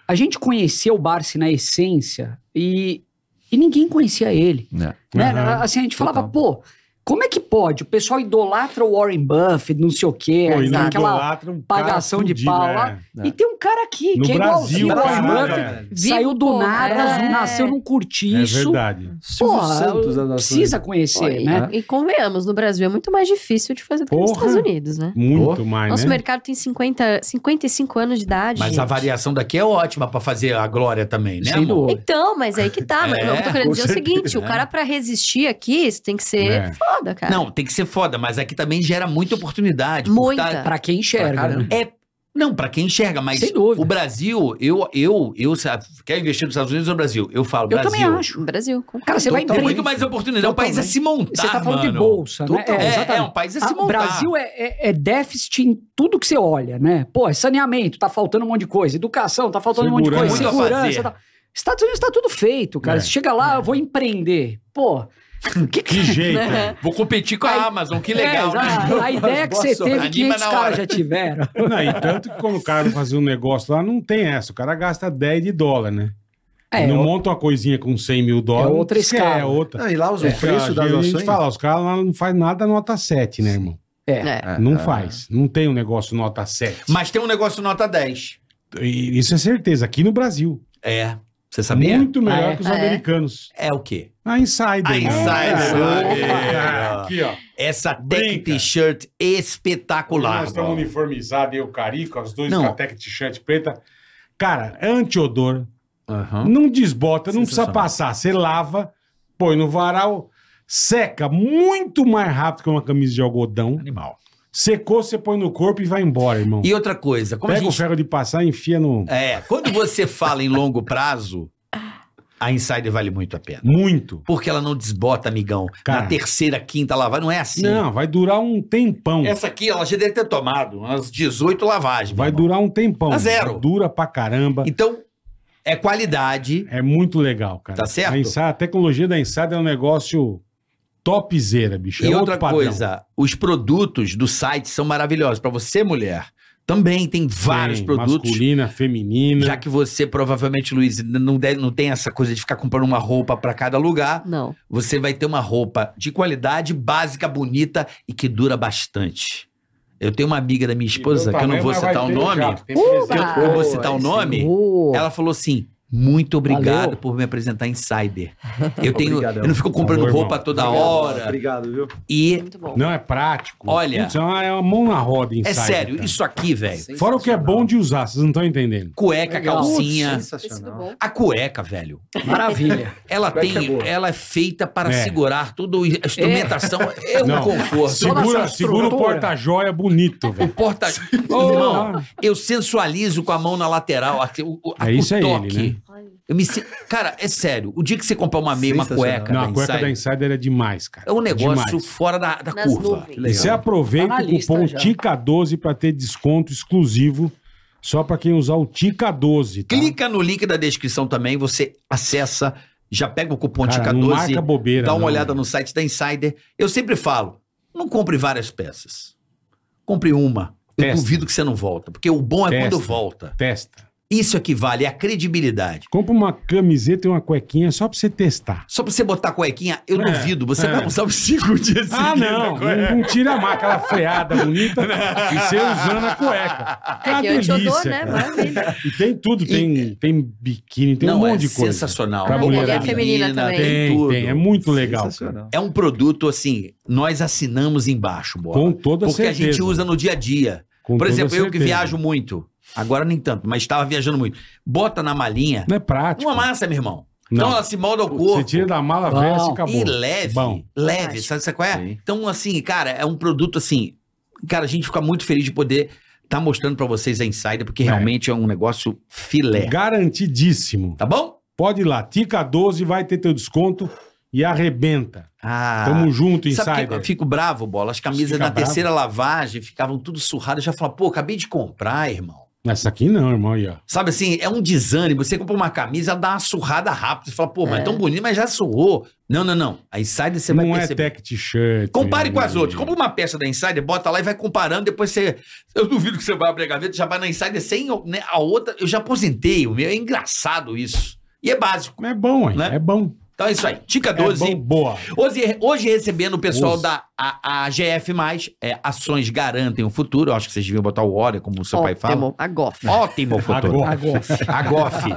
a gente conheceu o Barsi na essência e, e ninguém conhecia ele. Né?
Aham.
Era, Assim, a gente falava,
Total.
pô, como é que pode? O pessoal idolatra o Warren Buffett, não sei o quê, né,
Pô, e não
aquela
idolatra um cara
pagação de
fudido,
pau
é.
lá. E tem um cara aqui
No
que é
Brasil,
igualzinho o Warren
caralho,
Buffett,
né?
é.
saiu do
Vivo,
nada,
é.
nasceu, não curti
É
isso.
verdade.
Silvio
Porra,
Santos das ações.
precisa conhecer,
Pô, e-
né?
E convenhamos, no Brasil é muito mais difícil de fazer do que nos
Porra.
Estados Unidos, né?
Muito mais,
Nosso
né?
mercado tem 50, 55 anos de idade.
Mas a
gente.
variação daqui é ótima pra fazer a glória também, né,
Sem
amor?
dúvida.
Então, mas aí que tá. mas eu tô querendo
com
dizer o seguinte: o cara pra resistir aqui, isso tem que ser
É.
foda, cara.
Não, tem que ser foda, mas aqui também gera muita oportunidade.
Muita.
Por tá-
Pra quem enxerga.
Pra caramba.
né?
Não, pra quem enxerga, mas
Sem dúvida.
o Brasil, eu, eu, eu, sabe, quer investir nos Estados Unidos ou no Brasil? Eu falo,
Eu
Brasil.
também acho.
No Brasil. com
Cara, você vai
Tem
empreender. um
muito mais oportunidade. O país é se montar.
Você tá falando de
mano.
bolsa, né?
É, é,
exatamente.
um país é
Ah,
se
o
montar.
Brasil é, é- é déficit em tudo que você olha, né? Pô, é saneamento, tá faltando um monte de coisa. Educação, tá faltando um monte de coisa.
Segurança. Muito a
Segurança,
fazer.
tá... Estados Unidos tá tudo feito, cara.
É.
Você chega lá, eu vou empreender. Pô, que,
Que jeito.
Vou competir com a Amazon, que legal,
<laughs> É,
né?
já- A ideia que você
Boa
teve,
sorte.
500
Anima na hora.
caras já tiveram.
Não, e tanto que quando o cara vai fazer um negócio lá, não tem essa. O cara gasta 10 de dólar, né?
É,
não
ó,
monta uma coisinha com 100 mil dólares.
É outra
não esquece,
escala.
É outra.
Não, e lá os o preço das
a gente
ações.
fala, os caras lá não faz nada nota 7, né, irmão?
é.
É.
não faz. Não tem um negócio nota 7.
Mas tem um negócio nota 10.
E Isso é certeza, aqui no Brasil.
É. Você sabia?
Muito melhor
Ah, é?
que os
Ah, é?
americanos.
É o quê?
A Insider.
A
irmão.
Insider,
É.
olha.
Aqui, ó.
Essa tech
Brinca. um
t-shirt espetacular.
Nós estamos
Bola.
uniformizados, eu, Carico, as dois
Não.
com a tech t-shirt preta. Cara, é antiodor,
Aham.
não desbota, não precisa
Sensacional.
passar. Você lava, põe no varal, seca muito mais rápido que uma camisa de algodão.
Animal.
Secou, você põe no corpo e vai embora, irmão.
E outra coisa, como
Pega
a
o
gente
ferro de passar e enfia no...
É, quando você fala em longo prazo, a Insider vale muito a pena.
Muito.
Porque ela não desbota, amigão.
Cara.
Na terceira, quinta lavagem, não é assim.
Não, vai durar um tempão.
Essa aqui, ela já deve ter tomado umas 18 lavagens.
Vai
meu irmão.
durar um tempão.
Tá zero.
Dura pra caramba.
Então, é qualidade.
É muito legal, cara.
Tá certo?
A, Insa- a tecnologia da Insider é um negócio topzera, bicho. É
e
outro
outra
padrão.
coisa, os produtos do site são maravilhosos. Pra você, mulher, também tem vários
Tem
produtos.
Masculina, feminina.
Já que você, provavelmente, Luiz, não, deve- não tem essa coisa de ficar comprando uma roupa pra cada lugar,
Não.
você vai ter uma roupa de qualidade, básica, bonita e que dura bastante. Eu tenho uma amiga da minha
Então
esposa,
tá,
que eu não vou citar o nome, que eu não vou citar o nome,
Ô,
ela falou assim. Muito obrigado
Valeu.
por me apresentar
<laughs>
Insider. Eu tenho,
Obrigadão.
eu não fico comprando
Valor,
roupa
irmão.
toda hora.
Obrigado, viu?
E
Muito bom.
Não, é prático.
Olha-
Putz, é, uma, é uma mão na roda,
é
Insider.
sério,
cara.
isso aqui, velho.
Fora o que é bom de usar, vocês não estão entendendo.
Cueca,
Legal.
calcinha.
Isso do bom.
A cueca, velho.
Maravilha.
Ela
Cueca é
tem,
boa.
ela é feita para
É.
segurar toda a instrumentação. É, um
Não.
conforto.
nossa
Segura, segura o
estrutura.
porta-joia bonito,
O
velho.
porta. <laughs> Irmão, tá
Porra.
eu sensualizo com a mão na lateral. a- o- o-
É, isso
o
é ele,
toque.
né?
Eu me sinto- Cara, é sério. O dia que você comprar uma meia, uma
Sensacional.
cueca,
Não,
da
a cueca
Insider,
da Insider é demais, cara.
é um negócio
Demais. é
fora da, da
Nas
curva.
nuvens.
E você aproveita
Tá na
o
lista
cupom
já.
TICA12 para ter desconto exclusivo Só pra quem usar o Tica 12, tá?
Clica no link da descrição também, você acessa, já pega o cupom
Cara, não marca
TICA12,
bobeira.
dá uma
não,
olhada
velho.
no site da Insider. Eu sempre falo, não compre várias peças. Compre uma. Eu
Testa.
duvido que você não volta, porque o bom é
Testa.
quando volta.
Testa.
Isso é que vale, é a credibilidade.
Compra uma camiseta e uma cuequinha só pra você testar.
Só pra você botar a cuequinha, eu
É,
duvido. Você
é.
vai usar um <laughs> assim. os cinco dias
Ah,
seguidos.
não. Não, não tira a marca, aquela freada bonita e você usando a cueca. Que
É
uma
que eu te odor,
delícia,
né?
cara.
Maravilha.
E tem tudo, tem, tem biquíni, tem um
é. Não,
monte
é
de coisa.
sensacional.
Pra
Roupa
mulherada.
Feminina também.
Tem,
tudo.
tem. É muito legal. cara.
Sensacional.
É um produto, assim, nós assinamos embaixo, bola.
Com toda
porque
certeza.
a gente usa no dia a dia.
Com
Por
toda
exemplo, eu que
certeza.
viajo muito. Agora nem tanto, mas estava viajando muito. Bota na malinha
Não é prático.
uma massa, meu irmão.
Não.
Então ela se molda ao corpo.
Você tira da mala,
Bom.
veste e acabou.
E leve,
Bom.
leve, sabe, sabe qual é?
Sim.
Então, assim, cara, é um produto assim. Cara, a gente fica muito feliz de poder estar mostrando pra vocês a Insider, porque
É.
realmente é um negócio filé.
Garantidíssimo.
Tá bom?
Pode ir lá, Tica 12, vai ter teu desconto e arrebenta.
Ah.
Tamo junto,
Sabe que eu
Insider.
fico bravo, bola? As camisas
Fica
na
bravo?
terceira lavagem ficavam tudo surradas. Eu já falava, pô, acabei de comprar, irmão.
Essa aqui não, irmão. Aí, ó.
Sabe assim, é um desânimo. Você compra uma camisa, ela dá uma surrada rápida. Você fala, pô, mas é tão bonito, mas já surrou. Não, não, não. A Insider você vai
não é Hum.
perceber.
tech t-shirt. é
Compare com as
meu
outras.
amigo.
Compra uma peça da Insider, bota lá e vai comparando. Depois você. Eu duvido que você vai abrir a gaveta, já vai na Insider sem né, a outra. Eu já aposentei o meu. É engraçado isso. E é básico.
É bom, hein?
Né?
É bom.
Então é isso aí. Dica
É
12.
bom, boa.
Hoje, hoje recebendo o pessoal
Nossa.
da a, a GF, é, ações garantem o futuro. Eu acho que vocês deviam botar o Ora, como o seu pai fala.
Ótimo, a GOF.
Ótimo futuro.
Agora.
A GOF.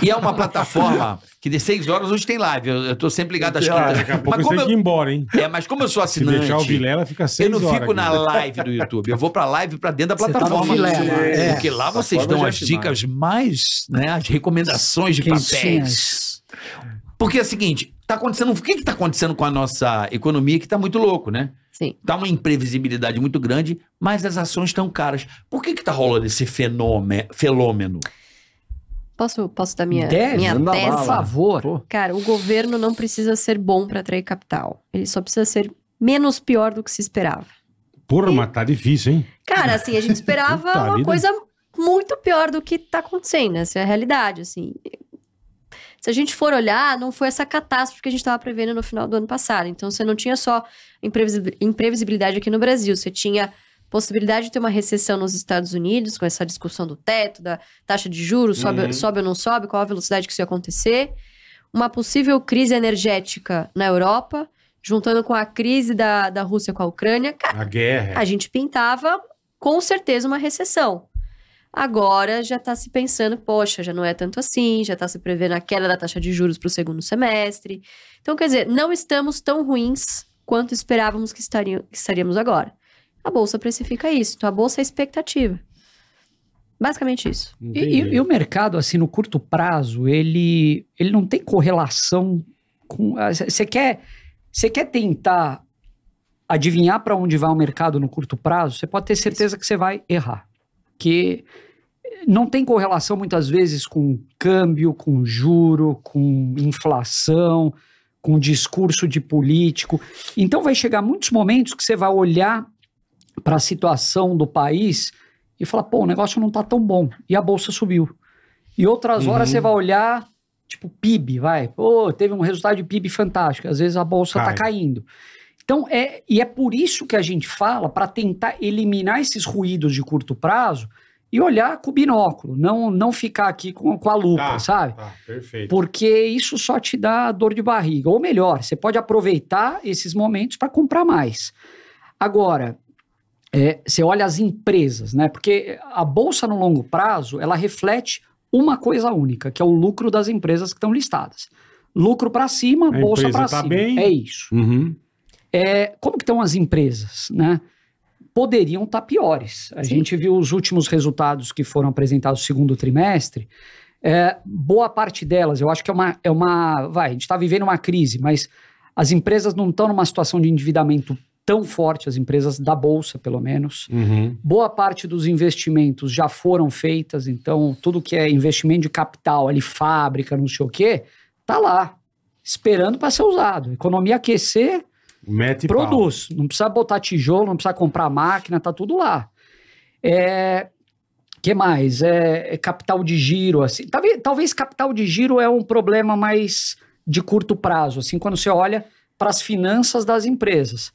E é uma plataforma que de 6 horas hoje tem live. Eu, eu tô sempre ligado às
Ah,
quintas.
Daqui a pouco
Mas
você
como,
tem que ir
eu,
embora, hein?
é, mas como eu sou
Se
assinante,
deixar o Vilela, fica
eu
seis
não
horas.
fico na
aqui.
live do YouTube. Eu vou pra live pra dentro da
Você tá no
plataforma.
filé, mano.
É, Porque lá vocês
Plataforma
dão
já
as
é
dicas mais, né? As recomendações de papéis.
né? Quentinhas.
Porque é o seguinte, tá acontecendo. O que que tá acontecendo com a nossa economia que tá muito louco, né?
Sim.
Tá uma imprevisibilidade muito grande, mas as ações estão caras. Por que que tá rolando esse fenômeno? fenômeno?
Posso, posso dar minha,
Deve,
minha
manda
tese?
Por favor.
Cara, o governo não precisa ser bom para atrair capital. Ele só precisa ser menos pior do que se esperava.
Porra, mas tá difícil, hein?
Cara, assim, a gente esperava
Puta
uma
vida.
coisa muito pior do que tá acontecendo. Essa é a realidade, assim. Se a gente for olhar, não foi essa catástrofe que a gente estava prevendo no final do ano passado. Então, você não tinha só imprevisi- imprevisibilidade aqui no Brasil, você tinha possibilidade de ter uma recessão nos Estados Unidos, com essa discussão do teto, da taxa de juros, sobe,
Uhum.
sobe ou não sobe, qual a velocidade que isso ia acontecer. Uma possível crise energética na Europa, juntando com a crise da, da Rússia com a Ucrânia. Cara,
A guerra.
a gente pintava com certeza uma recessão. Agora já está se pensando, poxa, já não é tanto assim, já está se prevendo a queda da taxa de juros para o segundo semestre. Então, quer dizer, não estamos tão ruins quanto esperávamos que, estariam, que estaríamos agora. A bolsa precifica isso, então a bolsa é expectativa. Basicamente isso.
Não
E,
tem
e-
jeito.
e o mercado, assim, no curto prazo, ele, ele não tem correlação com. Você quer, você quer tentar adivinhar para onde vai o mercado no curto prazo? Você pode ter certeza que você vai errar. Que não tem correlação, muitas vezes, com câmbio, com juro, com inflação, com discurso de político. Então, vai chegar muitos momentos que você vai olhar para a situação do país e falar, pô, o negócio não tá tão bom. E a bolsa subiu. E outras
Uhum.
horas você vai olhar, tipo, PIB, vai. Pô, teve um resultado de PIB fantástico. Às vezes a bolsa está
Cai.
caindo. Então, é, e é por isso que a gente fala para tentar eliminar esses ruídos de curto prazo e olhar com o binóculo, não, não ficar aqui com, com a lupa,
Tá.
sabe?
Tá, perfeito.
Porque isso só te dá dor de barriga. Ou melhor, você pode aproveitar esses momentos para comprar mais. Agora, é, você olha as empresas, né? Porque a bolsa no longo prazo, ela reflete uma coisa única, que é o lucro das empresas que estão listadas. Lucro para cima,
A
bolsa
empresa
para
tá
cima.
bem.
É isso
Uhum.
como que estão as empresas, né? Poderiam estar piores. A
Sim.
gente viu os últimos resultados que foram apresentados no segundo trimestre. É, boa parte delas, eu acho que é uma, é uma. Vai, a gente está vivendo uma crise, mas as empresas não estão numa situação de endividamento tão forte, as empresas da Bolsa, pelo menos.
Uhum.
Boa parte dos investimentos já foram feitas, então tudo que é investimento de capital, ali fábrica, não sei o quê, tá lá, esperando para ser usado. Economia aquecer,
Mete pau.
produz. Não precisa botar tijolo, não precisa comprar máquina, tá tudo lá. É, que mais? É, é capital de giro, assim. Talvez, talvez capital de giro é um problema mais de curto prazo, assim, quando você olha para as finanças das empresas.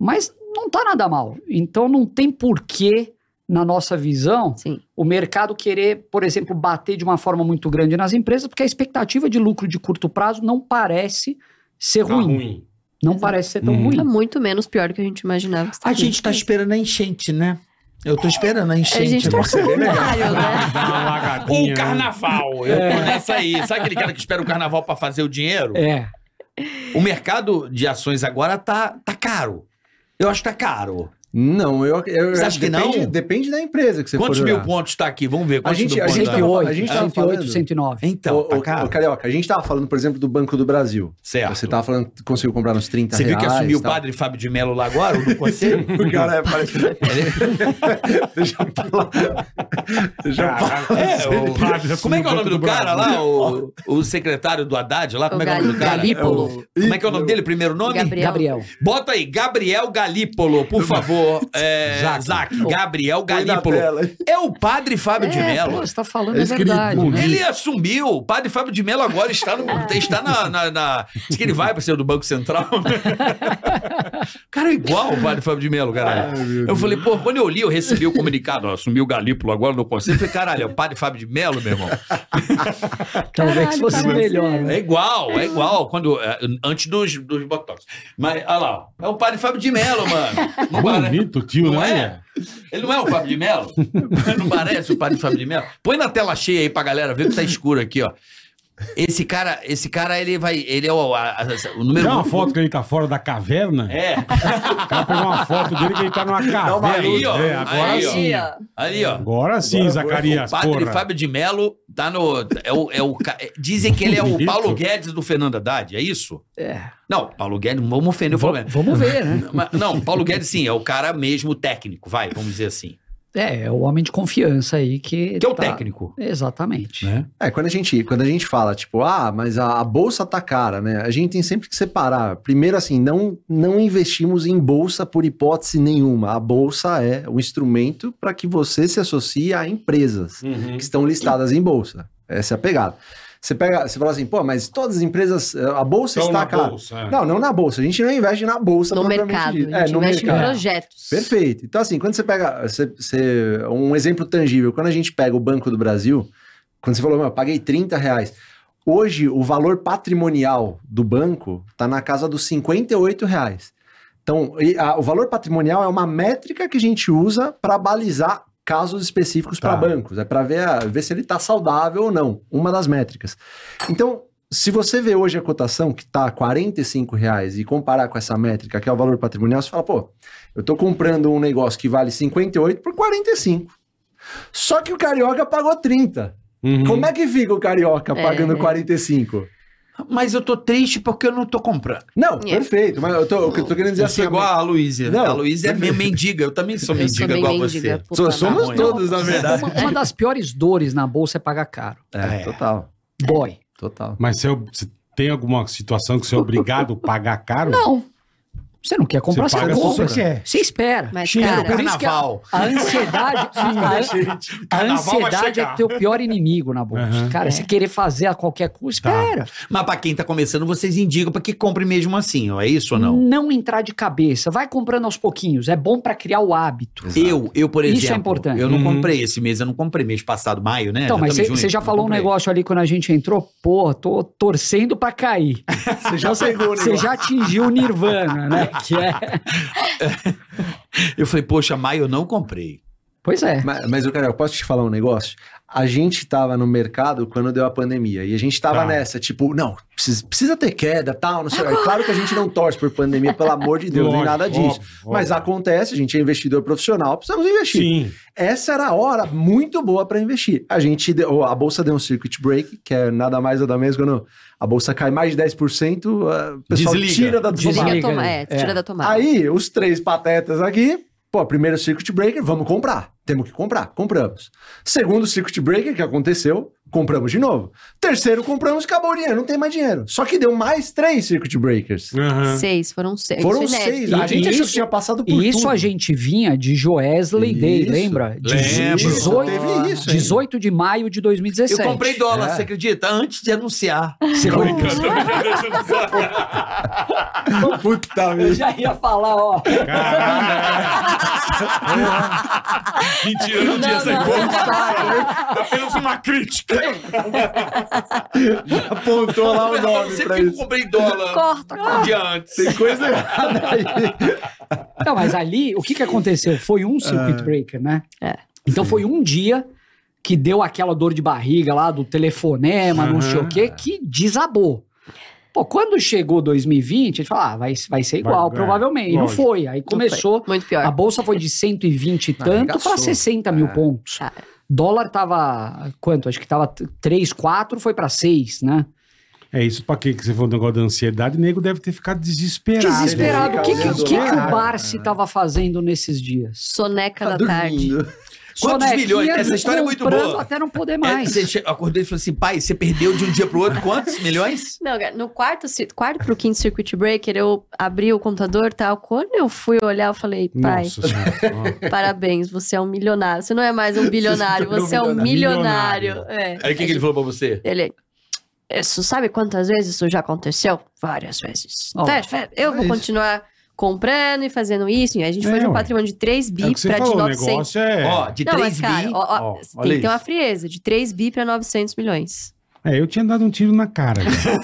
Mas não está nada mal. Então não tem porquê, na nossa visão,
Sim.
o mercado querer, por exemplo, bater de uma forma muito grande nas empresas, porque a expectativa de lucro de curto prazo não parece ser
Tá
ruim.
ruim.
Não parece ser tão
Uhum.
Tá
ruim.
muito menos pior do que a gente imaginava. que
A
estaria.
gente tá
<laughs>
esperando a enchente, né? Eu tô esperando a
A
enchente. né?
gente tá
agora.
com um galho,
É.
né?
Dá uma
O
lagadinha.
carnaval, eu
É.
tô nessa aí. Sabe aquele cara que espera o carnaval pra fazer o dinheiro?
É.
O mercado de ações agora tá, tá caro. Eu acho que tá caro.
Não, eu, eu
Você acha que
depende,
não?
Depende da empresa que você
Quantos
for
mil
olhar.
pontos tá aqui? Vamos ver.
A
Quantos
gente,
mil
a
pontos
gente
tá?
tava- a
108,
gente tava
108,
falando-
109.
Então,
Ô,
tá
ô,
caro.
ô, Carioca, a gente tava falando, por exemplo, do Banco do Brasil.
certo.
Você tava falando que conseguiu comprar nos 30
É. Você viu
reais. tá?
que assumiu o
tal.
padre Fábio de Mello lá agora,
<laughs>
o do conselho?
O cara é, parece
<laughs>
<laughs> Deixa eu falar. Deixa eu falar.
Caralho,
É,
ele
o-
sabe,
Como é que é o nome do cara
Brasil.
lá? O, o secretário do Haddad lá? Como é que é o nome do cara?
Galípolo.
Como é que é o nome dele? Primeiro nome?
Gabriel.
Gabriel.
Bota aí, Gabriel Galípolo, por favor. É, Zac. Gabriel
Põe na
Galípolo.
tela.
É o padre Fábio de
É,
Mello.
pô, você tá falando
É
é,
escrito
verdade.
bonito.
né?
Ele assumiu. O padre Fábio de Mello agora está, no, está na, na, na- Diz que ele vai para ser do Banco Central. O cara é igual o padre Fábio de Mello, caralho. eu falei, pô, quando eu li, eu recebi o comunicado. Ó, assumiu o Galípolo agora no conselho. Eu falei, caralho, é o padre Fábio de Mello, meu irmão.
Talvez
Caralho,
Então, fosse
parece-
melhor. né?
É igual, é igual. Quando, é, antes dos, dos Botox. Mas, olha lá, ó, é o padre Fábio de Mello, mano. Não parece-
Bonito, tio,
Não
né?
é? Ele não é o Fábio de
<laughs>
Mello? Não parece o padre Fábio de Mello? Põe na tela cheia aí pra galera ver que tá escuro aqui, ó. Esse cara, esse cara, ele vai. Ele é o, a- a- o número
Dá uma
um.
foto que ele tá fora da caverna.
É,
O cara pegou uma foto dele que ele tá numa
uma
caverna.
luz, ó.
É, agora
Aí, ó.
sim.
Aí, ó.
ali, ó.
Agora sim,
Agora
Zacarias.
O padre
porra.
Fábio de Mello tá no. É o, é o, ca- é- dizem que ele é o
Bonito.
Paulo Guedes do Fernando Haddad, é isso?
É.
Não, Paulo Guedes, não vamos ofender o
é-
Paulo Guedes.
Vamos ver, né?
Mas, Não, Paulo Guedes sim, é o cara mesmo técnico, vai, vamos dizer assim.
É, é o homem de confiança aí que.
Que é o
tá-
técnico.
Exatamente.
É, quando a gente, quando a gente fala, tipo, ah, mas a, a bolsa tá cara, né? A gente tem sempre que separar. Primeiro, assim, não, não investimos em bolsa por hipótese nenhuma. A bolsa é um instrumento para que você se associe a empresas
Uhum.
que estão listadas em bolsa. Essa é a pegada. Você pega, você fala assim, pô, mas todas as empresas, eh, a bolsa
Estão
está
na
cara.
bolsa, é.
Não, não na bolsa. A gente não investe na bolsa
No
propriamente
mercado.
dito.
A gente
é, no
investe
mercado.
em projetos.
Perfeito. Então, assim, quando você pega. você- você- um exemplo tangível, quando a gente pega o Banco do Brasil, quando você falou, meu, eu paguei 30 reais. Hoje, o valor patrimonial do banco está na casa dos 58 reais. Então, e a- o valor patrimonial é uma métrica que a gente usa para balizar casos específicos
Tá.
para bancos. É para ver, a- ver se ele está saudável ou não. Uma das métricas. Então, se você vê hoje a cotação que está R$ 45 reais e comparar com essa métrica, que é o valor patrimonial, você fala, pô, eu tô comprando um negócio que vale 58 por 45. Só que o carioca pagou 30.
Uhum.
Como é que fica o carioca
É.
pagando 45?
Mas eu tô triste porque eu não tô comprando.
Não,
É.
perfeito, mas eu tô, o que eu tô querendo dizer
Eu
assim,
sou igual a Luísa.
Não.
A Luísa é minha mendiga. Eu também sou
Eu sou
mendiga
bem
igual a
mendiga,
você.
puta
so-
merda.
somos
ruim.
todos, na É verdade.
Uma, uma das piores dores na bolsa é pagar caro.
É,
total,
Dói.
total.
Mas você, você tem alguma situação que você é obrigado a pagar caro?
Não. Você não quer comprar,
Você
você,
paga se
compra.
você quer.
Você espera.
Mas,
Cheiro,
cara,
Por isso que a,
carnaval.
a ansiedade, a,
Carnaval vai
ansiedade é
chegar.
teu pior inimigo na bolsa.
Aham.
Cara,
É.
se querer fazer a qualquer custo,
Tá.
espera.
Mas pra quem tá começando, vocês indicam pra que compre mesmo assim, ó. É isso ou não?
entrar de cabeça. Vai comprando aos pouquinhos. É bom pra criar o hábito.
Eu, eu, por
Isso é
exemplo.
importante.
Eu não
Uhum.
comprei esse mês, eu não comprei mês passado, maio, né?
Então, mas
estamos
você
junho,
você já
não
falou um
comprei.
negócio ali quando a gente entrou. Pô, tô torcendo pra cair.
Você já pegou, né?
Você já atingiu o Nirvana, né? Que é...
Eu falei, poxa, maio eu não comprei.
Pois é.
Mas, mas ô, Carioca, posso te falar um negócio? A gente tava no mercado quando deu a pandemia. E a gente tava
Tá.
nessa, tipo, não, precisa, precisa ter queda, tal, não sei. É claro que a gente não torce por pandemia, pelo amor de Deus, nem
Lógico,
nada disso.
óbvio, óbvio.
Mas acontece, a gente é investidor profissional, precisamos investir.
Sim.
Essa era a hora muito boa para investir. A gente deu- a bolsa deu um circuit break, que é nada mais nada menos quando a bolsa cai mais de 10%, o pessoal
Desliga.
tira da
Desliga.
Tira, a
Desliga.
toma- é,
É.
tira da tomada.
Aí, os três patetas aqui, pô, primeiro circuit breaker, vamos comprar. Temos que comprar, compramos. Segundo circuit breaker que aconteceu, compramos de novo. Terceiro, compramos, acabou o dinheiro, não tem mais dinheiro. Só que deu mais três circuit breakers.
Aham.
Seis, foram seis.
Foram
Isso é inédito.
seis. A
E
gente achou que
isso-
tinha passado por
E isso
tudo.
a gente vinha de Joesley Day,
Isso.
lembra? De-
Lembro.
18,
Teve isso, hein?
18 de maio de 2017.
Eu comprei dólar,
É.
você acredita? Antes de anunciar.
Você comprou?
<laughs> Puta
Eu
merda.
<laughs> já ia falar, ó.
Mentira, não tinha essa informação. Apenas uma crítica.
Apontou lá o
Eu
um nome
não sei
pra
porque eu
isso.
comprei dólar
Corta, corta.
um dia antes.
Tem
<laughs>
coisa errada aí.
Não, mas ali, o que, que aconteceu? Foi um circuit breaker, né?
É.
Então foi um dia que deu aquela dor de barriga lá do telefonema, não sei o quê, que desabou. Pô, quando chegou 2020, a gente falou, ah, vai, vai ser
Vai-
igual,
é,
provavelmente. E não
lógico.
foi. Aí
Não foi.
começou,
Muito
a
pior.
bolsa foi de 120 e tanto
Arregaçou.
para 60 mil
É.
pontos.
Cara.
Dólar tava, quanto? Acho que tava 3, 4, foi pra 6, né?
É isso pra quê que você falou do negócio da ansiedade, o nego deve ter ficado desesperado.
Desesperado. O que, que,
Desesperado.
que, que o Barsi tava fazendo nesses dias?
Soneca da tarde.
Tá Dormindo.
Quantos
Sonequinha
milhões? Essa história é muito boa.
né, comprando Até não poder
É,
mais.
você che- acordou e falou assim, pai, você perdeu de um dia pro outro quantos milhões?
Não, cara, no quarto, cir- quarto pro quinto circuit breaker, eu abri o computador e tal. Quando eu fui olhar, eu falei, pai,
Nossa senhora. é
parabéns, você é um milionário. Você não é mais um bilionário,
tornou
você é um
milionário.
milionário. É.
Aí o que, que ele falou pra você?
Ele. Isso, sabe quantas vezes isso já aconteceu? Várias vezes.
Ó.
Tá, tá, eu
É
vou
isso.
continuar comprando e fazendo isso. E a gente foi de
É,
um
ué.
patrimônio de 3
É o
bi
que você
pra de
falou, o
900.
negócio é...
Ó, de
Não,
3
mas
bi.
cara, ó, ó,
Ó,
tem
olha
que ter uma
isso.
frieza. De 3 bi pra 900 milhões.
É, eu tinha dado um tiro na cara. velho.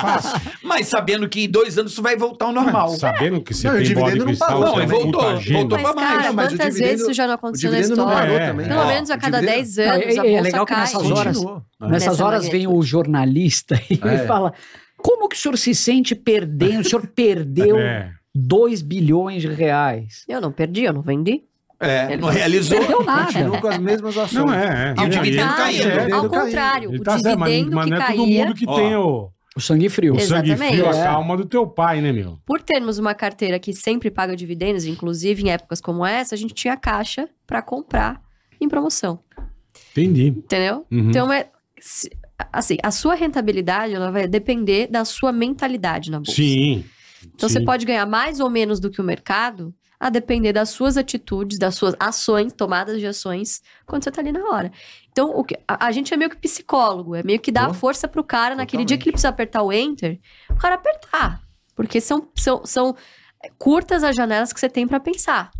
Fácil.
<laughs>
Mas sabendo que em dois anos isso vai voltar ao normal.
Sabendo que você
Não, e o
tem bode
dividendo não
cristal,
parou.
você é
Não,
uma
e voltou,
puta gênio.
voltou.
Mas,
pra mais.
cara,
Não, mas o
quantas
dividendo-
vezes isso já não
O
aconteceu na
dividendo não
história?
parou
É.
também.
Pelo
Ó,
menos a
o
cada
dividendo
10 anos
É,
a
é
bolsa
legal que
cai.
nessas horas-
continuou.
Nessas
Nessa
horas
magnitude.
vem o jornalista <laughs> e
É.
fala: como que o senhor se sente perdendo? O senhor
<laughs>
perdeu
É.
2 bilhões de reais.
Eu não perdi, eu não vendi.
É,
Ele
não realizou. <laughs>
Perdeu nada.
Continua com as mesmas ações.
Não, é, é.
E o dividendo
Ele-
caindo.
ele- tá
Ao
dividendo caindo.
contrário,
ele
o
tá certo, mas-
dividendo
mas
que
não é todo
caía...
mundo que
Ó. É.
tem o,
O sangue frio.
o sangue frio, a
Exatamente.
calma do teu pai, né, meu?
Por termos uma carteira que sempre paga dividendos, inclusive em épocas como essa, a gente tinha caixa pra comprar em promoção,
Entendi.
entendeu?
Uhum.
Então é se- assim, a sua rentabilidade ela vai depender da sua mentalidade na bolsa.
Sim.
então você
sim.
pode ganhar mais ou menos do que o mercado, a depender das suas atitudes, das suas ações, tomadas de ações quando você tá ali na hora. Então o que- a, a gente é meio que psicólogo, é meio que dá
Pô,
a força pro cara naquele dia
totalmente.
que ele precisa apertar o enter, o cara apertar, porque são são, são é, curtas as janelas que você tem pra pensar.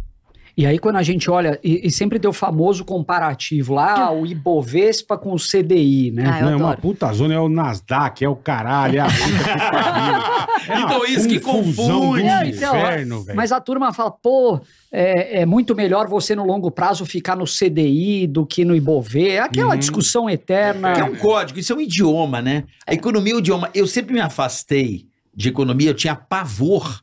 E aí, quando a gente olha, e, e sempre deu o famoso comparativo lá, o Ibovespa com o CDI, né?
Ah, eu
Não, é uma
adoro.
puta zona, é o Nasdaq, é o caralho, é a puta que pariu. É uma
<laughs> Então, isso que
confusão do
confunde.
Não, então,
inferno, velho.
Mas a turma fala, pô, é, é muito melhor você no longo prazo ficar no CDI do que no Ibovê. Aquela
Uhum.
discussão eterna.
Que é um código, isso é um idioma, né? A economia é um idioma. Eu sempre me afastei de economia, eu tinha pavor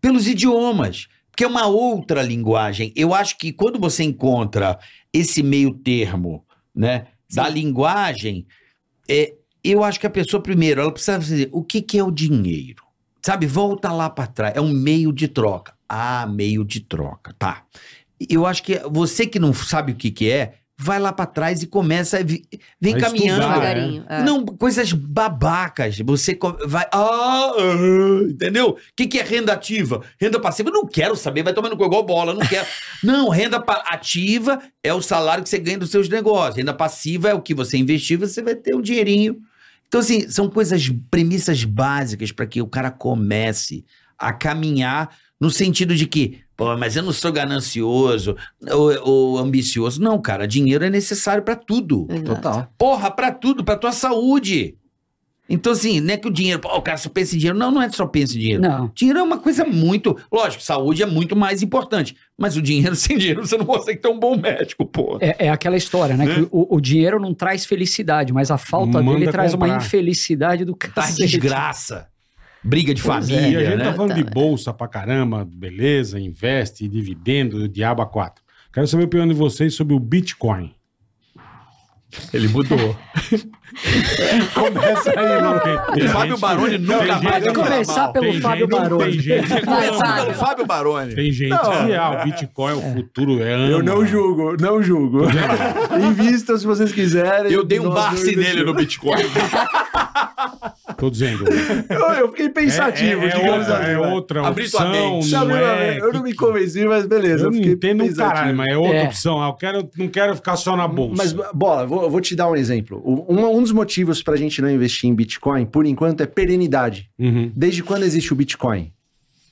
pelos idiomas, porque é uma outra linguagem. Eu acho que quando você encontra esse meio termo, né, da linguagem, é, eu acho que a pessoa, primeiro, ela precisa dizer o que, que é o dinheiro. Sabe, volta lá para trás. É um meio de troca. Ah, meio de troca, tá. Eu acho que você que não sabe o que, que é, vai lá para trás e começa a vi- vem
Vai
caminhando.
estudar, né?
devagarinho. é.
Ah, Não, coisas babacas. Você co- vai. Ah, ah, entendeu? O que, que é renda ativa? Renda passiva? Eu não quero saber, vai tomando é igual bola, não quero. não, renda pa- ativa é o salário que você ganha dos seus negócios. Renda passiva é o que você investir, você vai ter um dinheirinho. Então, assim, são coisas, premissas básicas para que o cara comece a caminhar no sentido de que, pô, mas eu não sou ganancioso ou, ou ambicioso. Não, cara, dinheiro é necessário para tudo.
Exato.
Total.
Porra, pra tudo, pra tua saúde. Então, assim, não é que o dinheiro. pô, o cara só pensa em dinheiro. Não, não é só pensa em dinheiro.
Não.
Dinheiro é uma coisa muito. Lógico, saúde é muito mais importante. Mas o dinheiro, <laughs> sem dinheiro, você não consegue ter um bom médico, porra.
É, é aquela história, né?
Né?
Que o, o dinheiro não traz felicidade, mas a falta
Manda
dele traz uma
comprar.
infelicidade do
Tá
cacete.
desgraça. Briga de
E a
família,
gente tá
né?
falando de bolsa pra caramba, beleza, investe, dividendo, diabo a quatro. Quero saber a opinião de vocês sobre o Bitcoin.
Ele
<laughs>
mudou.
Começa aí, não tem. tem
Fábio
gente-
Baroni
tem
nunca
gente-
mais
Pode
Não,
começar
não,
pelo
tem
Fábio
gente- não,
Baroni.
Tem gente,
Vai,
Fábio,
Fábio.
Fábio Baroni.
tem gente que ah, o Bitcoin é o futuro, é ama.
Eu não julgo, não julgo. <laughs> Invistam se vocês quiserem.
Eu dei um
Nós
barce
não
nele no Bitcoin.
Tô dizendo.
<laughs> Eu, eu fiquei pensativo,
é, é, é,
digamos
outra,
assim.
é
vai.
outra
Abri tua
opção,
mente.
Sabe,
não é...
eu não me convenci, mas beleza.
Eu não
fiquei
entendo um
pensativo.
caralho, mas é outra
É.
opção. Ah, Eu quero, não quero ficar só na bolsa.
Mas, Bola, vou, vou te dar um exemplo. O- Um, um dos motivos para a gente não investir em Bitcoin, por enquanto, é perenidade.
Uhum.
Desde quando existe o Bitcoin?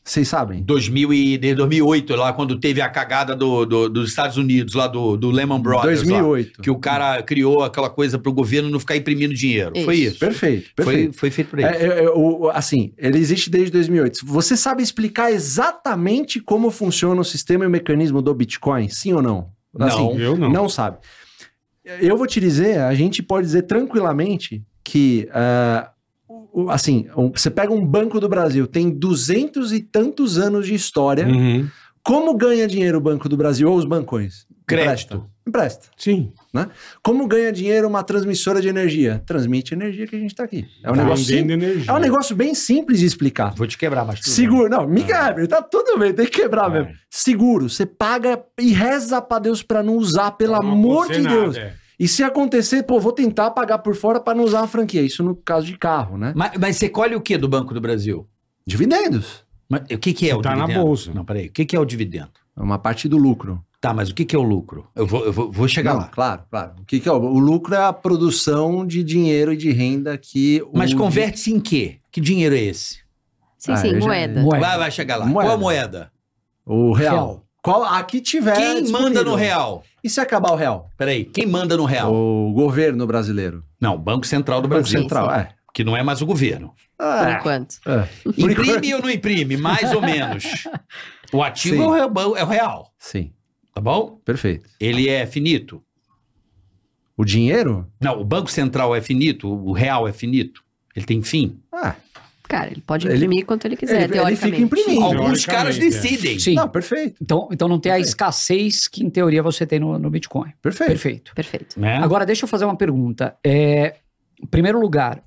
Vocês sabem?
2000 e, desde 2008, lá quando teve a cagada do, do- dos Estados Unidos, lá do, do Lehman Brothers. lá,
2008.
que o cara criou aquela coisa pro governo não ficar imprimindo dinheiro.
Isso.
Foi isso.
Perfeito,
Foi,
perfeito.
foi feito por ele.
É, é, é, o- o- assim, ele existe desde 2008. Você sabe explicar exatamente como funciona o sistema e o mecanismo do Bitcoin? Sim ou não?
Não.
Assim,
Eu não.
não. sabe. Eu vou te dizer, a gente pode dizer tranquilamente que, ah, o- o- assim, um- você pega um Banco do Brasil, tem duzentos e tantos anos de história.
Uhum.
Como ganha dinheiro o Banco do Brasil ou os bancões?
Crédito.
Empresta. Empresta.
Sim.
Como ganha dinheiro uma transmissora de energia? Transmite energia que a gente está aqui. É um negócio
Tá Vendendo
simples.
energia.
É um negócio bem simples de explicar.
Vou te quebrar, mas tudo
Seguro, não, me quebra, tá tudo bem, tem que quebrar
É.
mesmo. Seguro, você paga e reza pra Deus pra não usar, pelo
Não
amor de
acontecer nada,
Deus.
é.
E se acontecer, pô, vou tentar pagar por fora pra não usar a franquia. Isso no caso de carro, né?
bem. Mas, mas você colhe o que do Banco do Brasil?
Dividendos,
Mas, o que, que é o
Tá na
dividendo?
bolsa.
Não, peraí. O que, que é o dividendo?
é uma parte do lucro.
Tá, mas o que, que é o lucro? Eu vou, eu vou, vou chegar
Não,
lá.
Claro, claro. O que, que é o, o lucro? É a produção de dinheiro e de renda que. o-
Mas converte-se em quê? Que dinheiro é esse?
Sim,
Ah, eu
sim,
já-
moeda.
Moeda.
Vai, vai chegar lá.
Moeda.
Qual a moeda?
O real.
Real.
Qual aqui tiver?
quem manda
É disponível.
no real?
E se acabar o real?
Peraí, quem manda no real?
O governo brasileiro.
Não, Banco Central do
O Banco
Brasil.
Central,
sim.
é.
Que não é mais o governo.
Por
É.
enquanto.
é. Por enquanto-
Imprime ou não imprime? Mais ou
<laughs>
menos. O ativo
Sim.
é o, real, é o real,
Sim,
tá bom?
perfeito.
Ele é finito.
O dinheiro?
Não, o Banco Central é finito, o real é finito. Ele tem fim.
Ah,
Cara, ele pode
Ele-
imprimir quanto ele quiser,
ele- ele
é, teoricamente.
fica imprimindo.
Alguns caras
Teoricamente, é.
decidem.
Sim.
não, perfeito,
Então, então não tem a escassez que, em teoria, você tem no, no Bitcoin.
perfeito.
Perfeito.
Perfeito.
Né?
Agora, deixa eu fazer uma pergunta. É, em primeiro lugar,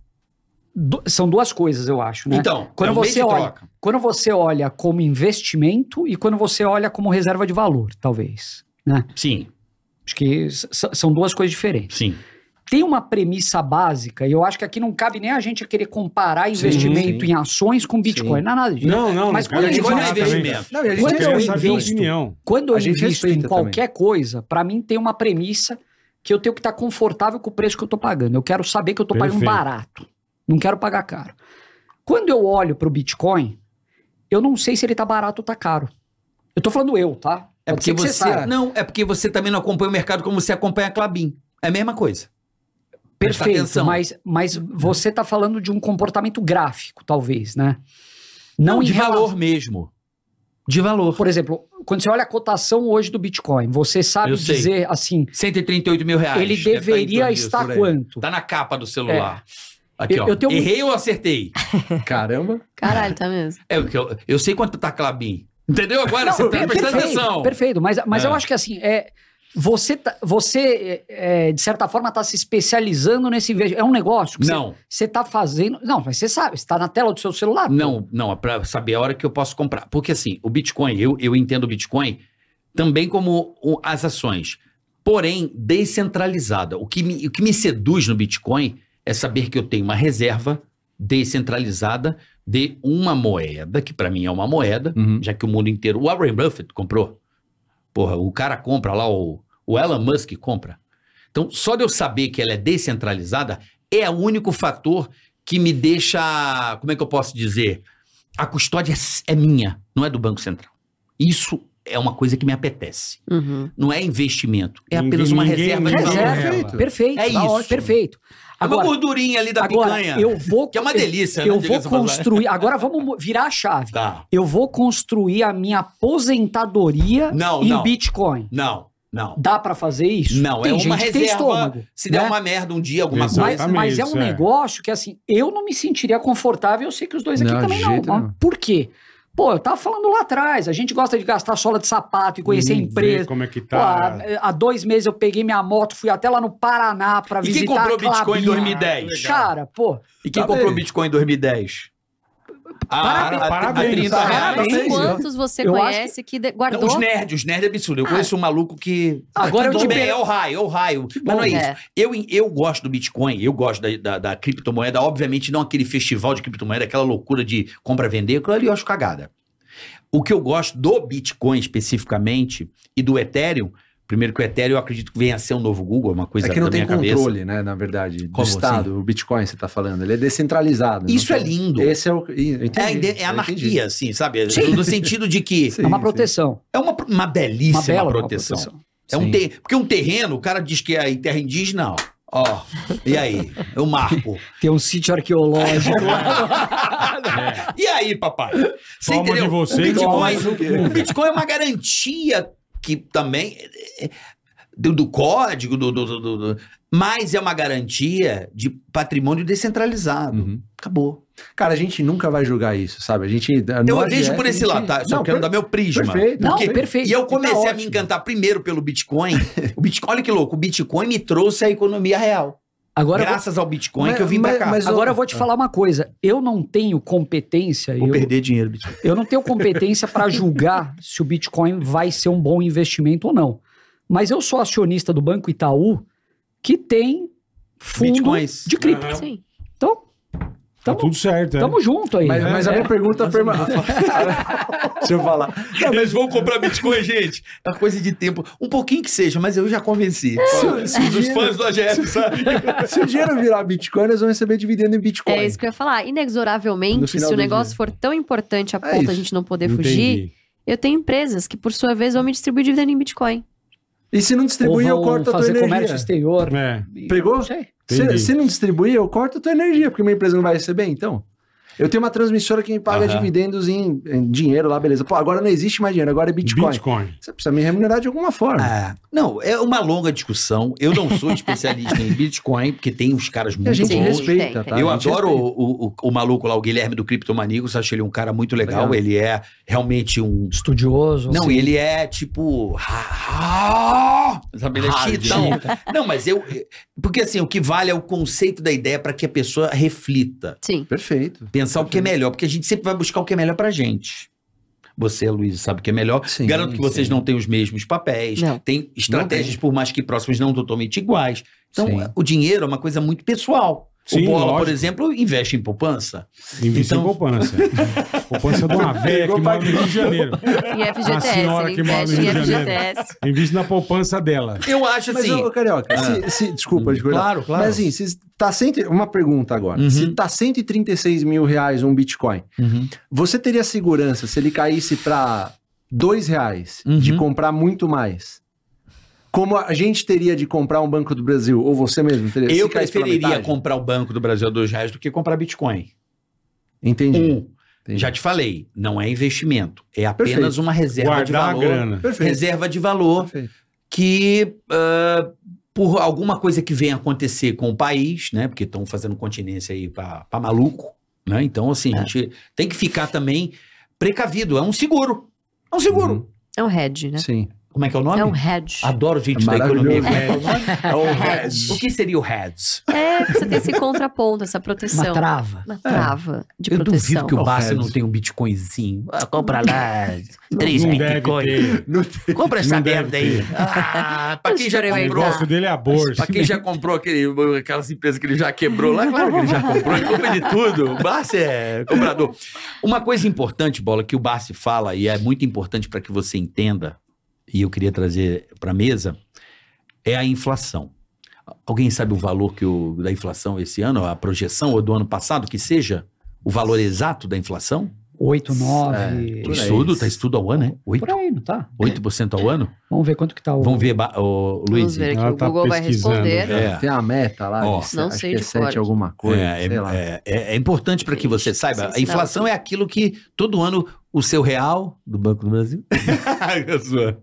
du- são duas coisas, eu acho, né?
Então,
Quando
é um meio
você
de
olha-
troca.
Quando você olha como investimento e quando você olha como reserva de valor, talvez.
Sim,
Acho que s- s- são duas coisas diferentes.
sim.
Tem uma premissa básica, e eu acho que aqui não cabe nem a gente querer comparar investimento em ações com Bitcoin,
Sim.
não é nada disso.
Não, não.
Mas
não quero
quando
nem
ele
falar
vai-
também.
investimento.
Não, e a
é
gente
Eu
tem
Quando
um
eu
quero
que
saber a
invisto-
opinião.
Quando eu
A gente
invisto em
respeita também.
qualquer coisa, pra mim tem uma premissa que eu tenho que estar confortável com o preço que eu tô pagando. Eu quero saber que eu tô pagando
Perfeito.
barato. Não quero pagar caro. Quando eu olho pro Bitcoin, eu não sei se ele tá barato ou tá caro. Eu tô falando eu, tá?
É
Pode ser
porque
que
você.
saiba.
não, é porque você também não acompanha o mercado como você acompanha a Clabin. É a mesma coisa. Presta
Perfeito,
atenção.
mas, mas você está falando de um comportamento gráfico, talvez, né? Não,
de
em rela-
valor mesmo. De valor.
Por exemplo, quando você olha a cotação hoje do Bitcoin, você sabe
Eu sei.
dizer assim,
138 mil reais.
ele
Deve estar em
deveria
torno disso,
estar
por aí.
quanto? É.
Tá na capa do celular. Aqui,
Eu-
ó.
eu tenho um- muito-
Errei ou acertei?
Caramba.
Caralho, tá mesmo.
É, o que eu, eu sei quanto tá Clabin. Entendeu? Agora
Não,
você tem que
per-
prestar
perfeito,
atenção.
perfeito, mas, mas
É.
eu acho que assim, é, você, tá- você é, é, de certa forma, está se especializando nesse investimento. É um negócio que você-
Não,
você está fazendo. Não, mas você sabe, está na tela do seu celular.
não, não. É pra saber a hora que eu posso comprar. Porque assim, o Bitcoin, eu, eu entendo o Bitcoin também como o- as ações. Porém, descentralizada. O que, me, o que me seduz no Bitcoin é saber que eu tenho uma reserva descentralizada de uma moeda, que pra mim é uma moeda,
Uhum.
já que o mundo inteiro. O Warren Buffett comprou. Porra, o cara compra lá, o, o Elon Musk compra. Então, só de eu saber que ela é descentralizada é o único fator que me deixa. Como é que eu posso dizer? A custódia é s- é minha, não é do Banco Central. Isso é uma coisa que me apetece.
Uhum.
Não é investimento, é
Ninguém-
apenas uma
ninguém-
reserva de
ninguém-
valor.
Reserva,
Perfeito.
perfeito.
É
tá
isso.
ótimo, Perfeito.
É uma
Agora,
gordurinha ali da
agora
picanha.
eu vou.
Que é uma delícia, né?
Eu vou
Diga-se de passagem.
construir. Agora vamos mo- virar a chave.
Tá.
Eu vou construir a minha aposentadoria
Não,
em
não.
Bitcoin.
Não, não.
Dá pra fazer isso?
Não, é
Tem
uma
gente que tem
reserva,
estômago.
Se der
né?
uma merda um dia, alguma
Exato.
coisa.
Exatamente,
Mas, mas é um
isso é.
negócio que, assim, eu não me sentiria confortável, eu sei que os dois aqui
Não, de
também não.
jeito
mas
nenhum.
Por quê? Pô, eu tava falando lá atrás, a gente gosta de gastar sola de sapato e conhecer
Hum,
empresa.
ver como é que
Pô, há,
tá.
há dois meses eu peguei minha moto, fui até lá no Paraná pra
E quem
visitar
comprou
a Clabinha.
Bitcoin em
Ah,
2010?
Cara, pô, é
E quem
Tá
comprou
bem.
Bitcoin em 2010? Ah,
Parabéns. Parabéns.
Parabéns.
reais.
Sim,
Quantos você
Eu acho
conhece que, de-
Não,
guardou?
Os nerds, os nerds é absurdo. Eu conheço um maluco que.
Ah. Agora
Ah,
eu
tudo
te
bem,
pe-
é o raio, é o raio. Mas não é
né?
isso.
É.
Eu, eu gosto do Bitcoin, eu gosto da, da, da criptomoeda, obviamente não aquele festival de criptomoeda, aquela loucura de compra-vender, aquilo ali eu acho cagada. O que eu gosto do Bitcoin especificamente e do Ethereum, primeiro que o Ethereum eu acredito que venha a ser um novo Google, uma coisa
É que não
da
tem
minha cabeça.
controle, né, na verdade,
Como
do Estado. O Bitcoin, você tá falando. Ele é descentralizado.
Isso
não
é
tem-
lindo.
Esse é o... Ih, eu
É, a
entendi,
ide- é
eu entendi.
anarquia, assim, sabe?
Sim.
No sentido de que
<laughs> Sim,
é uma
sim.
proteção.
é uma, uma belíssima
Uma bela uma
proteção.
proteção.
É um
Sim.
ter... Porque um terreno, o cara diz que é em terra indígena, ó. Ó, e aí? Eu marco.
Tem um sítio
<laughs>
arqueológico.
E aí, papai? Você
Toma
entendeu?
de você,
o,
toma
de
Bitcoin,
você.
o Bitcoin é uma garantia que também. é- é- Do, do código, do, do, do- do- do- mas é uma garantia de patrimônio descentralizado.
Uhum.
Acabou.
Cara, a gente nunca vai julgar isso, sabe? A é gente...
Eu vejo por esse lado, tá? Só
Não,
quero
per-
dar meu prisma.
Perfeito.
Não,
perfeito.
perfeito.
E eu comecei
tá
a me
ótimo.
encantar primeiro pelo Bitcoin. O Bitcoin, olha que louco, o Bitcoin me trouxe a economia real.
Agora, eu vou-
Graças ao Bitcoin
Mas-
é que eu vim pra
mas-
cá.
mas-
agora eu vou te falar uma coisa. Eu não tenho competência,
Vou
eu,
perder dinheiro, <laughs> Bitcoin.
eu não tenho competência para julgar se o Bitcoin vai ser um bom investimento ou não. Mas eu sou acionista do Banco Itaú, que tem fundo
Bitcoins.
de cripto.
Aham.
Sim.
Então,
Tá
tamo,
tudo certo, é.
tamo junto aí.
Mas, mas a
É.
minha pergunta permanece. Deixa eu falar.
Eles vão comprar Bitcoin, gente. É uma coisa de tempo. Um pouquinho que seja, mas eu já convenci.
Se- se o
Os
É, dinheiro-
fãs do
<laughs>
AGF, sabe?
<laughs> Se o dinheiro virar Bitcoin, eles vão receber dividendo em Bitcoin.
É isso que eu ia falar.
No
Inexoravelmente,
final
se o
do
negócio
dia.
for tão importante a
É
ponto a
isso.
gente não poder
Entendi.
fugir, eu tenho empresas que, por sua vez, vão me distribuir dividendo em Bitcoin.
E se não
Ou
distribuir, eu
vão
corto a tua
fazer comércio
energia.
exterior.
É.
Pegou?
Sei.
Entendi.
Se, se não distribuir, eu corto a tua energia, porque minha empresa não vai receber, então. Eu tenho uma transmissora que me paga
Aham.
dividendos em, em dinheiro lá, beleza. Pô, agora não existe mais dinheiro, agora é Bitcoin.
Bitcoin.
Você precisa me remunerar de alguma forma.
Ah, não, é uma longa discussão. Eu não sou especialista em Bitcoin, porque tem uns caras
E a
muito
gente
bom.
bons.
respeita, tá?
eu
A gente
adoro
respeita.
o, o, o maluco lá, o Guilherme do Criptomaníacos, acho ele um cara muito legal.
Legal.
Ele é realmente um.
Estudioso.
Não,
assim.
ele é tipo. Ah, Sabe, ele é
Hard.
chitão. Não, mas eu. Porque assim, o que vale é o conceito da ideia para que a pessoa reflita.
Sim.
Perfeito.
pensar o que é melhor, porque a gente sempre vai buscar o que é melhor pra gente. Você, Luiz, sabe o que é melhor.
Sim,
Garanto que vocês
sim.
não têm os mesmos papéis,
Não.
tem estratégias, por mais que próximas, não totalmente iguais. Então,
Sim.
o dinheiro é uma coisa muito pessoal.
Sim,
o Bola, por
lógico.
exemplo, investe em poupança.
Invista
Então-
em poupança.
<laughs>
poupança de uma velha que
Pegou
mora no
pra
Rio de Janeiro.
E FGTS,
Ah, senhora
ele
que mora no
investe em
Rio de Janeiro.
FGTS.
Invista na poupança dela.
Eu acho
Mas,
assim.
ô, Carioca,
Ah.
se, se- desculpa de cortar.
Claro, claro.
Mas assim, se tá cento, uma pergunta agora.
Uhum.
Se tá 136 mil reais um Bitcoin,
Uhum.
Você teria segurança se ele caísse para dois reais de
Uhum.
comprar muito mais? Como a gente teria de comprar um Banco do Brasil? Ou você mesmo teria?
Eu
se caísse pra
preferiria
metade?
comprar o Banco do Brasil a dois reais do que comprar Bitcoin.
Entendi.
Um,
entendi.
já te falei, não é investimento. É apenas
Perfeito.
uma reserva de
Guardar a
valor.
grana.
Perfeito.
Reserva de valor
perfeito.
que ah, por alguma coisa que venha acontecer com o país, né? Porque estão fazendo continência aí pra pra maluco, né? Então, assim, a gente tem que ficar também precavido. É um seguro. É um seguro.
Uhum.
É um hedge, né?
Sim.
Como é que é o nome?
É um hedge.
Ah.
Adoro gente
É
da economia.
maravilhoso.
É o
Hedge.
O que seria o heads?
É, você tem esse contraponto, essa proteção.
Uma trava.
Uma trava de
Eu
proteção.
duvido que o
É o
Bárcio
heads.
não tenha um bitcoinzinho. Ah, compra lá. Três
Não deve
bitcoins.
ter.
Compra essa
Não deve
merda aí. Ah, pra quem já
Experimentar.
O
comprou,
negócio dele é a bolsa.
Pra quem já comprou aquele, aquelas empresas que ele já quebrou lá, claro que ele já comprou, ele compra de tudo. O Barsi é comprador. Uma coisa importante, Bola, que o Barsi fala, e é muito importante para que você entenda, e eu queria trazer para mesa, é a inflação. Alguém sabe o valor que o, da inflação esse ano, a projeção, ou do ano passado, que seja? O valor exato da inflação?
8, 9.
É, Por aí.
estudo, tá estudo ao ano, né?
Por
8%,
aí, não tá?
8% ao ano?
Vamos ver quanto que tá o.
Vamos ver, Ba- ô,
Vamos
Luiz.
ver aqui,
Ela
o
tá
Google vai
pesquisando
responder.
já.
É.
Tem a meta lá.
Ó.
de se-
Não
acho
sei
que é
de
7
cor.
alguma coisa.
é,
sei lá.
é, é- é importante para que você
Gente,
saiba. A
sensacional.
inflação é aquilo que todo ano o seu real do Banco do Brasil <laughs> eu zoando.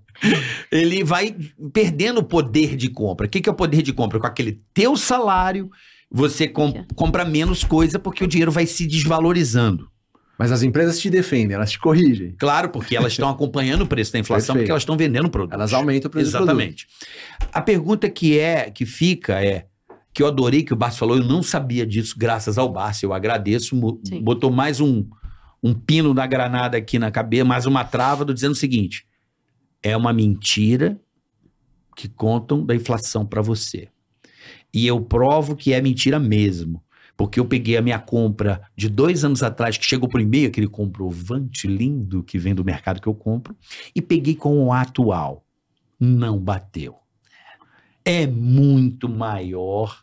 ele vai perdendo o poder de compra. O que, que é o poder de compra? Com aquele teu salário, você com- compra menos coisa porque o dinheiro vai se desvalorizando.
Mas as empresas te defendem, elas te corrigem.
Claro, porque elas estão acompanhando o preço da inflação,
Perfeito.
porque elas estão vendendo produtos.
Elas aumentam o preço do
Exatamente. A pergunta que é, que fica é, que eu adorei que o Barça falou, eu não sabia disso, graças ao Barça, eu agradeço, mo-
Sim.
botou mais um, um pino na granada aqui na cabeça, mais uma trava, do dizendo o seguinte, é uma mentira que contam da inflação para você. E eu provo que é mentira mesmo. Porque eu peguei a minha compra de dois anos atrás, que chegou por e-mail, aquele comprovante lindo que vem do mercado que eu compro, e peguei com o atual. Não bateu. É muito maior.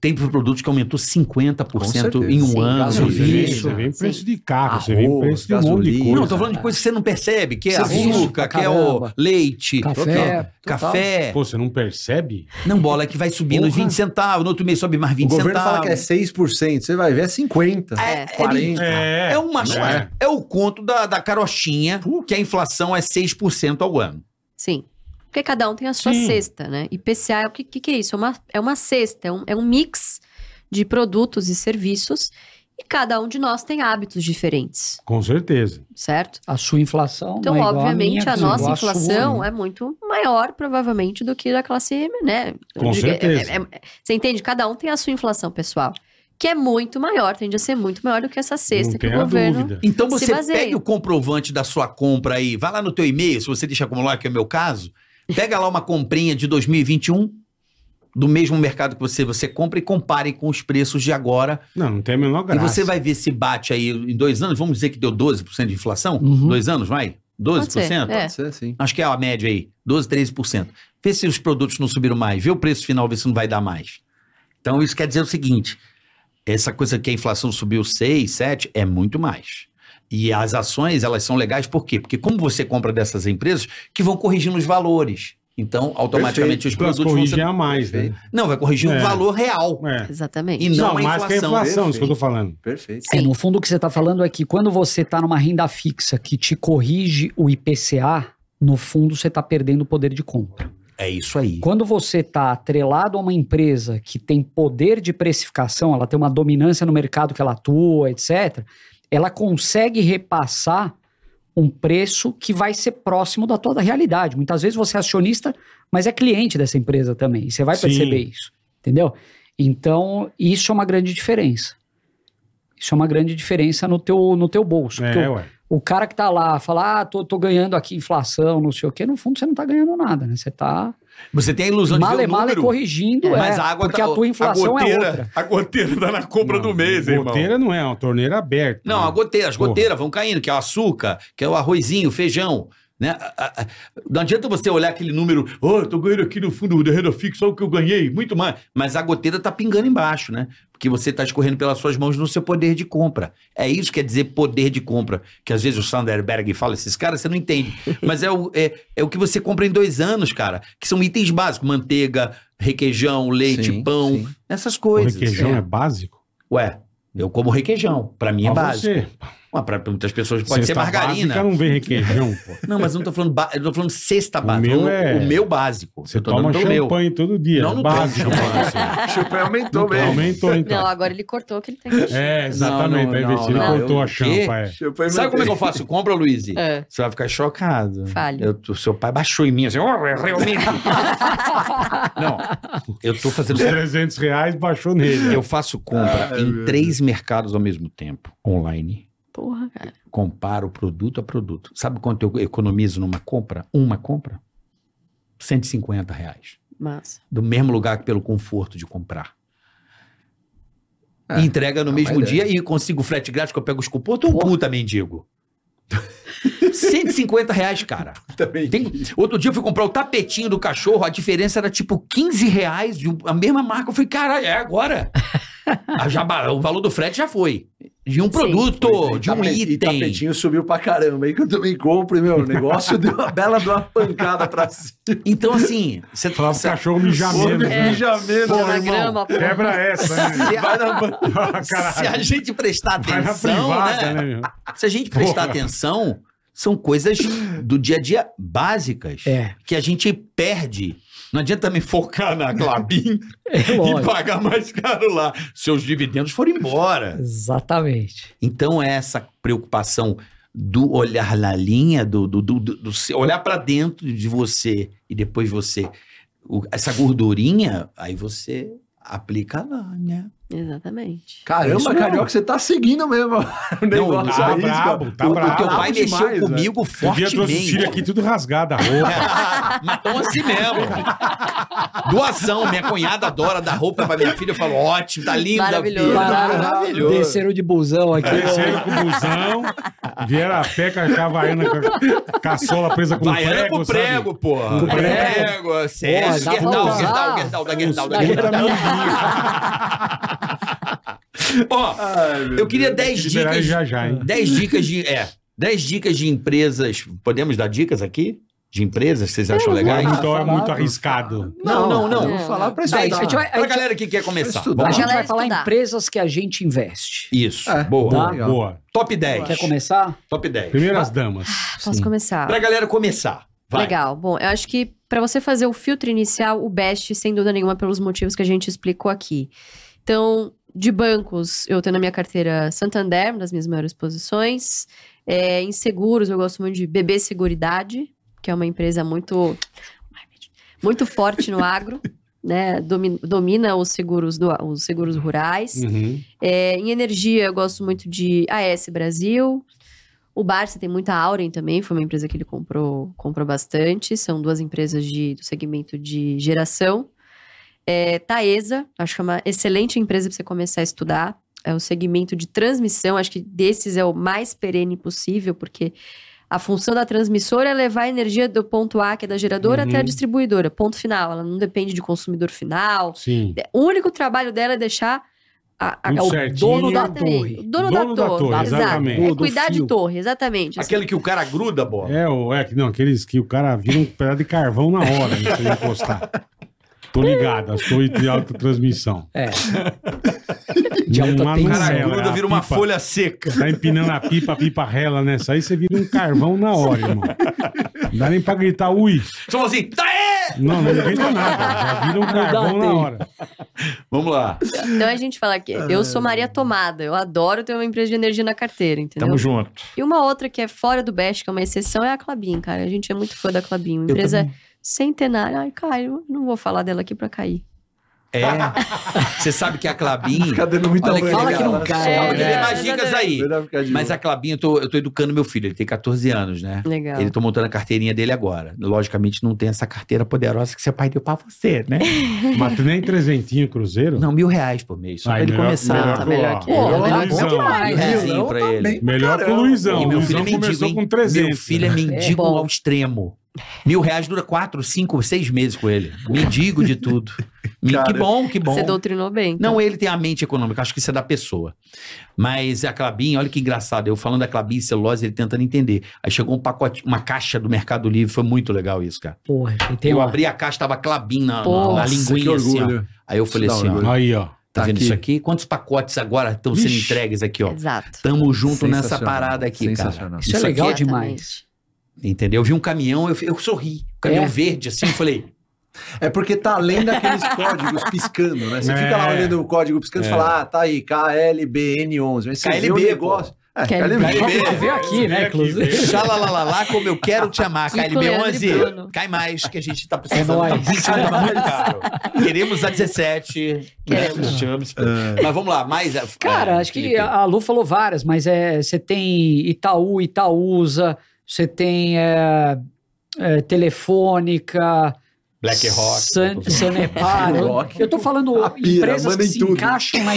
Tem produtos que aumentou 50% em um
Sim,
ano.
gasolina.
Você vem,
Isso.
você vem preço
Sim.
de carro, você vem
Arroz,
preço de um monte de
gasolina.
coisa.
Não, eu tô falando de coisa que você não percebe, que é
Serviço,
açúcar, que é o
caramba.
leite,
Café,
que é o café.
Pô, você não percebe?
Não, bola é que vai subindo
Porra.
20 centavos, no outro mês sobe mais
O
20
governo
centavos.
fala que é 6%, você vai ver é 50%,
É,
40%.
É uma
Não
é.
é?
o conto da, da carochinha que a inflação é 6% ao ano.
Sim. Porque cada um tem a sua
Sim.
cesta, né? IPCA, é o que, que, que é isso? É uma, é uma cesta, é um, é um mix de produtos e serviços. E cada um de nós tem hábitos diferentes,
Com certeza.
certo?
A sua inflação.
Então,
não é igual à
obviamente,
minha,
a
que é
nossa
igual à sua,
inflação
né?
é muito maior, provavelmente, do que da classe, né?
Com
Eu digo, é-
certeza.
é- é- você entende? Cada um tem a sua inflação pessoal, que é muito maior, tende a ser muito maior do que essa cesta
não
que
tem a
o é governo.
dúvida.
Então
Se
você
baseia.
pega o comprovante da sua compra aí, vai lá no teu e-mail, se você deixa acumular, que é o meu caso, pega lá uma comprinha de 2021 do mesmo mercado que você, você compra e compare com os preços de agora.
Não, não tem a menor graça.
E você vai ver se bate aí em dois anos, vamos dizer que deu 12% de inflação?
Uhum.
Dois anos, vai? 12%?
Pode ser, é.
Pode ser assim.
Acho que é a média aí, 12, 13%. Vê se os produtos não subiram mais, vê o preço final, vê se não vai dar mais. Então, isso quer dizer o seguinte: essa coisa que a inflação subiu 6, 7, é muito mais. E as ações, elas são legais por quê? Porque como você compra dessas empresas, que vão corrigindo os valores. Então, automaticamente os
Pra
produtos vão
corrigir
ser...
a mais, né?
Não, vai corrigir o
É.
valor real.
É.
Exatamente.
E não,
Não,
a
mais que a
inflação.
inflação, isso que eu tô
Perfeito.
falando.
Perfeito.
É,
Sim.
no fundo, o que você está falando é que quando você está numa renda fixa que te corrige o IPCA, no fundo você está perdendo o poder de compra.
É isso aí.
Quando você está atrelado a uma empresa que tem poder de precificação, ela tem uma dominância no mercado que ela atua, etc., ela consegue repassar um preço que vai ser próximo da tua realidade. Muitas vezes você é acionista, mas é cliente dessa empresa também. E você vai
Sim.
perceber isso, entendeu? Então, isso é uma grande diferença. Isso é uma grande diferença no teu, no teu bolso. porque
É,
o-
ué.
o cara que tá lá, fala, ah, tô, tô ganhando aqui inflação, não sei o quê, no fundo você não tá ganhando nada, né? Você tá
Você tem a ilusão de ver
male,
o
male
número.
corrigindo, é,
mas a água
porque
tá-
a tua inflação é
goteira,
outra.
A goteira dá na compra
É, Não,
do mês, irmão.
Goteira não é, é uma torneira aberta. né?
Não, a
goteira.
goteira, as
Hum. Porra.
goteiras vão caindo, que é o açúcar, que é o arrozinho, o feijão. Né? A- a- a- Não adianta você olhar aquele número, oh, eu tô ganhando aqui no fundo da renda fixa, olha o que eu ganhei, muito mais. Mas a goteira tá pingando embaixo, né? Porque você tá escorrendo pelas suas mãos no seu poder de compra. É isso que quer dizer poder de compra. Que às vezes o Sanderberg fala, esses caras, você
<laughs>
não entende. Mas é o, é, é o que você compra em dois anos, cara. Que são itens básicos, manteiga, requeijão, leite,
Sim,
pão,
sim.
essas
O
coisas.
requeijão é,
É.
básico?
Ué, eu como requeijão, pra mim é
Pra
básico.
você.
Ué, para muitas pessoas pode ser
Cesta
margarina.
Básica não vem requeijão, pô.
<laughs> Não, mas eu não tô falando, ba... eu tô falando cesta
O
básica.
meu
eu-
é-
o meu básico.
Você
eu tô
toma
dando o meu.
champanhe todo dia.
Não, não
básico.
tomo champanhe.
<laughs>
É.
assim.
Chupé aumentou
Não toma,
mesmo.
Aumentou, então.
Não, agora ele cortou o que ele tem.
É, exatamente.
Não,
aí
não,
vê se ele
não,
cortou
eu-
a champa, é.
Chupé
Sabe como é que eu
aumentou.
faço compra, Luiz?
É.
Você vai ficar chocado.
Fale.
Eu, o seu pai baixou em mim assim, "Oh, é realmente.
<laughs>
não, eu tô
Os
fazendo.
300 reais baixou nele.
Eu faço compra em três mercados ao mesmo tempo, online.
Porra, cara.
Comparo produto a produto. Sabe quanto eu economizo numa compra? Uma compra? 150 reais.
Massa.
do mesmo lugar pelo conforto de comprar.
É,
E entrega no
é uma
mesmo
ideia.
dia e consigo frete grátis, que eu pego os cupons, tô um puta mendigo. <laughs> 150 reais, cara.
<laughs> Também.
Tem- Outro dia eu fui comprar o tapetinho do cachorro, a diferença era tipo 15 reais, de um- a mesma marca. Eu falei, caralho, é agora. Ah, já ba- o valor do frete já foi. De um
Sim.
produto,
<laughs>
de um
E
item.
tapetinho subiu pra caramba. Aí que eu também compro, e, meu, o negócio deu uma bela de uma pancada pra cima.
Então, assim, você
Falava pro cachorro mijar
Pô,
menos. né?
mija
é
mesmo.
Na grama, pô.
Quebra essa, né?
se a,
Ah,
se a
Caralho.
gente prestar
Vai na
atenção,
privada,
né?
né, meu?
Se a gente prestar
Porra.
atenção, são coisas do dia a dia básicas
É,
que a gente perde. Não adianta me focar na Clabin <laughs>
é
e
lógico.
pagar mais caro lá. Seus dividendos foram embora.
Exatamente.
Então, essa preocupação do olhar na linha, do, do, do, do- do se- olhar para dentro de você e depois você. o- essa gordurinha, aí você aplica lá, né?
Exatamente.
Caramba, Carioca, você tá seguindo mesmo <laughs> o negócio.
tá
aí,
brabo,
cara.
tá
o,
brabo.
o teu pai
Brabo
mexeu
demais, né?
comigo
O dia trouxe os
fortemente.
filhos aqui tudo rasgado a
<laughs>
roupa.
Mas tão assim mesmo. Doação. Minha cunhada adora dar roupa pra minha filha. Eu falo, ótimo, tá linda.
Maravilhoso.
filha,
Pararam,
Maravilhoso.
Desceram de busão aqui.
É.
Desceram com o busão, vieram a pé com a cavaiana, com a caçola presa com o
Vai, era
prego,
pro
sabe?
prego, porra.
Com prego. assim,
Prego, sério.
Porra, dá pra
Guerdal,
usar.
Guerdal, Guerdal, da Guerdal, da
Os
Guerdal.
puta
Ó, eu queria 10
Liberar
dicas.
já já, hein?
10 dicas de. É. 10 dicas de empresas. Podemos dar dicas aqui? De empresas que vocês acham legais?
Então é muito
falado.
arriscado.
Não, não, não.
Vou falar pra tá
Daí, a gente
estudar.
vai- a
Pra
gente-
galera que quer começar.
Estudar.
a
Vamos
gente
lá.
vai
Galera
falar
estudar.
empresas que a gente investe.
Isso.
É.
Boa.
Tá.
Legal.
Boa.
Top 10.
Quer começar?
Top 10.
Primeiras damas.
Ah, Posso começar?
Pra galera começar. Vai.
Legal. Bom, eu acho que para você fazer o filtro inicial, o best, sem dúvida nenhuma, pelos motivos que a gente explicou aqui. Então, de bancos, eu tenho na minha carteira Santander, uma das minhas maiores posições. É, em seguros, eu gosto muito de BB Seguridade, que é uma empresa muito, muito forte no agro. Né, domi- domina os seguros, do, os seguros rurais.
Uhum.
É, em energia, eu gosto muito de AS Brasil. O Barça tem muita Auren também, foi uma empresa que ele comprou, comprou bastante. São duas empresas de, do segmento de geração. É, Taesa, acho que é uma excelente empresa para você começar a estudar. É o segmento de transmissão, acho que desses é o mais perene possível, porque a função da transmissora é levar a energia do ponto A, que é da geradora,
Uhum.
até a distribuidora, ponto final. Ela não depende de consumidor final,
Sim.
o único trabalho dela é deixar a,
Tudo
a- Ah, é o
certinho.
dono da
Exatamente.
torre. O dono, da, torre,
exatamente.
É
Do
cuidar
fio.
de torre, exatamente. Assim,
Aquele que o cara gruda, bola.
É, o, é, que- não, aqueles que o cara vira um pedaço de carvão na hora, né, se ele encostar. Tô ligado, estou de alta transmissão.
É. De alta
Uma
O
Ela,
cara
tensão.
gruda,
é a
vira uma
pipa.
folha seca.
Tá empinando a pipa, a pipa rela nessa aí, você vira um carvão na hora, irmão. Não dá nem pra gritar, ui.
Só fala assim, taê!
Não, não grita nada, já vira um carvão na
tempo.
hora.
Vamos lá.
Então a gente fala que eu sou Maria Tomada, eu adoro ter uma empresa de energia na carteira, entendeu?
Tamo junto.
E uma outra que é fora do Best, que é uma exceção, é a Clabin, cara. A gente é muito fã da Clabin, uma
Eu
empresa centenária. Ai, Caio, não vou falar dela aqui pra cair.
É. <laughs> Você sabe que a Clabin.
Fica dando muita
Olha que
banha,
Fala que não
galera.
cai.
Calma,
É,
que tem
é,
mais dicas aí.
Melhor ficar de
Mas
boa.
a Clabin, eu tô, eu tô educando meu filho, ele tem 14 anos, né?
Legal.
Ele tô montando a carteirinha dele agora. Logicamente, não tem essa carteira poderosa que seu pai deu pra você, né?
Mas nem trezentinho cruzeiro?
Não, mil reais por mês. Só
Aí,
pra ele
melhor-
melhor
começar.
que- melhor
ó,
que-
melhor que o
Pô, tá
Luizão.
bom demais.
É,
Milão
sim, pra
tá
ele.
bem pra
Melhor que o
caramba.
Luizão.
E
O
meu
Luizão
filho é mendigo,
começou
hein?
com né? 300.
Meu filho é mendigo
bom.
ao extremo. Mil reais dura quatro, cinco, seis meses com ele. Mendigo de tudo. Me-
Cara,
que bom, que é bom.
Você doutrinou bem. então.
Não, ele tem a mente econômica, acho que isso é da pessoa. Mas a Clabin, olha que engraçado, eu falando da Clabin celulose, ele tentando entender. Aí chegou um pacote, uma caixa do Mercado Livre, foi muito legal isso, cara.
Porra, e tem
eu
uma...
abri a caixa, tava Clabin na, na, na
Nossa,
Que
linguinha, assim, ó.
orgulho.
Aí eu falei
Isso dá
assim,
um
ó,
é
orgulho.
Aí, ó.
tá
Tá
vendo
aqui.
isso aqui? Quantos pacotes agora estão sendo
Vixe.
entregues aqui, ó?
Exato.
Tamo junto nessa
Sensacional,
parada aqui, cara.
sensacional.
Isso é legal
aqui
demais.
Entendeu? Eu vi um caminhão, eu, eu sorri. Um caminhão
É?
verde, assim, eu falei,
É porque tá
<laughs>
além daqueles códigos piscando, né? Você
É.
fica lá olhando o código piscando e
É.
fala, ah, tá aí, KLBN11. Aí você vê o
KLB,
negócio. É,
KLB.
KLB.
Veio aqui, né, inclusive?
xalalalala, como eu quero te
<laughs>
amar,
Kiko, Leandro e
KLB11,
Bruno.
cai mais, que a gente tá
É
precisando, tá
nóis.
precisando, tá muito caro. Queremos a 17.
Queremos.
Chamamos.
É.
Mas vamos lá, mais... a-
<laughs> Cara,
é,
acho que
Felipe.
a a Lu falou várias, mas é, você tem Itaú, Itaúsa, você tem é, é, Telefônica,
BlackRock.
San- Sanepar. eu,
BlackRock.
eu tô falando
A pira,
empresas
manda
que
em
se
tudo.
encaixam na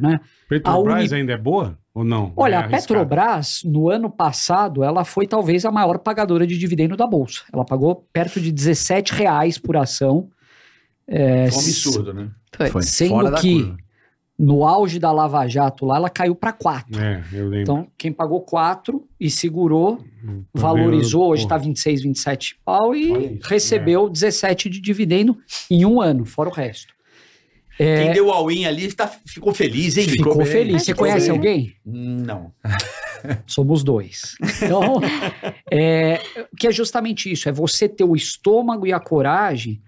<laughs>
né?
Petrobras
A Uni-
ainda é boa ou não?
Olha,
É
a
arriscado.
Petrobras, no ano passado, ela foi talvez a maior pagadora de dividendo da Bolsa. Ela pagou perto de 17 reais por ação.
Foi
É,
um absurdo, né?
Foi.
Foi
Sendo
fora da
que-
curva.
No auge da Lava Jato lá, ela caiu para 4.
É, eu lembro.
Então, quem pagou 4 e segurou,
Também
valorizou,
eu-
hoje tá está 26, 27 pau
Olha
e
isso,
recebeu 17 de dividendo em um ano, fora o resto.
Quem deu all-in ali tá, ficou feliz, hein?
é. Ficou
bem.
feliz. Você
Ficou
conhece
bem.
alguém?
Não.
Somos dois.
<laughs>
Então, é, que é justamente isso: é você ter o estômago e a coragem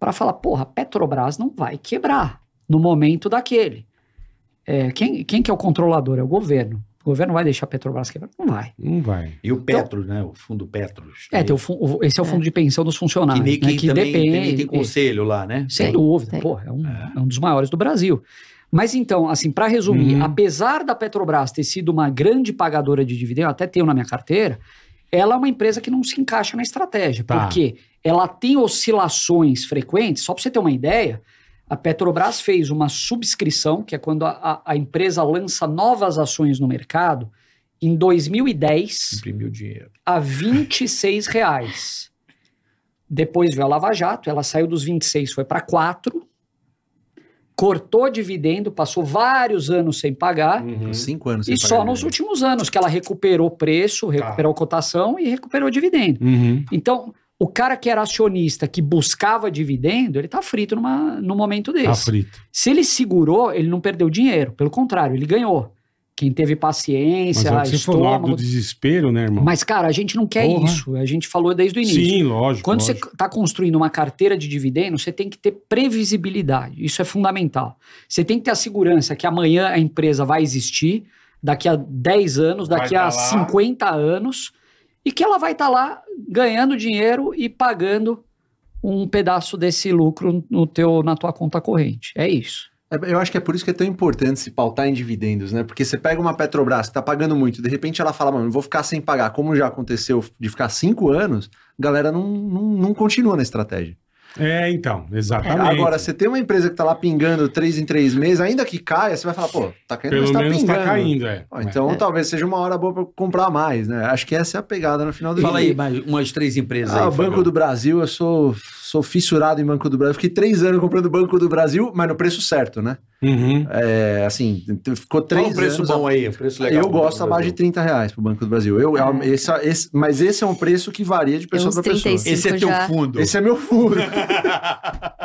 para falar, porra, Petrobras não vai quebrar no momento daquele. É, quem, quem que é o controlador? É o governo. O governo vai deixar a Petrobras quebrar? Não vai.
Não vai.
E o Petro, né? O fundo Petros.
Então- É, tem o fun- o- esse é o fundo de pensão dos
que,
funcionários.
nem-
né,
que também tem- tem,
depende-
conselho lá, né?
Sem
Tem,
dúvida,
tem.
pô, é um, é um dos maiores do Brasil. Mas então, assim, para resumir,
Uhum.
apesar da Petrobras ter sido uma grande pagadora de dividendos, até tenho na minha carteira, ela é uma empresa que não se encaixa na estratégia,
Tá.
porque ela tem oscilações frequentes. Só para você ter uma ideia, a Petrobras fez uma subscrição, que é quando a, a- a empresa lança novas ações no mercado, em 2010
Imprimiu dinheiro.
a 26 reais. Depois veio a Lava Jato, ela saiu dos 26, foi para 4. Cortou dividendo, passou vários anos sem pagar.
Uhum.
Cinco anos.
E
sem
só
pagar
nos
direito.
últimos anos que ela recuperou preço,
Tá.
recuperou cotação e recuperou dividendo.
Uhum.
Então, o cara que era acionista, que buscava dividendo, ele tá frito numa, num momento
Tá
desse.
frito.
Se ele segurou, ele não perdeu dinheiro. Pelo contrário, ele ganhou. Quem teve
Mas
paciência,
é o que você falou lá do
ah, estômago,
desespero, né, irmão?
mas, cara, a gente não quer
Porra.
isso. A gente falou desde o início.
Sim, lógico.
Quando
lógico.
você está construindo uma carteira de dividendos, você tem que ter previsibilidade. Isso é fundamental. Você tem que ter a segurança que amanhã a empresa vai existir, daqui a 10 anos,
Vai
daqui
tá
a
lá.
50 anos, e que ela vai estar lá ganhando dinheiro e pagando um pedaço desse lucro no teu, na tua conta corrente. É isso.
É, Eu acho que é por isso que é tão importante se pautar em dividendos, né? Porque você pega uma Petrobras que tá pagando muito, de repente ela fala, mano, eu vou ficar sem pagar, como já aconteceu de ficar cinco anos, a galera não, não, não continua na estratégia.
É, então, exatamente.
Agora, você tem uma empresa que tá lá pingando três em três meses, ainda que caia, você vai falar, pô, tá caindo,
Pelo
mas tá
menos
pingando.
tá caindo, é.
Ó, então talvez seja uma hora boa pra comprar mais, né? Acho que essa é a pegada no final do
Fala
dia.
aí, mais umas três empresas
Ah,
aí.
Banco do Brasil, eu sou, sou fissurado em Banco do Brasil. Fiquei três anos comprando Banco do Brasil, mas no preço certo, né?
Uhum.
É, assim, t- ficou três
Três um preço
anos.
bom aí, um preço legal.
eu
Banco
gosto
do
abaixo de
Brasil. Hum.
30 reais pro Banco do Brasil. Eu, eu- esse- esse- mas esse é um preço que varia de pessoa
uns
para pessoa.
35.
Esse é teu
já.
fundo.
Esse é meu furo.
<laughs>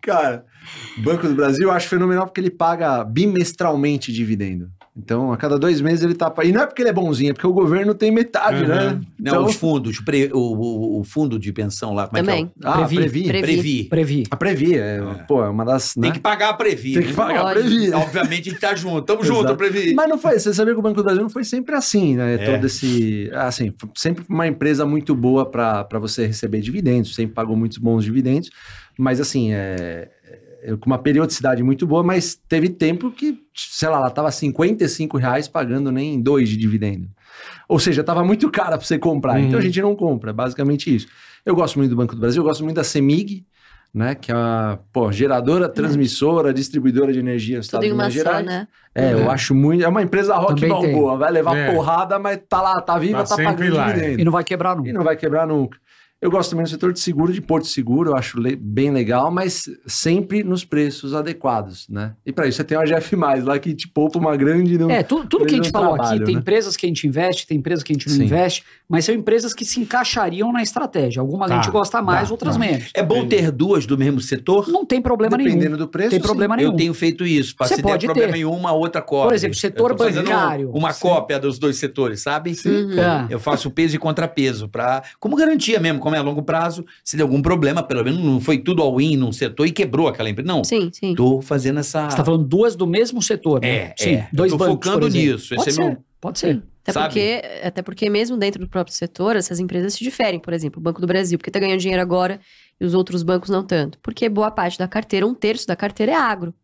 Cara, Banco do Brasil eu acho fenomenal porque ele paga bimestralmente dividendo. Então, a cada dois meses ele tá. pa- E não é porque ele é bonzinho, é porque o governo tem metade,
Uhum.
né?
Não,
Então,
os fundos, pre- o, o- o fundo de pensão lá, como é
Também.
que
ah,
Previ.
é?
Previ.
Previ.
Previ.
Previ.
A Previ, é, pô, é uma das.
Tem
né?
que pagar a Previ.
Tem que
né?
pagar a
Lógico.
Previ. né?
Obviamente a gente tá junto. Tamo
Exato.
junto, Previ.
Mas não foi, você sabia que o Banco do Brasil não foi sempre assim, né?
É.
Todo esse. Assim, foi sempre uma empresa muito boa para você receber dividendos, sempre pagou muitos bons dividendos, mas assim, é. é, Com uma periodicidade muito boa, mas teve tempo que, sei lá, ela tava R$ 55 reais pagando nem dois de dividendo. Ou seja, tava muito cara para você comprar.
Uhum.
Então a gente não compra, é basicamente isso. Eu gosto muito do Banco do Brasil, eu gosto muito da CEMIG, né? Que é uma pô, geradora, transmissora, distribuidora de energia no estado
Tudo em
de
uma
Minas
só,
Gerais.
né?
É, eu acho muito. É uma empresa rock
Também
balboa, vai levar
É.
porrada, mas tá lá, tá viva,
Tá
tá,
sempre
pagando
lá, é.
E
dividendo.
não vai quebrar
E
nunca.
não vai quebrar nunca. Eu gosto também do setor de seguro, de Porto Seguro, eu acho le- bem legal, mas sempre nos preços adequados, né? E pra isso você tem uma GF, lá que te poupa uma grande. Não...
É, tu- tudo que a gente
Empresas
falou
trabalham,
aqui, tem
né?
empresas que a gente investe, tem empresas que a gente não
Sim.
investe, mas são empresas que se encaixariam na estratégia. Alguma
Tá,
a gente gosta mais,
tá,
outras
tá.
menos.
É bom ter duas do mesmo setor?
Não tem problema
Dependendo
nenhum.
do preço.
Tem
sim.
problema nenhum.
Eu tenho feito isso. Pra
Você
se der
pode
problema
ter.
em uma, a outra cópia.
Por exemplo, setor
Eu tô fazendo
bancário.
Uma
Sim.
cópia dos dois setores, sabe?
Uhum.
É.
Eu faço peso e contrapeso, pra, como garantia mesmo, como é a longo prazo, se der algum problema, pelo menos não foi tudo all-in num setor e quebrou aquela empresa. Não,
Sim, sim.
tô fazendo essa...
Você está falando duas do mesmo setor,
É,
né?
é. Eu
dois
tô
bancos,
focando
por exemplo.
nisso,
Pode
esse é
ser,
meu-
pode ser.
Até
Sabe?
porque, até porque mesmo dentro do próprio setor, essas empresas se diferem. Por exemplo, o Banco do Brasil, porque está ganhando dinheiro agora e os outros bancos não tanto. Porque boa parte da carteira, um terço da carteira é agro.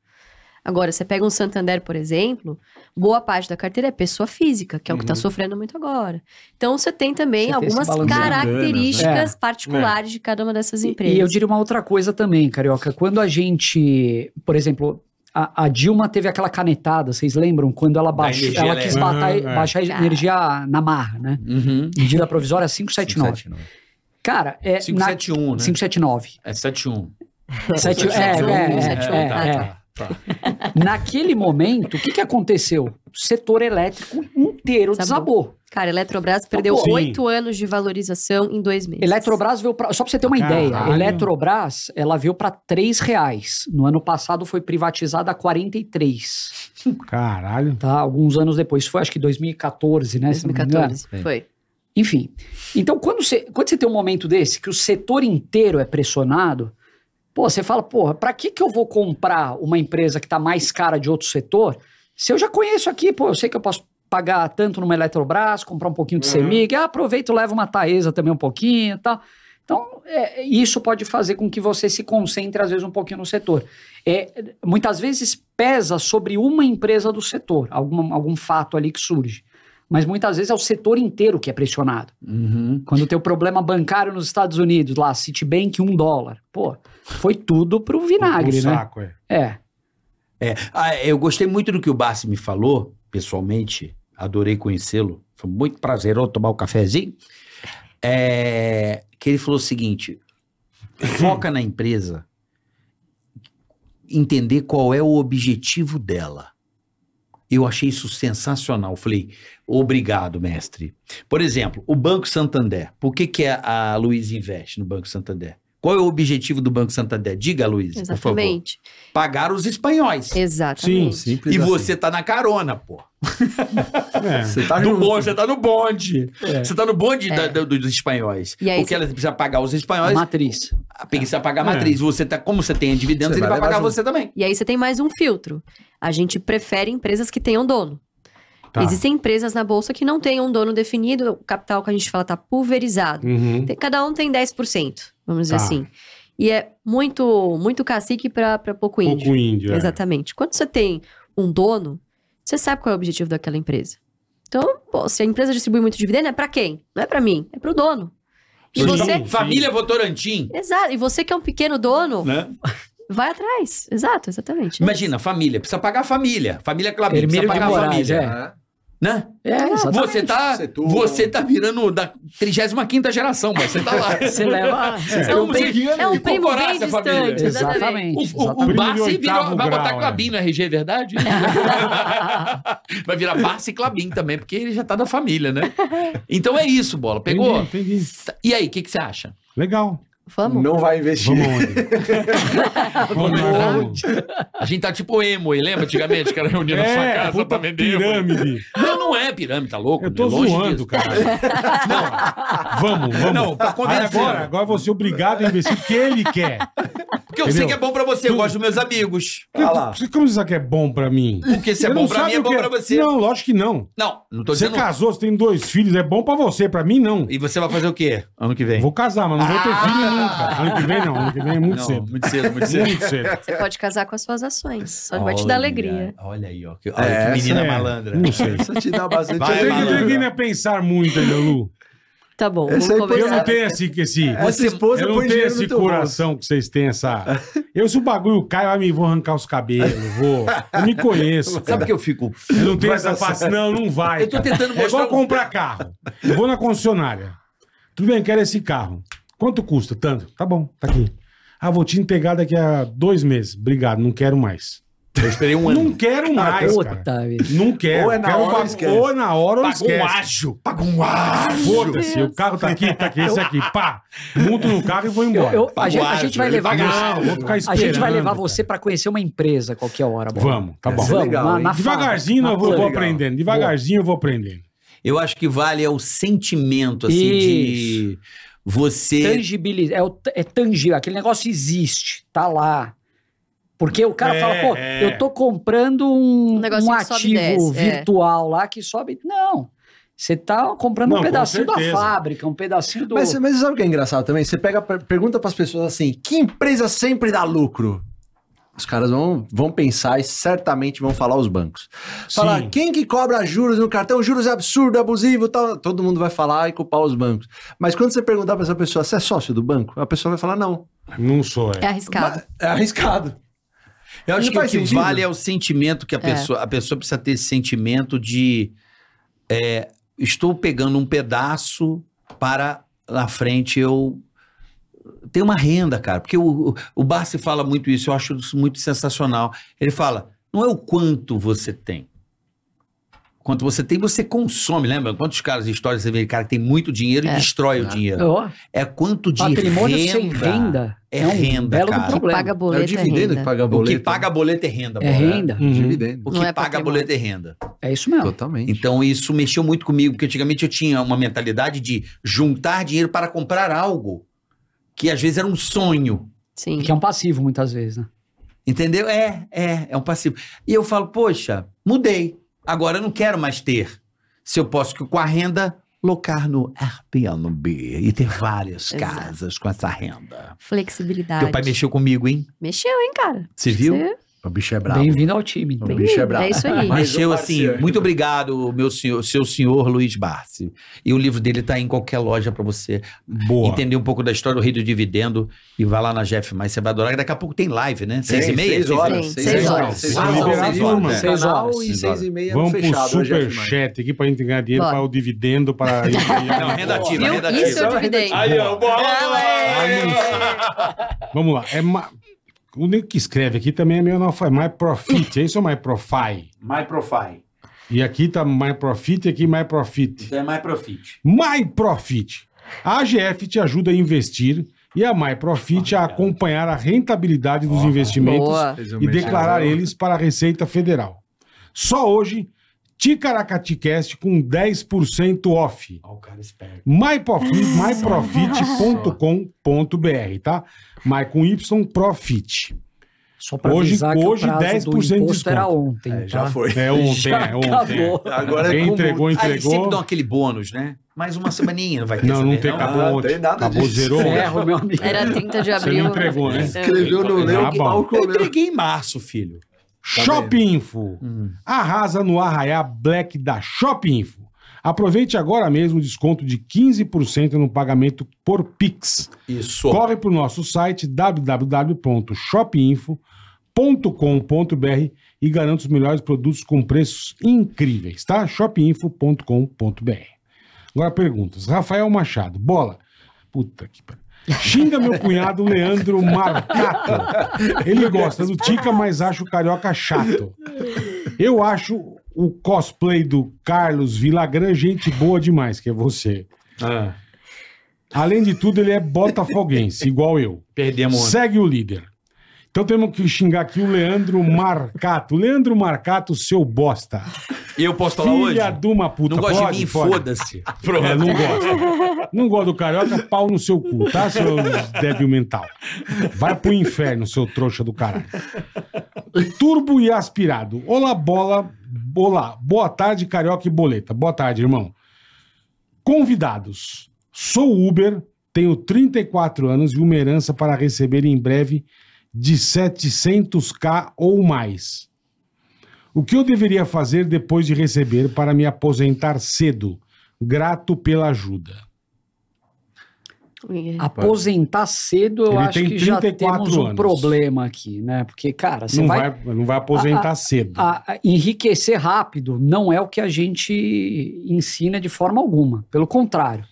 Agora, você pega um Santander, por exemplo, boa parte da carteira é pessoa física, que é o que está sofrendo muito agora. Então, você tem também
Uhum. Você tem esse
algumas
balanço. Enganas,
características
né?
particulares de cada uma dessas
E-
empresas.
E eu diria uma outra coisa também, Carioca. Quando a gente, por exemplo, a, a Dilma teve aquela canetada, vocês lembram? Quando ela baixou,
energia
ela quis
elétrica.
batar-
Uhum, é.
baixar a
Cara.
energia na marra, né?
Uhum.
Medida provisória 579.
579.
Cara, é, na-
571, né?
579.
É 71.
Sete- é, é,
71,
é, é,
tá,
é.
tá, tá.
Naquele momento, o que, que aconteceu? O setor elétrico inteiro
Desabou.
desabou.
Cara, a Eletrobras perdeu
Sim.
oito anos de valorização em dois meses.
Eletrobras veio para. Só para você ter uma
Caralho.
ideia, a Eletrobras ela veio para R$ reais. No ano passado foi privatizada a 43.
Caralho.
tá? Alguns anos depois, isso foi acho que 2014, né? se não me engano.
2014.
Bem.
Foi.
Enfim. Então, quando você, quando você tem um momento desse, que o setor inteiro é pressionado, pô, você fala, porra, pra que, que eu vou comprar uma empresa que tá mais cara de outro setor, se eu já conheço aqui, pô, eu sei que eu posso pagar tanto numa Eletrobras, comprar um pouquinho de
Uhum.
CEMIG, ah, aproveito, levo uma Taesa também um pouquinho e tal. Então, é, isso pode fazer com que você se concentre, às vezes, um pouquinho no setor. É, muitas vezes pesa sobre uma empresa do setor, alguma, algum fato ali que surge. Mas muitas vezes é o setor inteiro que é pressionado.
Uhum.
Quando tem o problema bancário nos Estados Unidos, lá, Citibank, um dólar. Pô, foi tudo pro vinagre,
Pro
né?
saco, é.
É.
É, ah, eu gostei muito do que o Barsi me falou, pessoalmente. Adorei conhecê-lo. Foi muito prazeroso tomar o cafezinho. É, que ele falou o seguinte: foca na empresa, entender qual é o objetivo dela. Eu achei isso sensacional. Falei, obrigado, mestre. Por exemplo, o Banco Santander. Por que, que a, a Luiz investe no Banco Santander? Qual é o objetivo do Banco Santander? Diga, Luiz, por favor.
Exatamente.
Pagar os espanhóis.
Exatamente.
Simples
E
assim.
você tá na carona, pô.
É.
Você tá
Do
junto.
bonde, você tá no bonde. Você tá no bonde
É.
da- da- dos espanhóis.
E aí
Porque
você-
ela precisa pagar os
A
espanhóis,
matriz.
a precisa pagar a
É.
matriz. Você tá, como você tem dividendos,
Você
ele vai,
vai
pagar
levar
você também.
E aí você tem mais um filtro. A gente prefere empresas que tenham dono.
Tá.
Existem empresas na bolsa que não têm um dono definido, o capital que a gente fala tá pulverizado.
Uhum.
Tem- Cada um tem 10%, vamos dizer
Tá.
assim. E é muito muito cacique pra pra pouco índio.
Pouco índio. é.
Exatamente. Quando você tem um dono, você sabe qual é o objetivo daquela empresa. Então, pô, se a empresa distribui muito dividendo, é pra quem? Não é pra mim, é pro dono. E
Sim.
você,
Então, Família Votorantim.
exato, e você que é um pequeno dono,
Né?
vai atrás. Exato, exatamente. né?
Imagina, família. Precisa pagar a família. Família Clabinho, precisa
Hermílio de
pagar a
Moraes,
família.
é.
Né?
É, exatamente.
Você tá,
Setúbal.
você tá virando da 35ª geração, mas você tá lá.
<laughs> Você leva.
É.
É um
Não tem-
primo, é um primo
incorporar
bem
essa família.
distante, exatamente.
Exatamente.
O, o, o
exatamente.
Barsi
Brilho
virou-
oitavo
vai botar
grau,
Clabin no RG, é verdade? <laughs> vai virar Barsi e Clabin também, porque ele já tá da família, né? Então é isso, Bola. Pegou?
Entendi, entendi.
E aí, o que, que você acha?
Legal.
Vamos?
Não vai investir.
Vamos onde? Vamos
Vamos A gente tá tipo emo, hein? lembra antigamente que era reunido na sua
É,
casa
puta
pra vender emo?
pirâmide.
Não, não é pirâmide, tá louco?
Eu tô
é longe
zoando,
disso. <laughs>
cara. Vamos, vamos.
Não, tá
Aí
convencendo.
agora, agora eu vou ser obrigado a investir o que ele quer.
Porque eu sei
Entendeu?
que é bom pra você, eu
Tu-
gosto dos meus amigos.
Ah lá.
Você- Como você sabe que é bom pra mim?
Porque se
Você
é
não
bom pra
sabe
mim, é
o que
bom pra você. Não,
Não, lógico que não.
não, tô
Você
dizendo.
casou, você tem dois filhos, é bom pra você, pra mim não.
E você vai fazer o quê? Ano que vem?
Vou casar, mas não vou ter
Ah!
filho nunca. Ano que vem não, ano que vem é muito
não, é
cedo.
muito cedo, muito
<laughs>
cedo.
Muito
<laughs>
cedo.
Você pode casar com as suas ações. Só vai te dar alegria.
Olha aí, ó. Que, olha
É,
que menina
é.
malandra.
Não sei.
Isso te dá bastante
Vai,
Tem que,
malandro.
tem que ainda pensar muito, ainda, Lu.
Tá bom,
Essa aí
vamos
pode-
Eu não
é.
conversar.
tenho esse. esse
assim,
Essa esposa
eu não
põe
tenho
dinheiro no
esse
teu bolso.
coração que vocês têm essa. Eu, se o bagulho cai, eu me vou arrancar os cabelos, vou. Eu me conheço.
Sabe
Cara.
que eu fico.
Eu não tenho
Vai
essa
dar
face. Não, não vai.
Eu tô
cara.
tentando
É
mostrar. um
igual comprar carro. Eu vou na concessionária. Tudo bem, quero esse carro. Quanto custa? Tanto. Tá bom, tá aqui. Ah, vou te entregar daqui a dois meses. Obrigado, não quero mais.
Eu esperei um
Não quero mais, cara.
Puta vida.
Não quero.
Ou é na
Quero
hora ou
bagulho-
esquece.
ou na hora ou
Pagou um
esquece.
ágio. Pagou um ágio.
Foda-se, o carro tá aqui, tá aqui, esse aqui, pá. Monto no carro e vou embora.
Eu- eu- a, gente, a gente vai levar
Ele
você.
Não,
vai-
vou ficar
A gente vai
esperando,
levar
cara.
você pra conhecer uma empresa a qualquer hora. bom.
Vamos, tá bom.
Essa é
Vamos,
legal,
na-
hein?
na
Devagarzinho
fala.
eu vou,
Legal.
vou aprendendo, devagarzinho eu vou aprendendo.
Eu acho que vale é o sentimento, assim, de você.
Tangibilizar. É, o- é tangível. Aquele negócio existe. Tá lá. Porque o cara
É,
fala, pô,
é.
eu tô comprando um,
Um negócio
um
que sobe e
ativo
desce, é.
virtual lá que sobe. Não. Você tá comprando
Não,
um
com
pedacinho da
certeza.
fábrica, um pedacinho do.
Mas, mas sabe o que é engraçado também? Você pega, pergunta pras pessoas assim: que empresa sempre dá lucro? Os caras vão, vão pensar e certamente vão falar os bancos. Falar
Sim.
quem que cobra juros no cartão, juros é absurdo, é abusivo, tal. Todo mundo vai falar e culpar os bancos. Mas quando você perguntar pra essa pessoa, você é sócio do banco? A pessoa vai falar, não.
Não sou,
É
é.
arriscado.
Mas É arriscado.
Eu acho
Não
que o que
faz sentido.
vale é o sentimento que a pessoa. A pessoa precisa ter esse sentimento de. é, estou pegando um pedaço para lá frente eu. ter uma renda, cara. Porque o, o, o Barsi fala muito isso, eu acho isso muito sensacional. Ele fala: não é o quanto você tem. Quanto você tem, você consome, lembra? Quantos caras de história você vê, cara, que tem muito dinheiro
É.
e destrói o dinheiro.
Ó,
É quanto de
patrimônio
renda.
sem renda
É
um
renda,
belo do
cara.
Que
problema.
paga
É o
boleto é
dividendo que
renda.
paga
O que
boleto.
paga boleto é renda,
É
bola.
renda.
Uhum.
Dividendo.
O que
Não é
paga
patrimônio.
boleto é renda.
É isso mesmo.
Totalmente.
Então isso mexeu muito comigo, porque antigamente eu tinha uma mentalidade de juntar dinheiro para comprar algo que às vezes era um sonho.
Sim.
Que é um passivo, muitas vezes, né?
Entendeu? É, é, é um passivo. E eu falo, poxa, mudei. Agora eu não quero mais ter. Se eu posso com a renda locar no Airbnb e ter várias
Exato.
casas com essa
um-
renda.
Flexibilidade.
Teu pai mexeu comigo, hein?
Mexeu, hein, cara?
Você viu?
Você-
O bicho é
Bem-vindo ao time.
O bicho é brabo.
É isso aí.
Mas
Mexeu
eu
assim,
parceiro.
muito obrigado, meu senhor, seu senhor Luiz Barsi. E o livro dele tá em qualquer loja para você
Boa.
entender um pouco da história do Rei do Dividendo e vá lá na Jeff, mas você vai adorar. Daqui a pouco tem live, né? Seis e meia?
Seis horas.
Sim, seis horas.
Seis
Uau,
horas.
seis horas.
Seis horas.
E seis e meia
Vamos
fechado.
pro
hoje é demais.
superchat aqui pra gente ganhar dinheiro,
Bora.
para o dividendo, para...
Não, renda ativa,
Viu?
renda ativa.
Isso é eu dividei.
Aí, ó, bola!
é.
Vamos lá. É ma- O nego que escreve aqui também é meio analfabeto. My Profit, é isso ou My Profile?
My Profile.
E aqui tá My Profit e aqui My Profit.
Então é My Profit.
My Profit. A AGF te ajuda a investir e a My Profit a acompanhar a rentabilidade dos investimentos
Boa.
Fez um
e
merchan.
declarar eles para a Receita Federal. Só hoje, Ticaracatecast com 10% off.
Ó, o cara esperto.
myprofit- myprofit.com.br, tá? My com Y Profit.
Só pra
Hoje-
avisar que
hoje
o prazo
10% de
do imposto era
desconto.
ontem,
É,
tá?
<laughs>
Já foi.
É ontem,
Já
é ontem.
acabou.
Agora é
Quem
com
entregou,
Ah, eles sempre
entregou.
dão aquele bônus, né? Mais uma semaninha, não vai ter
Não,
essa
não
vez,
tem, acabou
Ah,
ontem.
tem nada
acabou,
disso.
zerou. ontem.
Ferro, meu amigo.
Era 30 de abril.
não entregou, né?
É, Escreveu no
Tá
Leo que
bom.
mal
Eu
comeu.
entreguei em março, filho.
Shopinfo. Arrasa no Arraiá Black da Shopinfo. Aproveite agora mesmo o desconto de 15% no pagamento por Pix.
Isso.
Corre para o nosso site www.shopinfo.com.br e garanta os melhores produtos com preços incríveis, tá? shopinfo.com.br. Agora perguntas. Rafael Machado, bola. Puta que pariu. Xinga meu cunhado Leandro Marcato. Ele gosta do Tica, mas acha o carioca chato. Eu acho o cosplay do Carlos Villagrã gente boa demais, que é você.
É,
Além de tudo, ele é botafoguense, igual eu.
Perdemos ontem.
Segue o líder. Então temos que xingar aqui o Leandro Marcato. Leandro Marcato, seu bosta.
Eu posso falar hoje?
Filha de uma puta.
Não gosta de
Pode?
mim,
Pode.
foda-se.
É, não gosta. Não gosta do carioca, pau no seu cu, tá, seu débil mental? Vai pro inferno, seu trouxa do caralho. Turbo e aspirado. Olá, bola. Olá. Boa tarde, carioca e boleta. Boa tarde, irmão. Convidados. Sou Uber, tenho 34 anos e uma herança para receber em breve de 700k ou mais. O que eu deveria fazer depois de receber para me aposentar cedo? Grato pela ajuda.
Aposentar cedo, eu
Ele
acho
tem
que já
34
temos um
anos.
problema aqui, né? Porque, cara, você
não
vai
vai, Ah, não vai aposentar cedo.
a- a enriquecer rápido não é o que a gente ensina de forma alguma. Pelo contrário,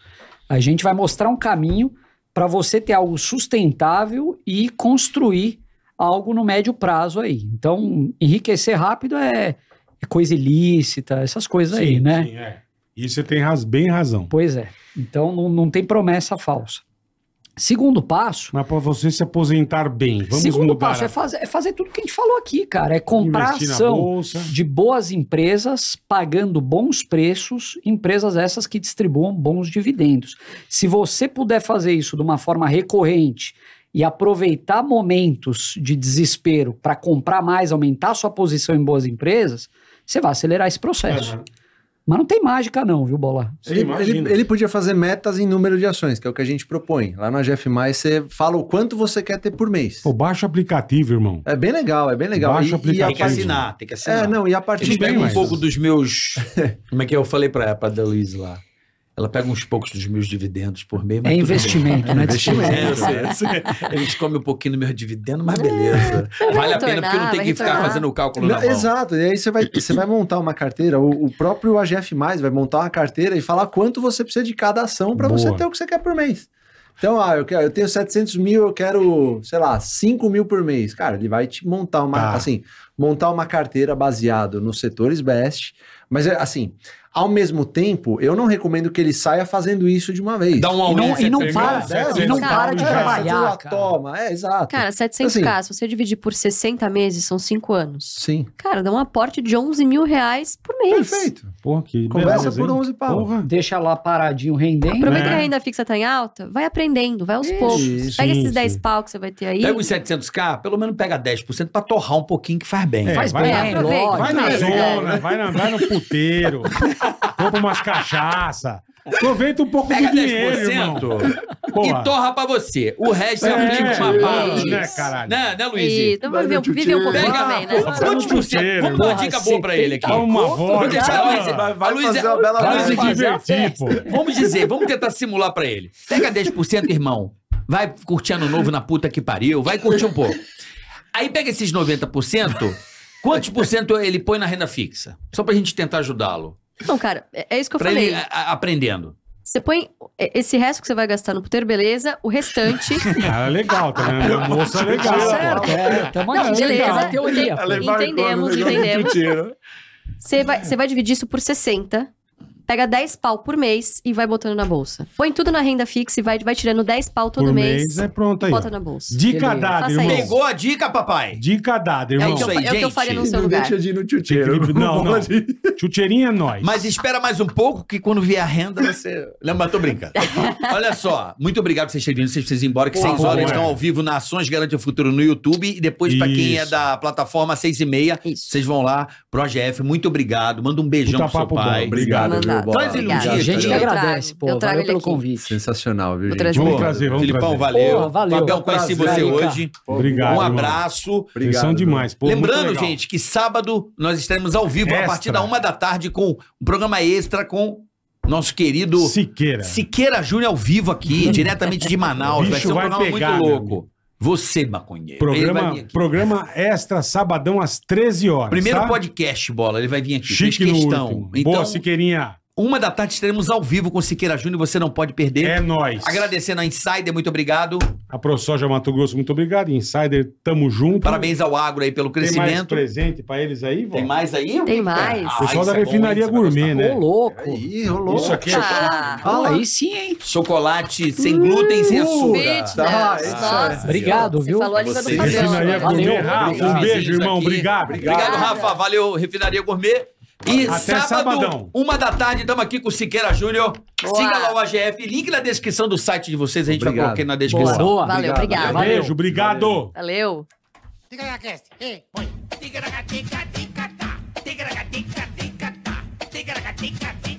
a gente vai mostrar um caminho para você ter algo sustentável e construir algo no médio prazo aí. Então, enriquecer rápido é, é coisa ilícita, essas coisas aí, né?
Sim, é. Isso você tem raz- bem razão.
Pois é. Então, não, não tem promessa falsa. Segundo passo.
Mas para você se aposentar bem, vamos
Segundo
mudar
passo
a-
é fazer, é fazer tudo que a gente falou aqui, cara. É comprar
investir na
ação
bolsa.
de boas empresas, pagando bons preços, empresas essas que distribuam bons dividendos. Se você puder fazer isso de uma forma recorrente e aproveitar momentos de desespero para comprar mais, aumentar sua posição em boas empresas, você vai acelerar esse processo.
Aham.
Mas não tem mágica não, viu, Bola?
Sim,
Ele,
imagina.
ele- ele podia fazer metas em número de ações, que é o que a gente propõe. Lá na GF, você fala o quanto você quer ter por mês.
Pô, baixa o aplicativo, irmão.
É bem legal, é bem legal.
Baixa
E-
o aplicativo.
Tem
e a
que
partir-
assinar, tem que assinar.
É, não, e a
Eles
partir
Eles
bem
pegam um
mais.
pouco dos meus. <laughs> Como é que eu falei pra, pra Luiz lá? Ela pega uns poucos dos meus dividendos por mês. mas
É
tudo bem. <laughs>
investimento, né?
investimento.
É, eu sei, eu sei. Eles comem um pouquinho do meu dividendo, mas beleza. Vale a pena, porque não tem
vai
que ficar
retornar.
fazendo o cálculo
Não,
na mão.
exato, e aí você vai, você vai montar uma carteira, o, o próprio AGF vai montar uma carteira e falar quanto você precisa de cada ação para
Boa.
você ter o que você quer por mês. Então, ah, eu, quero, eu tenho 700 mil, eu quero, sei lá, 5 mil por mês. Cara, ele vai te montar uma,
Tá.
assim, montar uma carteira baseado nos setores best, Mas é assim, ao mesmo tempo, eu não recomendo que ele saia fazendo isso de uma vez.
Dá um
E não,
all-in.
e não
700
para,
reais,
e não
700
para de
reais.
trabalhar,
você
cara.
Toma, é, exato.
Cara, 700k, se você dividir por 60 meses, são 5 anos.
Sim.
Cara, dá um aporte de 11 mil reais por mês.
Perfeito.
Porra, que
Começa
beleza,
por
hein?
11 pau.
Porra.
Deixa lá paradinho
É.
rendendo.
Aproveita
Né?
que a renda fixa tá em alta, vai aprendendo, vai aos
Isso,
poucos.
sim,
Pega esses 10
sim.
pau que você vai ter aí.
Pega os 700k, pelo menos pega 10% pra torrar um pouquinho que faz bem.
É,
Faz
vai
bem,
lá.
Aproveita.
lógico.
Vai na
É,
zona, vai, na, vai no puteiro, compra umas cachaça. Aproveita um pouco
Pega
do dinheiro, irmão.
10%
Porra.
e torra pra você. O resto você
É,
aplica uma
é,
parte.
né, caralho?
Né, né, Luiz?
E então vai
Vai
viver,
no
viver um pouquinho
Pega,
também, né?
porra, quantos por cento? Vamos dar uma dica boa pra ele aqui.
Dá uma
Vou
voz.
deixar a Luísa-
Vai- vai
a Luísa-
fazer uma bela
a Luísa
Vai se
Vamos
diz-
divertir, pô.
Vamos dizer, vamos tentar simular pra ele. Pega 10%, irmão. Vai curtir ano novo na puta que pariu. Vai curtir um pouco. Aí pega esses 90%. Quantos por cento ele põe na renda fixa? Só pra gente tentar ajudá-lo.
Não, cara, é é isso que eu
Pra
falei.
ele a- a- aprendendo.
Você põe é, esse resto que você vai gastar no puteiro, beleza, o restante.
Cara, legal, tá vendo? A moça é legal.
Tá
pô.
certo, é. Tamo
Não,
aqui,
beleza.
cara, teoria.
Tem- um
pô.
Entendemos, entendemos. Você vai, você vai dividir isso por 60. Pega 10 pau por mês e vai botando na bolsa. Põe tudo na renda fixa e vai, vai tirando 10 pau todo
Por
mês.
mês é pronto aí. ó.
Bota na bolsa.
Dica
Beleza.
dada,
Faça isso.
irmão.
Pegou a dica, papai?
Dica dada,
É
irmão.
o que eu,
Isso
fa-
aí,
é o que eu
gente.
faria no seu
Não
lugar.
deixa de ir no tchutcheiro.
Não, não.
pode.
Chuteirinha é nós.
Mas espera mais um pouco que quando vier a renda você. Não, mas tô
<laughs>
brincando. Olha só, muito obrigado por vocês terem vindo. Vocês precisam ir embora, que
Pô,
6
boa.
horas estão ao vivo na Ações Garante o Futuro no YouTube. E depois, pra quem é
Isso.
da plataforma 6 e meia,
Isso.
vocês vão lá pro AGF. Muito obrigado. Manda um beijão
Puta
pro seu
papo
pai.
bom,
Obrigado,
Mandado.
viu, Bola?
Mas ele um
Obrigada.
dia-
A gente que
Eu trago,
agradece, pô.
eu trago
Valeu
ele
pelo
aqui.
convite.
Sensacional, viu,
Vou
gente?
trazer.
Vamos
Pô,
trazer, vamos
Filipão,
trazer.
valeu.
Pô, valeu.
Fabião,
Prazer
conheci você
aí, cara.
hoje.
Obrigado.
um
irmão.
abraço.
Vocês são
viu?
demais. pô, muito
Lembrando,
legal.
gente, que sábado nós estaremos ao vivo a
Extra.
partir da uma da tarde com um programa extra com nosso querido
Siqueira.
Siqueira Júnior ao vivo
<laughs>
aqui, diretamente de Manaus.
É. Bicho
vai ser um
vai
programa
pegar,
muito
meu
louco. Você, maconheiro. Ele vai
Programa,
vir aqui.
programa extra, sabadão, às 13 horas.
Primeiro
tá?
podcast, bola. Ele vai vir aqui. Fez
Chique no
questão.
último.
Então,
Boa, Siqueirinha.
uma da tarde estaremos ao vivo com Siqueira Júnior. Você não pode perder.
É nóis.
Agradecendo a Insider, muito obrigado.
A ProSoja Mato Grosso, muito obrigado. Insider, tamo junto.
Parabéns ao Agro aí pelo
Tem mais
crescimento.
presente pra eles aí, vó?
Tem mais aí?
Tem mais. Tá.
O pessoal
isso
da
é bom,
refinaria
hein? Você vai
gourmet, né?
Ô, louco.
Aí, rolou.
Isso aqui é
Ah,
Ah, aí sim, hein?
gostar. Chocolate sem glúten,
Uh,
censura.
fitness.
Tá, isso
Nossa,
é.
Obrigado,
você
viu?
falou a língua do
Você.
Refinaria
Fabião.
Valeu,
Gourmet, Rafa. Um
obrigado.
beijo, irmão.
Aqui.
Obrigado.
Obrigado, Rafa. Valeu, Refinaria Gourmet. E
Até
sábado,
sabadão.
uma da tarde, estamos aqui com o Siqueira Júnior.
Boa.
Siga lá o AGF. Link na descrição do site de vocês. A gente vai
Obrigado.
colocar aqui na
Boa.
descrição.
Boa.
Valeu, obrigado.
Valeu.
Beijo, obrigado.
Valeu.
Ticaracast, e põe. Ticaracatica, ticatá. Ticaracatica, ticatá. Ticaracatica, ticatá.